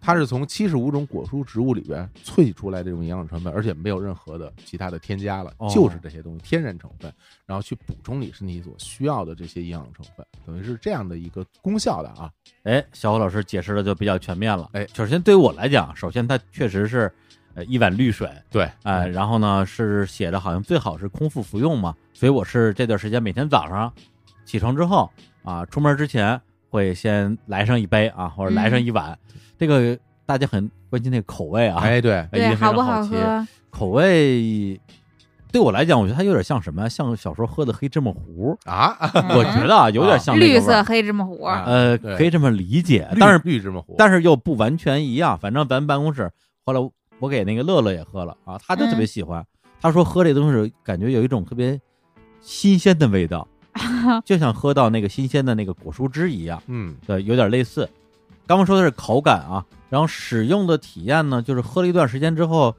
C: 它是从七十五种果蔬植物里边萃取出来这种营养成分，而且没有任何的其他的添加了
B: 哦，
C: 就是这些东西天然成分，然后去补充你身体所需要的这些营养成分，等于是这样的一个功效的啊。
B: 哎，小虎老师解释的就比较全面了。
C: 哎
B: 首先对于我来讲，首先它确实是，呃，一碗绿水，
C: 对，
B: 哎，然后呢是写着好像最好是空腹服用嘛，所以我是这段时间每天早上起床之后啊，出门之前会先来上一杯啊，或者
D: 嗯
B: 来上一碗。这个大家很关心那个口味啊，
C: 哎，对，
B: 一定
D: 对，
B: 非常
D: 好不
B: 好奇
D: 喝？
B: 口味对我来讲，我觉得它有点像什么呀？像小时候喝的黑芝麻糊，
C: 啊，
B: [LAUGHS] 我觉得啊有点像那个
D: 嗯绿
B: 味儿
D: 色黑芝麻糊，
C: 啊
B: 呃，
C: 对
B: 可以这么理解，但是
C: 绿绿芝麻糊，
B: 但是又不完全一样。反正咱办公室后来我给那个乐乐也喝了啊，他就特别喜欢，他说喝这东西感觉有一种特别新鲜的味道，就像喝到那个新鲜的那个果蔬汁一样，
C: 嗯，
B: 对，有点类似。刚刚说的是口感啊，然后使用的体验呢，就是喝了一段时间之后，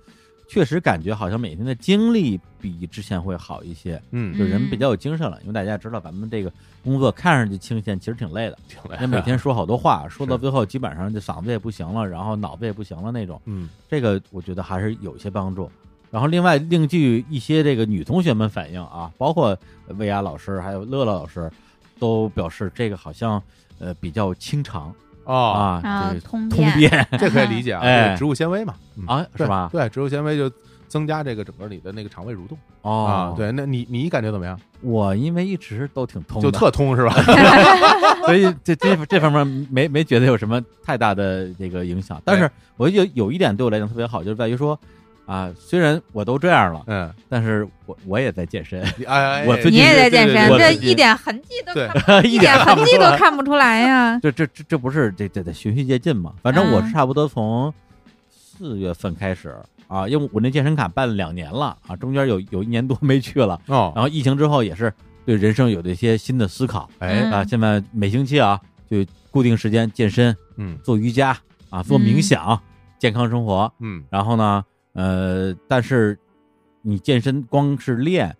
B: 确实感觉好像每天的精力比之前会好一些，
C: 嗯
B: 就人比较有精神了。因为大家也知道咱们这个工作看上去清闲，其实挺累的。
C: 挺累
B: 那每天说好多
C: [LAUGHS]
B: 话，说到最后基本上就嗓子也不行了，然后脑子也不行了那种。
C: 嗯，
B: 这个我觉得还是有一些帮助。然后另外，另据一些这个女同学们反映啊，包括薇娅老师还有乐乐老师，都表示这个好像呃比较清肠
C: 哦，
B: 啊，
D: 啊
B: 这，个
D: 通
B: 通 [LAUGHS]
D: 便，
B: 便
C: 这可以理解啊，
B: 哎
C: 就是植物纤维嘛，嗯
B: 啊，是
C: 对
B: 吧？
C: 对，植物纤维就增加这个整个你的那个肠胃蠕动啊
B: 哦，，，
C: 对，那你你感觉怎么样？
B: 我因为一直都挺通
C: 就
B: 的，
C: 特通是吧？
B: 所以这这这方面没没觉得有什么太大的这个影响。但是我有有一点对我来讲特别好，就是在于说。啊，虽然我都这样了，
C: 嗯，
B: 但是我我也在健
D: [LAUGHS]
B: 身，
C: 哎哎，
B: 我
C: 哎
B: 最
D: 你
B: 近
D: 也
B: 是
D: 在健身，
B: 我
D: 这
B: 最近
D: 一点痕迹都
C: 对
B: [LAUGHS]
D: 看
B: 一
D: 一
B: 点
D: 点
B: 看不
D: 痕迹
B: 出
D: 都
B: 来。
D: 看不出来呀。
B: 这这这这不是这这得循序渐进嘛？反正我是
D: 嗯
B: 差不多从四月份开始啊，因为我那健身卡办了两年了啊，中间有有一年多没去了，然
C: 哦，
B: 后疫情之后也是对人生有了一些新的思考
C: 哎，
D: 嗯
B: 啊。现在每星期啊，就固定时间健身、
C: 嗯
B: 做瑜伽啊、做冥
D: 嗯
B: 想、健康生活，
C: 嗯
B: 然后呢，呃，但是你健身光是练，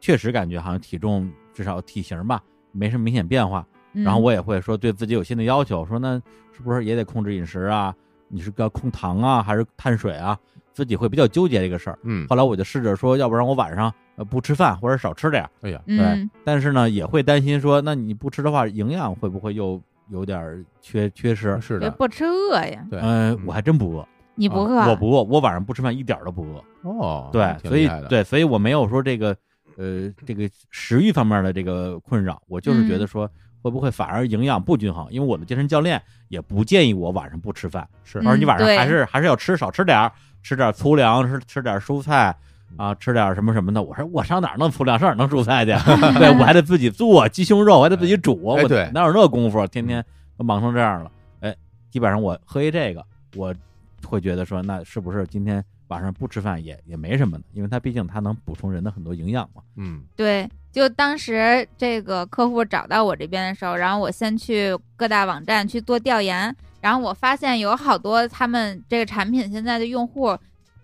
B: 确实感觉好像体重至少体型吧没什么明显变化。
D: 嗯
B: 然后我也会说对自己有新的要求，说那是不是也得控制饮食啊？你是要控糖啊，还是碳水啊？自己会比较纠结这个事儿。
C: 嗯，
B: 后来我就试着说，要不然我晚上呃不吃饭，或者少吃点儿。
C: 哎呀，
D: 嗯，
B: 但是呢，也会担心说，那你不吃的话，营养会不会又有点儿缺缺失？
C: 是
D: 别
C: 的，
D: 不吃饿呀，
C: 对，
B: 呃
C: 嗯，
B: 我还真不饿，
D: 你不饿？
B: 啊
D: 啊
B: 我不饿，我晚上不吃饭一点儿都不饿。
C: 哦，
B: 对，
C: 挺
B: 所
C: 厉
B: 以
C: 害的，
B: 对，所以我没有说这个呃这个食欲方面的这个困扰，我就是觉得
D: 嗯
B: 说会不会反而营养不均衡？因为我的健身教练也不建议我晚上不吃饭，
C: 是
B: 他说你
D: 嗯
B: 晚上
D: 对
B: 还是还是要吃，少吃点儿，吃点儿粗粮，吃吃点儿蔬菜。啊，吃点儿什么什么的，我说我上哪儿弄粗粮，上哪儿弄蔬菜去？ [LAUGHS] 对我还得自己做鸡胸肉，我还得自己煮，
C: 哎
B: 我
C: 对
B: 哪有那功夫？天天都忙成这样了，哎，基本上我喝一这个，我会觉得说，那是不是今天晚上不吃饭也也没什么呢？因为它毕竟它能补充人的很多营养嘛。
C: 嗯
D: 对，就当时这个客户找到我这边的时候，然后我先去各大网站去做调研，然后我发现有好多他们这个产品现在的用户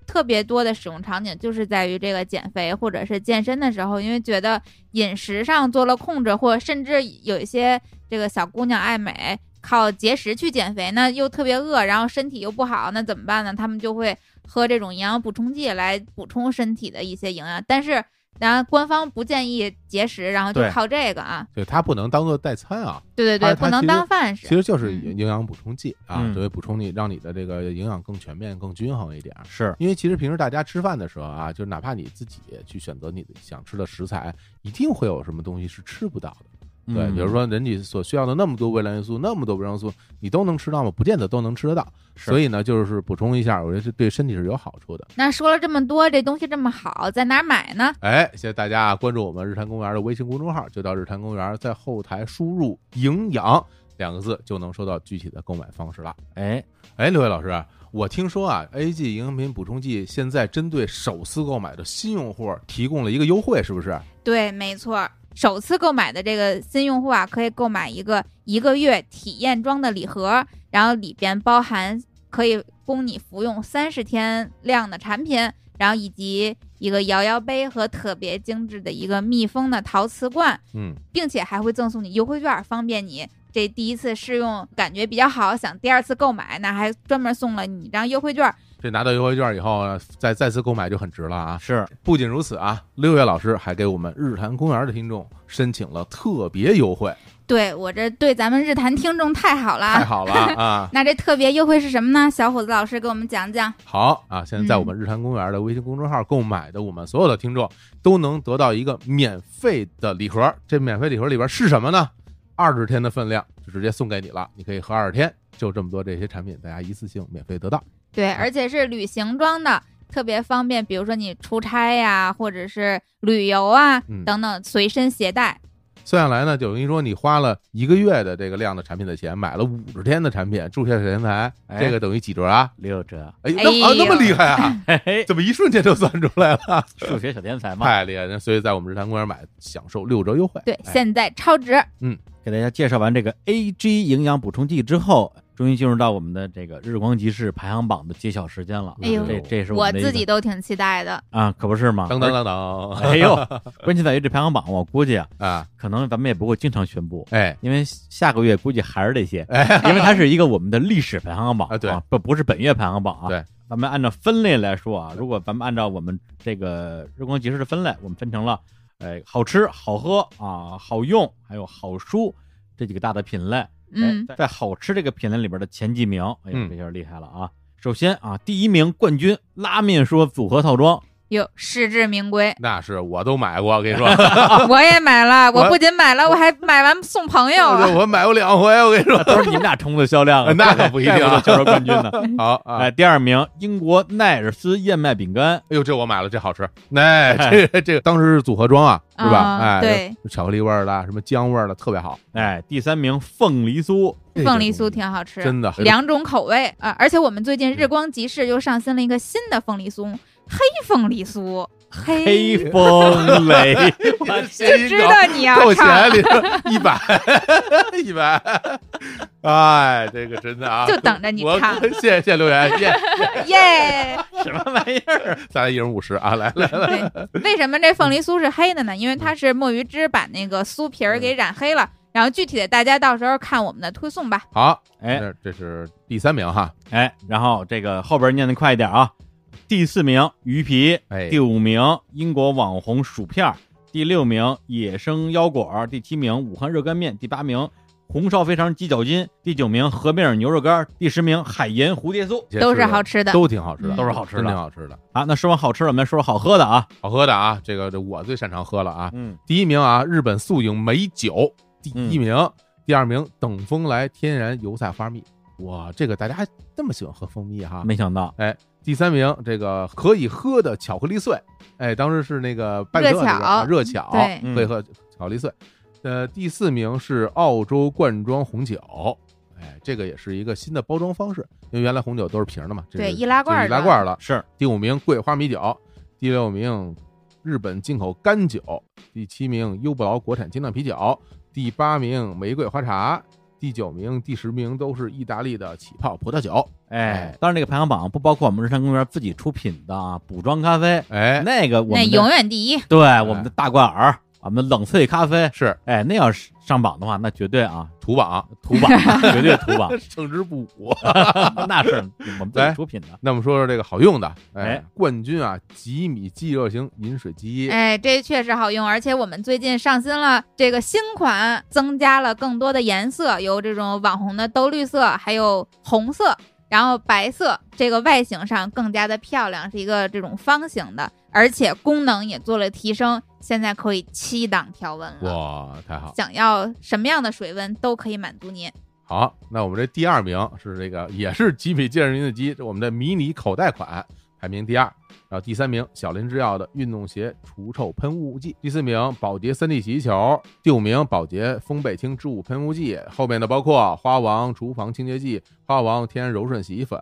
D: 特别多的使用场景就是在于这个减肥或者是健身的时候，因为觉得饮食上做了控制，或者甚至有一些这个小姑娘爱美。靠节食去减肥那又特别饿，然后身体又不好，那怎么办呢？他们就会喝这种营养补充剂来补充身体的一些营养，但是然后官方不建议节食，然后就
B: 对
D: 靠这个啊，
C: 对，它不能当做代餐啊，
D: 对对
C: 它
D: 对，
C: 它
D: 不能
C: 其实
D: 当饭
C: 其
D: 吃。
C: 实就是
D: 嗯
C: 营营养补充剂啊，
B: 嗯
C: 作为补充你，让你的这个营养更全面、更均衡一点儿。
B: 是，
C: 因为其实平时大家吃饭的时候啊，就是哪怕你自己去选择你的想吃的食材，一定会有什么东西是吃不到的。对，
B: 嗯
C: 比如说人体所需要的那么多微量元素，那么多维生素，你都能吃到吗？不见得都能吃得到。
B: 是
C: 所以呢，就是补充一下，我觉得是对身体是有好处的。
D: 那说了这么多，这东西这么好，在哪儿买呢？
C: 哎，谢谢大家啊关注我们日坛公园的微信公众号，就到日坛公园，在后台输入“营养”两个字，就能收到具体的购买方式了。
B: 哎，
C: 哎，刘伟老师，我听说啊，A G 营养品补充剂现在针对首次购买的新用户提供了一个优惠，是不是？
D: 对，没错儿，首次购买的这个新用户啊，可以购买一个一个月体验装的礼盒，然后里边包含可以供你服用三十天量的产品，然后以及一个摇摇杯和特别精致的一个密封的陶瓷罐，
C: 嗯，
D: 并且还会赠送你优惠券，方便你。这第一次试用感觉比较好，想第二次购买，那还专门送了你一张优惠券，
C: 这拿到优惠券以后呢，再再次购买就很值了啊！
B: 是
C: 不仅如此啊，六月老师还给我们日坛公园的听众申请了特别优惠，
D: 对我这对咱们日坛听众太好了啊，
C: 太好了啊！
D: 那这特别优惠是什么呢？小伙子老师给我们讲讲。
C: 好啊，现在在我们日坛公园的微信公众号购买的，我们所有的听众都能得到一个免费的礼盒。这免费礼盒里边是什么呢？二十天的分量就直接送给你了，你可以喝二十天，就这么多这些产品，大家一次性免费得到。
D: 对，而且是旅行装的，特别方便。比如说你出差呀、或者是旅游啊
C: 嗯
D: 等等，随身携带。
C: 算下来呢，就等于说你花了一个月的这个量的产品的钱，买了五十天的产品，注册前台，
B: 哎
C: 这个等于几折啊？
B: 六
C: [LAUGHS]
B: 哲，
C: 哎，那么啊
D: 哎呦
C: 那么厉害啊？
B: 嘿嘿，
C: 怎么一瞬间就算出来了？ [LAUGHS]
B: 数学小天才嘛，
C: 太厉害了！所以在我们日坛公园买，享受六折优惠。
D: 对，
C: 哎
D: 现在超值。
B: 给大家介绍完这个 A G 营养补充剂之后，终于进入到我们的这个日光集市排行榜的揭晓时间了。
D: 哎呦
B: 这这是
D: 我
B: 们的一
D: 自
B: 个
D: 己都挺期待的。
B: 啊，可不是嘛，
C: 当当当当
B: 哎呦，关键在于这排行榜，我估计啊，
C: 啊！
B: 可能咱们也不会经常宣布，
C: 哎，
B: 因为下个月估计还是这些，
C: 哎
B: 因为它是一个我们的历史排行榜
C: 啊对
B: 不不是本月排行榜啊。
C: 对，
B: 咱们按照分类来说啊，如果咱们按照我们这个日光集市的分类，我们分成了，呃，好吃、好喝啊、好用，还有好书这几个大的品类。哎
D: 嗯，
B: 在在好吃这个品类里边的前几名，哎呀
C: 嗯，，
B: 这下厉害了啊！首先啊，第一名冠军拉面说组合套装，
D: 哟，实至名归
C: 那是我都买过，我跟
D: [LAUGHS]
C: 你说，
D: 我也买了，
C: 啊我
D: 我不仅买了，我还买完送朋
C: [LAUGHS]
D: 友了。
C: 我买过两回，我跟你
D: [LAUGHS]
C: 说，，
B: 都是你们俩冲的销量啊
C: [LAUGHS] 那可不一定
B: 怪
C: 啊
B: 得销售冠军
C: [LAUGHS]
B: 呢。
C: 好啊，
B: 哎，
C: 哎
B: 第二名，英国奈尔斯燕麦饼干，
C: 呦，这我买了，这好吃，哎，这个这个当时是组合装啊，是吧？
D: 嗯
C: 哎，
D: 对，
C: 巧克力味儿的，什么姜味儿的，特别好，
B: 哎，第三名凤梨酥，
C: 这个
D: 凤梨酥
C: 东西
D: 挺好吃，
C: 真的
D: 两种口味啊！而且我们最近日光集市又上新了一个新的凤梨酥，黑凤梨酥，哎
B: 黑风雷，
D: 就知
C: [LAUGHS]
D: 道你要
C: 扣
D: 唱
C: 钱，里
D: [LAUGHS]
C: 头一百一百，哎，这个真的啊，
D: 就等着你
C: 我
D: 唱
C: [LAUGHS] 谢谢谢谢留言，耶，
D: 耶！
B: 什么玩意儿？
C: 咱俩一人五十啊，来来来，
D: 对，为什么这凤梨酥是黑的呢？因为
C: 嗯
D: 它是墨鱼汁把那个酥皮儿给染黑了。然后具体的，大家到时候看我们的推送吧。
C: 好，
B: 哎
C: 这这是第三名哈，
B: 哎，然后这个后边念的快一点啊。第四名鱼皮，
C: 哎
B: 第五名英国网红薯片儿，第六名野生腰果儿，第七名武汉热干面，第八名红烧肥肠鸡脚筋，第九名和面牛肉干儿，第十名海盐蝴蝶酥。
C: 这
D: 都
C: 是
D: 是好吃的
C: 都挺好吃的，
D: 嗯都
B: 是好吃的
C: 真挺好吃的，
B: 好，那说完好吃的，我们来说说好喝的啊。
C: 好喝的啊，这个这我最擅长喝了啊，
B: 嗯，
C: 第一名啊，日本素饮美酒，第一名；
B: 嗯
C: 第二名，等风来天然油菜花蜜。哇，这个大家还这么喜欢喝蜂蜜哈？
B: 没想到，
C: 第三名，这个可以喝的巧克力碎，哎，当时是那个拜比特
D: 热巧
C: 那个啊热巧，
D: 对
B: 嗯
C: 可以喝巧克力碎。呃，第四名是澳洲罐装红酒，哎，这个也是一个新的包装方式，因为原来红酒都是瓶的嘛，这
D: 对
C: 是
D: 易拉
C: 这是
D: 罐儿
C: 易拉
D: 的
C: 罐儿了。
B: 是
C: 第五名桂花米酒，第六名日本进口干酒，第七名优布劳国产精酿啤酒，第八名玫瑰花茶，第九名、第十名都是意大利的起泡葡萄酒。
B: 哎
C: 哎，
B: 当然这个排行榜不包括我们日坛公园自己出品的啊，补装咖啡，
C: 哎，
B: 那个我
D: 那
B: 们
D: 永
B: 的
D: 远第一，
B: 对我们的大罐儿，我们的冷萃咖啡，
C: 是
B: 哎，那要是上榜的话，那绝对啊，
C: 土榜，
B: 土
D: [LAUGHS]
B: 榜，绝对土榜， [LAUGHS]
C: 胜之不武。
B: 那是我们自己
C: 来
B: 出品的。
C: 那我们说说这个好用的，哎
B: 哎，
C: 冠军啊，吉米即热型饮水机，
D: 哎，这确实好用，而且我们最近上新了这个新款，增加了更多的颜色，有这种网红的豆绿色，还有红色，然后白色，这个外形上更加的漂亮，是一个这种方形的，而且功能也做了提升，现在可以七档调温了。
C: 哇，太好！
D: 想要什么样的水温都可以满足您。
C: 好，那我们这第二名是这个，也是极品健身的机，这我们的迷你口袋款排名第二，然后第三名小林制药的运动鞋除臭喷雾剂，第四名宝洁三 D 洗衣球，第五名宝洁风贝烃织物喷雾剂，后面的包括花王厨房清洁剂、花王天然柔顺洗衣粉、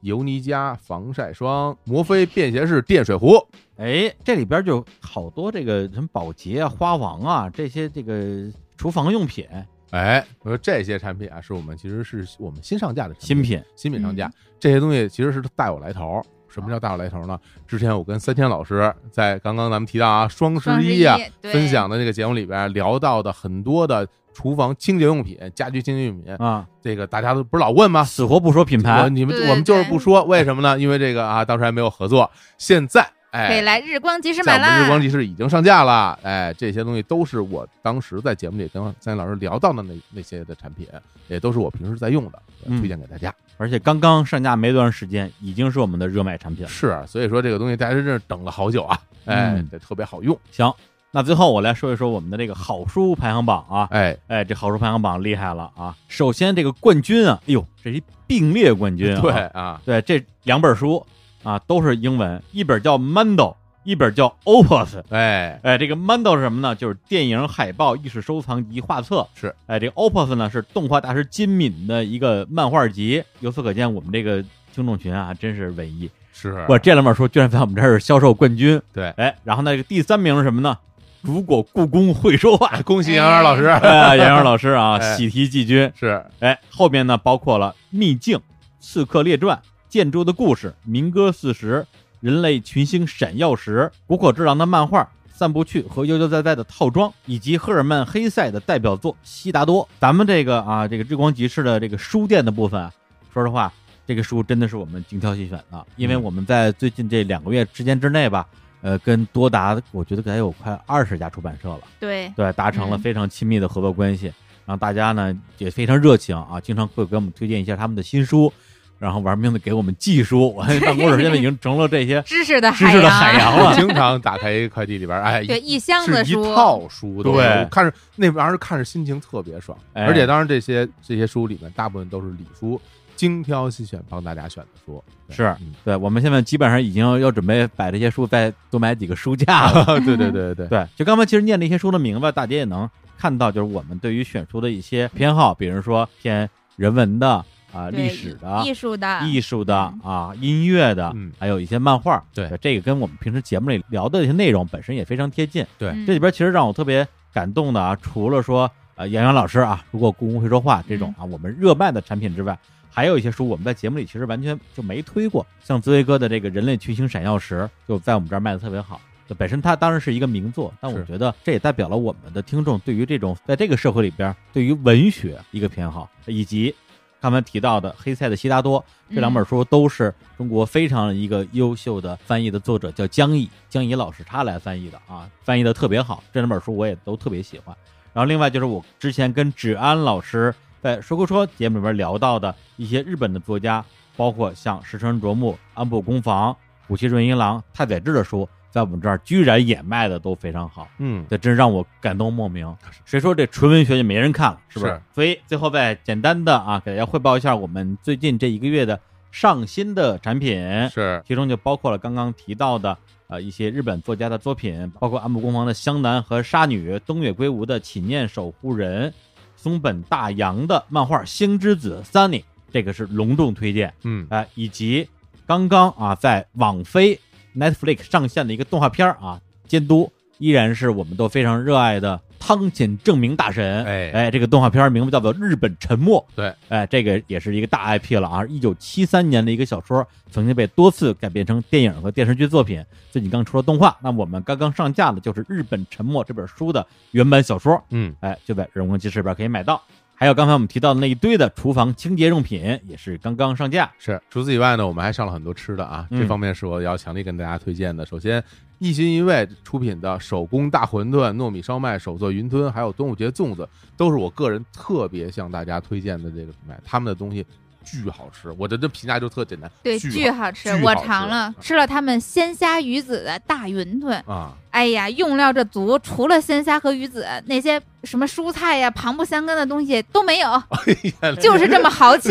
C: 尤妮佳防晒霜、摩飞便携式电水壶，
B: [LAUGHS] 哎，这里边就好多这个什么宝洁啊、花王啊这些这个厨房用品
C: 哎，我说这些产品啊，是我们其实是我们新上架的产
B: 新品，
C: 新品上
D: 嗯
C: 架，这些东西其实是带我来头儿。什么叫带我来头儿呢？之前我跟三千老师在刚刚咱们提到啊，双十
D: 双十
C: 一啊
D: 对
C: 分享的这个节目里边聊到的很多的厨房清洁用品、家居清洁用
D: 嗯
C: 品，
B: 啊，
C: 这个大家都不是老问吗？
B: 死活不说品
C: 我
B: 牌，
C: 你们
D: 对
C: 我们就是
D: 对
C: 不说，为什么呢？因为这个啊，当时还没有合作，现在哎，
D: 可以来日光集市
C: 在
D: 买
C: 我们日光
D: 啦。
C: 集市已经上架了。哎，这些东西都是我当时在节目里跟三位老师聊到的那那些的产品，也都是我平时在用的，
B: 嗯
C: 推荐给大家。
B: 而且刚刚上架没多长时间，已经是我们的热卖产品了。
C: 是，啊所以说这个东西大家真是等了好久啊，哎
B: 嗯，
C: 这特别好用。
B: 行，那最后我来说一说我们的这个好书排行榜啊，
C: 哎，
B: 哎，这好书排行榜厉害了啊！首先这个冠军啊，哎呦，这是一并列冠军啊，
C: 对啊，
B: 对，这两本书啊都是英文，一本叫 Mando，一本叫 Opus。
C: 哎，
B: 哎，这个 Mando 是什么呢？就是电影海报、艺术收藏及画册。
C: 是，
B: 哎，这个 Opus 呢是动画大师金敏的一个漫画集。由此可见，我们这个听众群啊，真是文艺。
C: 是
B: 哇，这两本书居然在我们这儿销售冠军。
C: 对，
B: 哎，然后那个第三名是什么呢？如果故宫会说话 [LAUGHS]
C: 哎恭喜杨元老师，
B: 哎，杨洋老师啊，
C: 哎
B: 喜提季军。
C: 是
B: 哎，后面呢包括了《秘境》《刺客列传》《建筑的故事》《民歌四十》《人类群星闪耀时》《古火之狼》的漫画。散不去和悠悠哉哉的套装，以及赫尔曼·黑塞的代表作《悉达多》。咱们这个啊，这个日光集市的这个书店的部分啊，说实话，这个书真的是我们精挑细选的，因为
C: 嗯
B: 我们在最近这两个月时间之内吧，呃，跟多达我觉得得有快二十家出版社了。
D: 对，
B: 对，达成了
D: 嗯
B: 非常亲密的合作关系。然后大家呢也非常热情啊，经常会给我们推荐一下他们的新书。然后玩命的给我们技术。 [LAUGHS] 我们办公室现在已经成了这
D: [LAUGHS]
B: 些
D: 知识的
B: 知识的海洋
C: 我
B: 了。
C: [LAUGHS] 经常打开快递里边，哎，
D: 对，一箱子
C: 是一
D: 书，
C: 套书都有，
B: 对
C: 我看着那玩意儿看着心情特别爽，
B: 哎
C: 而且当然这些这些书里面大部分都是李叔精挑细选帮大家选的
B: [LAUGHS]
C: 书，对
B: 是
C: 嗯
B: 对，我们现在基本上已经要准备把这些书再多买几个书架
C: [LAUGHS]
B: 了。
C: 啊对对对对对，
B: 对，就刚才其实念了一些书的名字，大家也能看到，就是我们对于选书的一些偏好，比如说偏人文的啊、
D: 对
B: 历史的、
D: 艺术的，
B: 艺术的啊、音乐的
C: 嗯，
B: 还有一些漫画。
C: 对，
B: 这个跟我们平时节目里聊的一些内容本身也非常贴近。
D: 嗯
B: 这里边其实让我特别感动的啊，除了说呃杨洋老师啊，如果故宫会说话这种啊我们热卖的产品之外，还有一些书我们在节目里其实完全就没推过，像紫薇哥的这个《人类群星闪耀时》就在我们这儿卖的特别好。就本身它当然是一个名作，但我
C: 是
B: 觉得这也代表了我们的听众对于这种在这个社会里边对于文学一个偏好，以及刚才提到的黑塞的《悉达多》这两本书都是中国非常一个优秀的翻译的作者叫江毅，江毅老师他来翻译的啊，翻译的特别好，这两本书我也都特别喜欢。然后另外就是我之前跟芷安老师在说过说节目里边聊到的一些日本的作家，包括像石川卓木、安部公房、武崎润一郎、太宰治的书，在我们这儿居然也卖的都非常好。
C: 嗯，
B: 这真让我感动莫名。谁说这纯文学就没人看了，是不是？
C: 是
B: 所以最后再简单的啊，给大家汇报一下我们最近这一个月的上新的产品，
C: 是
B: 其中就包括了刚刚提到的呃一些日本作家的作品，包括安部公房的《湘南》和《杀女》，东野圭吾的《祈念守护人》，松本大洋的漫画《星之子 Sunny》，这个是隆重推荐。
C: 嗯
B: 呃，以及刚刚啊在网飞 Netflix 上线的一个动画片儿啊，监督依然是我们都非常热爱的汤浅证明大神。
C: 哎
B: 哎，这个动画片儿名字叫做《日本沉默》。
C: 对，
B: 哎，这个也是一个大 IP 了啊！一九七三年的一个小说，曾经被多次改编成电影和电视剧作品。最近刚出了动画，那我们刚刚上架的就是《日本沉默》这本书的原版小说。
C: 嗯
B: 哎，就在人工集市里边可以买到。还有刚才我们提到的那一堆的厨房清洁用品，也是刚刚上架。
C: 是。除此以外呢，我们还上了很多吃的啊，
B: 嗯
C: 这方面是我要强力跟大家推荐的。首先，一心一味出品的手工大馄饨、糯米烧麦、手做云吞，还有端午节粽子，都是我个人特别向大家推荐的这个品牌，他们的东西。巨好吃，我的这评价就特简单，
D: 对，
C: 巨
D: 巨
C: 好
D: 好吃
C: 巨，
D: 我
C: 好吃嗯
D: 尝了，吃了他们鲜虾鱼子的大云吞，
C: 啊！
D: 哎呀，用料这足，除了鲜虾和鱼子，那些什么蔬菜呀、旁不相干的东西都没
C: [LAUGHS]
D: 有，
C: 哎呀
D: 就是这么豪气。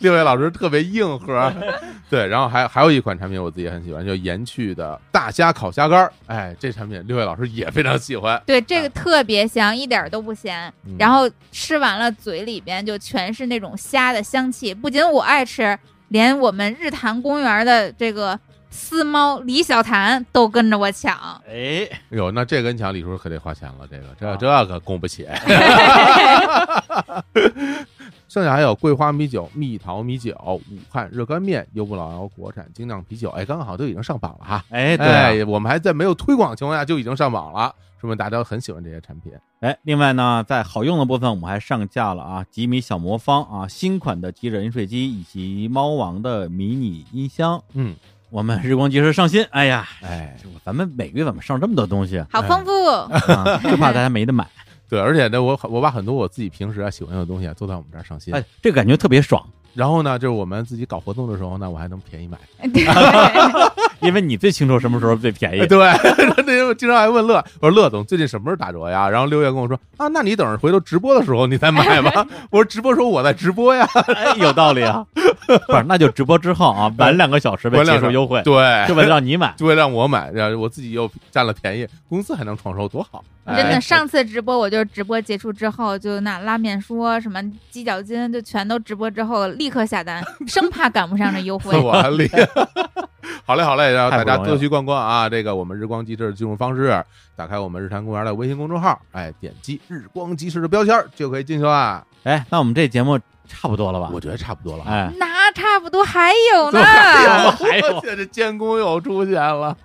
C: 六位老师特别硬核， [LAUGHS] 对，然后还还有一款产品我自己也很喜欢，叫盐趣的大虾烤虾干儿，哎，这产品六位老师也非常喜欢，
D: 对，这个特别香，一点儿都不咸。
C: 嗯
D: 然后吃完了，嘴里边就全是那种虾的香气。不仅我爱吃，连我们日坛公园的这个丝猫李小谭都跟着我抢。
B: 哎，
C: 哎呦，那这跟抢李叔可得花钱了，这个这
B: 啊
C: 这个供
B: [LAUGHS]
C: 不起。剩下还有桂花米酒、蜜桃米酒、武汉热干面、优步老姚国产精酿啤酒，哎，刚好都已经上榜了哈。
B: 哎，对、啊，
C: 哎，我们还在没有推广的情况下就已经上榜了，说明大家都很喜欢这些产品。
B: 哎，另外呢，在好用的部分，我们还上架了啊，吉米小魔方啊，新款的极热饮水机以及猫王的迷你音箱。
C: 嗯，
B: 我们日光集市上新，哎呀，
C: 哎，
B: 咱们每个月怎么上这么多东西啊？
D: 好
C: [LAUGHS]
D: 丰富， [LAUGHS]
B: 就怕大家没得买，
C: 对，而且呢，我我把很多我自己平时啊喜欢的东西啊都在我们这儿上新。
B: 哎，这个感觉特别爽，
C: 然后呢，就是我们自己搞活动的时候呢，我还能便宜买。
D: 对
B: 因为你最清楚什么时候最便宜
C: 哎、。对，那天我经常还问乐，我说乐总最近什么时候打折呀？然后六月跟我说啊，那你等着回头直播的时候你再买吧。我说直播时候我在直播呀，
B: 哎，有道理
C: [LAUGHS]
B: 啊，不是，那就直播之后啊，晚两个小时呗，
C: 晚两
B: 结
C: 个
B: 束优惠，
C: 对，
B: 就为了让你买。
C: [LAUGHS] 就会让我买，让我自己又占了便宜，公司还能创收，多好！哎
D: 真的，上次直播我就是直播结束之后，就那拉面说什么鸡脚筋，就全都直播之后立刻下单，生怕赶不上这优
C: [LAUGHS]
D: 惠。
C: 我安利。好嘞，好嘞，让大
B: 太
C: 家
B: 不容易
C: 多去逛逛啊！这个我们日光集市的进入方式，打开我们日坛公园的微信公众号，哎，点击“日光集市”的标签儿就可以进去啦。
B: 哎，那我们这节目差不多了吧？
C: 我觉得差不多了。
B: 哎，
D: 那差不多还有呢，
B: 还有
C: [LAUGHS] 我去这监工又出现了，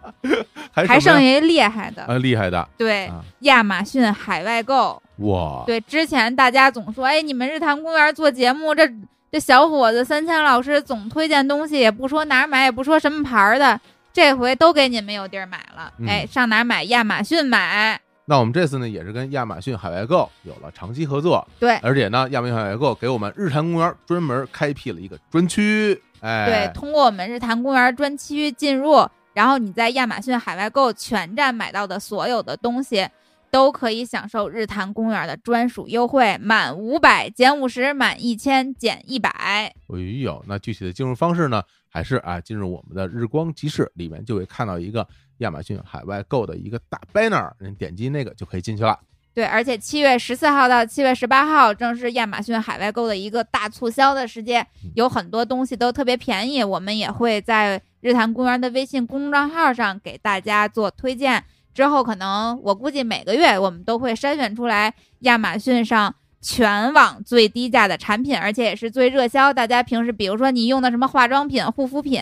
C: 还
D: 还
C: 什么
D: 剩
C: 呀
D: 一厉害的，
C: 啊厉害的
D: 对
C: 啊，
D: 亚马逊海外购。
C: 哇！
D: 对，之前大家总说，哎，你们日坛公园做节目，这这小伙子三千老师总推荐东西，也不说哪儿买，也不说什么牌儿的，这回都给你们有地儿买了。
C: 嗯
D: 哎，上哪儿买？亚马逊买。
C: 那我们这次呢，也是跟亚马逊海外购有了长期合作，
D: 对，
C: 而且呢，亚马逊海外购给我们日坛公园专门开辟了一个专区，哎
D: 对，，通过我们日坛公园专区进入，然后你在亚马逊海外购全站买到的所有的东西，都可以享受日坛公园的专属优惠，满五百减五十，满一千减一百。
C: 哎呦，那具体的进入方式呢，还是啊，进入我们的日光集市里面就会看到一个亚马逊海外购的一个大 banner，您点击那个就可以进去了。
D: 对，而且七月十四号到七月十八号正是亚马逊海外购的一个大促销的时间，有很多东西都特别便宜，我们也会在日坛公园的微信公众账号上给大家做推荐。之后可能我估计每个月我们都会筛选出来亚马逊上全网最低价的产品，而且也是最热销。大家平时比如说你用的什么化妆品、护肤品、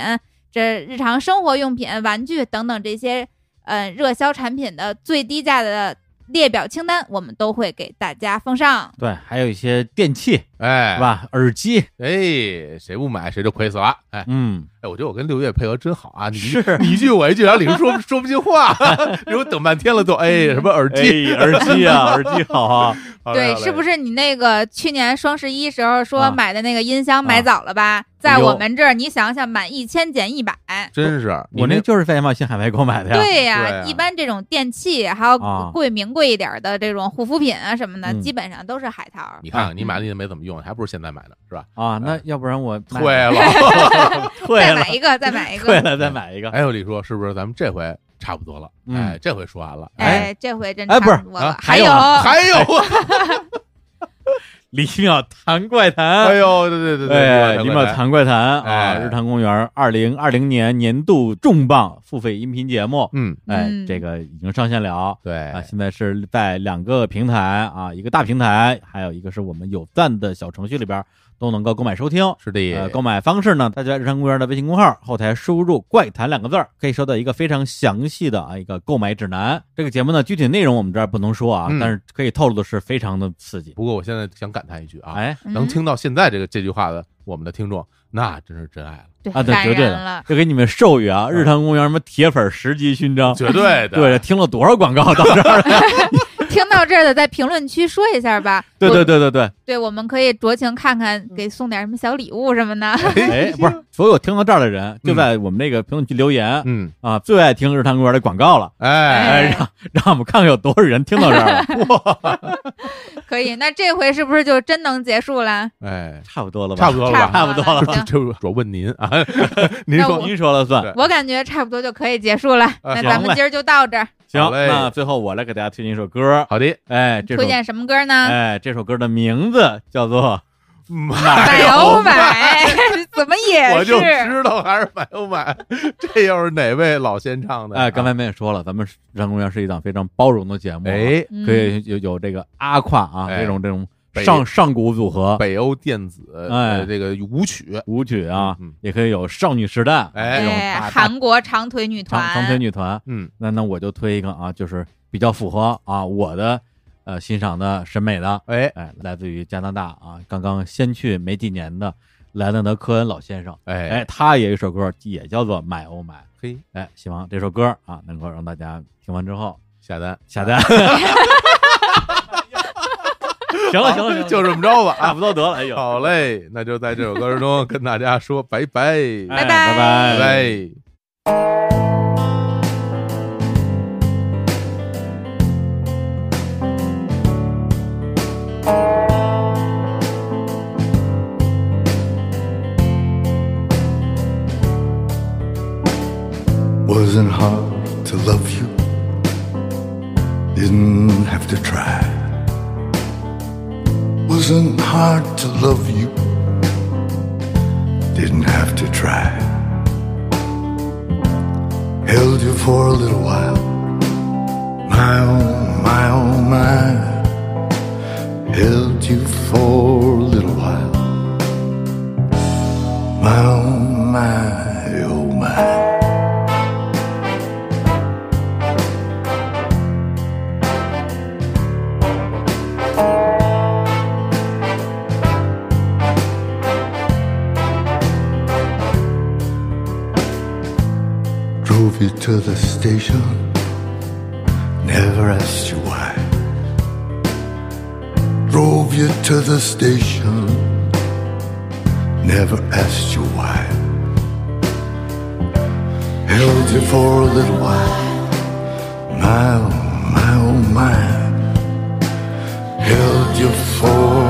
D: 这日常生活用品、玩具等等这些，嗯，热销产品的最低价的列表清单，我们都会给大家奉上。
B: 对，还有一些电器
C: 哎，
B: 是？吧？耳机，
C: 哎，谁不买谁就亏死了。哎
B: 嗯，
C: 哎，我觉得我跟六月配合真好啊，你
B: [LAUGHS]
C: 一
B: 是
C: 你一句我一句，然后李叔说 [LAUGHS] 说不清话，李叔等半天了都。哎，什么耳机？
B: [LAUGHS] 哎耳机啊，耳机好 [LAUGHS] 啊，
C: 好嘞
D: 对，
C: 好嘞
D: 是不是你那个去年双十一时候
B: 啊
D: 说买的那个音箱买早了吧？
C: 哎
D: 在
C: 呦
D: 我们这儿，你想想，满一千减一百。
B: 哎
C: 真是
B: 我那就是在亚马逊海外购买的呀。
D: 对呀、
C: 对啊
D: 一般这种电器还有
B: 啊
D: 贵名贵一点儿的这种护肤品啊什么的，
B: 嗯
D: 基本上都是海淘。
C: 你看看你买了也没怎么用，还不如现在买呢，是吧？
B: 啊，那要不然我买 [LAUGHS]
C: 退了。
B: 退
D: 再
B: 了
D: 买一个，再买一
B: 退
D: 个。
B: 了再买一个。
C: 哎呦，李叔，是不是咱们这回差不多了？
B: 嗯
C: 哎，这回说完了。
D: 哎，这回真
B: 哎不是
D: 差多了
C: 啊
B: 还有
D: 有
B: 啊
C: 还有啊！
B: 李淼谈怪谈，
C: 哎
B: [LAUGHS]
C: 呦，对对对对，
B: 李淼谈怪谈啊，
C: 哎
B: 日坛公园二零二零年年度重磅付费音频节目，
C: 嗯，
B: 哎，
D: 嗯
B: 这个已经上线了。
C: 对
B: 啊，现在是在两个平台啊，一个大平台，还有一个是我们有赞的小程序里边都能够购买收听。
C: 是的，
B: 呃，购买方式呢，大家在日常公园的微信公号后台输入“怪谈”两个字儿，可以收到一个非常详细的啊一个购买指南。这个节目呢，具体内容我们这儿不能说啊，
C: 嗯
B: 但是可以透露的是非常的刺激。
C: 不过我现在想感叹一句啊，
B: 哎
D: 嗯
C: 能听到现在这个这句话的我们的听众，那真是真爱
B: [LAUGHS]
C: 了，
D: 对
B: 啊，对，
D: 感
B: 绝对
D: 人
B: 的
D: 了，，
B: 就给你们授予啊，日坛公园什么铁粉十级勋章。
C: 绝对的，
B: 对，听了多少广告到这
C: [LAUGHS]
B: 儿？。
D: 听到这儿的，在评论区说一下吧
B: 对对嗯
D: 我
B: 对对对，
D: 对，我们可以酌情看看，给送点什么小礼物什么的。
B: 哎，不是，所有听到这儿的人就在我们那个评论区留言
C: 嗯，
B: 啊，最爱听日坛公园的广告了，
C: 哎，
B: 哎，让让我们看看有多少人听到这儿
C: [LAUGHS]
B: 了，
D: 可以，那这回是不是就真能结束了？
C: 哎，
B: 差不多了吧？
C: 差不多了吧？
D: 差不多了
C: 这
D: 行
C: 这我问您啊， [LAUGHS] 您
D: 那
C: 说
D: 我
B: 您说了算。
C: 对
D: 我感觉差不多就可以结束了。
C: 哎
D: 那咱
B: 行嘞
D: 们今儿就到这儿，
B: 行
C: 好，嘞
B: 那最后我来给大家推荐一首歌，
C: 好的，
B: 哎，这首
D: 推荐啊什么歌呢？
B: 哎这首歌的名字叫
D: [LAUGHS]
B: 做哎
D: 买
C: 欧
D: 哦买， [LAUGHS] 怎么也
C: 我就是知道还是买不买，这又是哪位老先唱的啊？
B: 哎，刚才我也说了，咱们日常公园是一档非常包容的节目，，啊
C: 哎，
D: 嗯
B: 可以有有这个阿胯啊
C: 哎
B: 这种这种
C: 北
B: 上上古组合
C: 北欧电子，
B: 哎
C: 呃这个舞曲，
B: 舞曲啊
C: 嗯嗯，
B: 也可以有少女时代
C: 哎
B: 这种
D: 哎
B: 大大
D: 韩国长腿女
B: 长
D: 团，
B: 长腿女团，
C: 嗯，
B: 那那我就推一个啊，就是比较符合啊我的呃欣赏的审美的，
C: 哎
B: 哎，来自于加拿大啊，刚刚先去没几年的莱昂纳德·科恩老先生。
C: 哎
B: 哎，他也有一首歌，也叫做《买哦买》。
C: 嘿，
B: 哎，希望这首歌啊，能够让大家听完之后
C: 下单
B: 下
C: [LAUGHS]
B: 单。行了行了，行了
C: 就这么着吧
B: 差
C: 啊。
B: 不多得了。哎呦，
C: 好嘞，那就在这首歌之中跟大家说拜拜，
B: 哎
D: 拜
B: 拜
C: 拜拜。
F: Wasn't hard to love you. Didn't have to try. Wasn't hard to love you. Didn't have to try. Held you for a little while. My oh, my oh, my. Held you for a little while. My oh, my oh, my. Drove you to the station. Never asked you why. Drove you to the station. Never asked you why. held you for a little while. My oh my oh my, held you for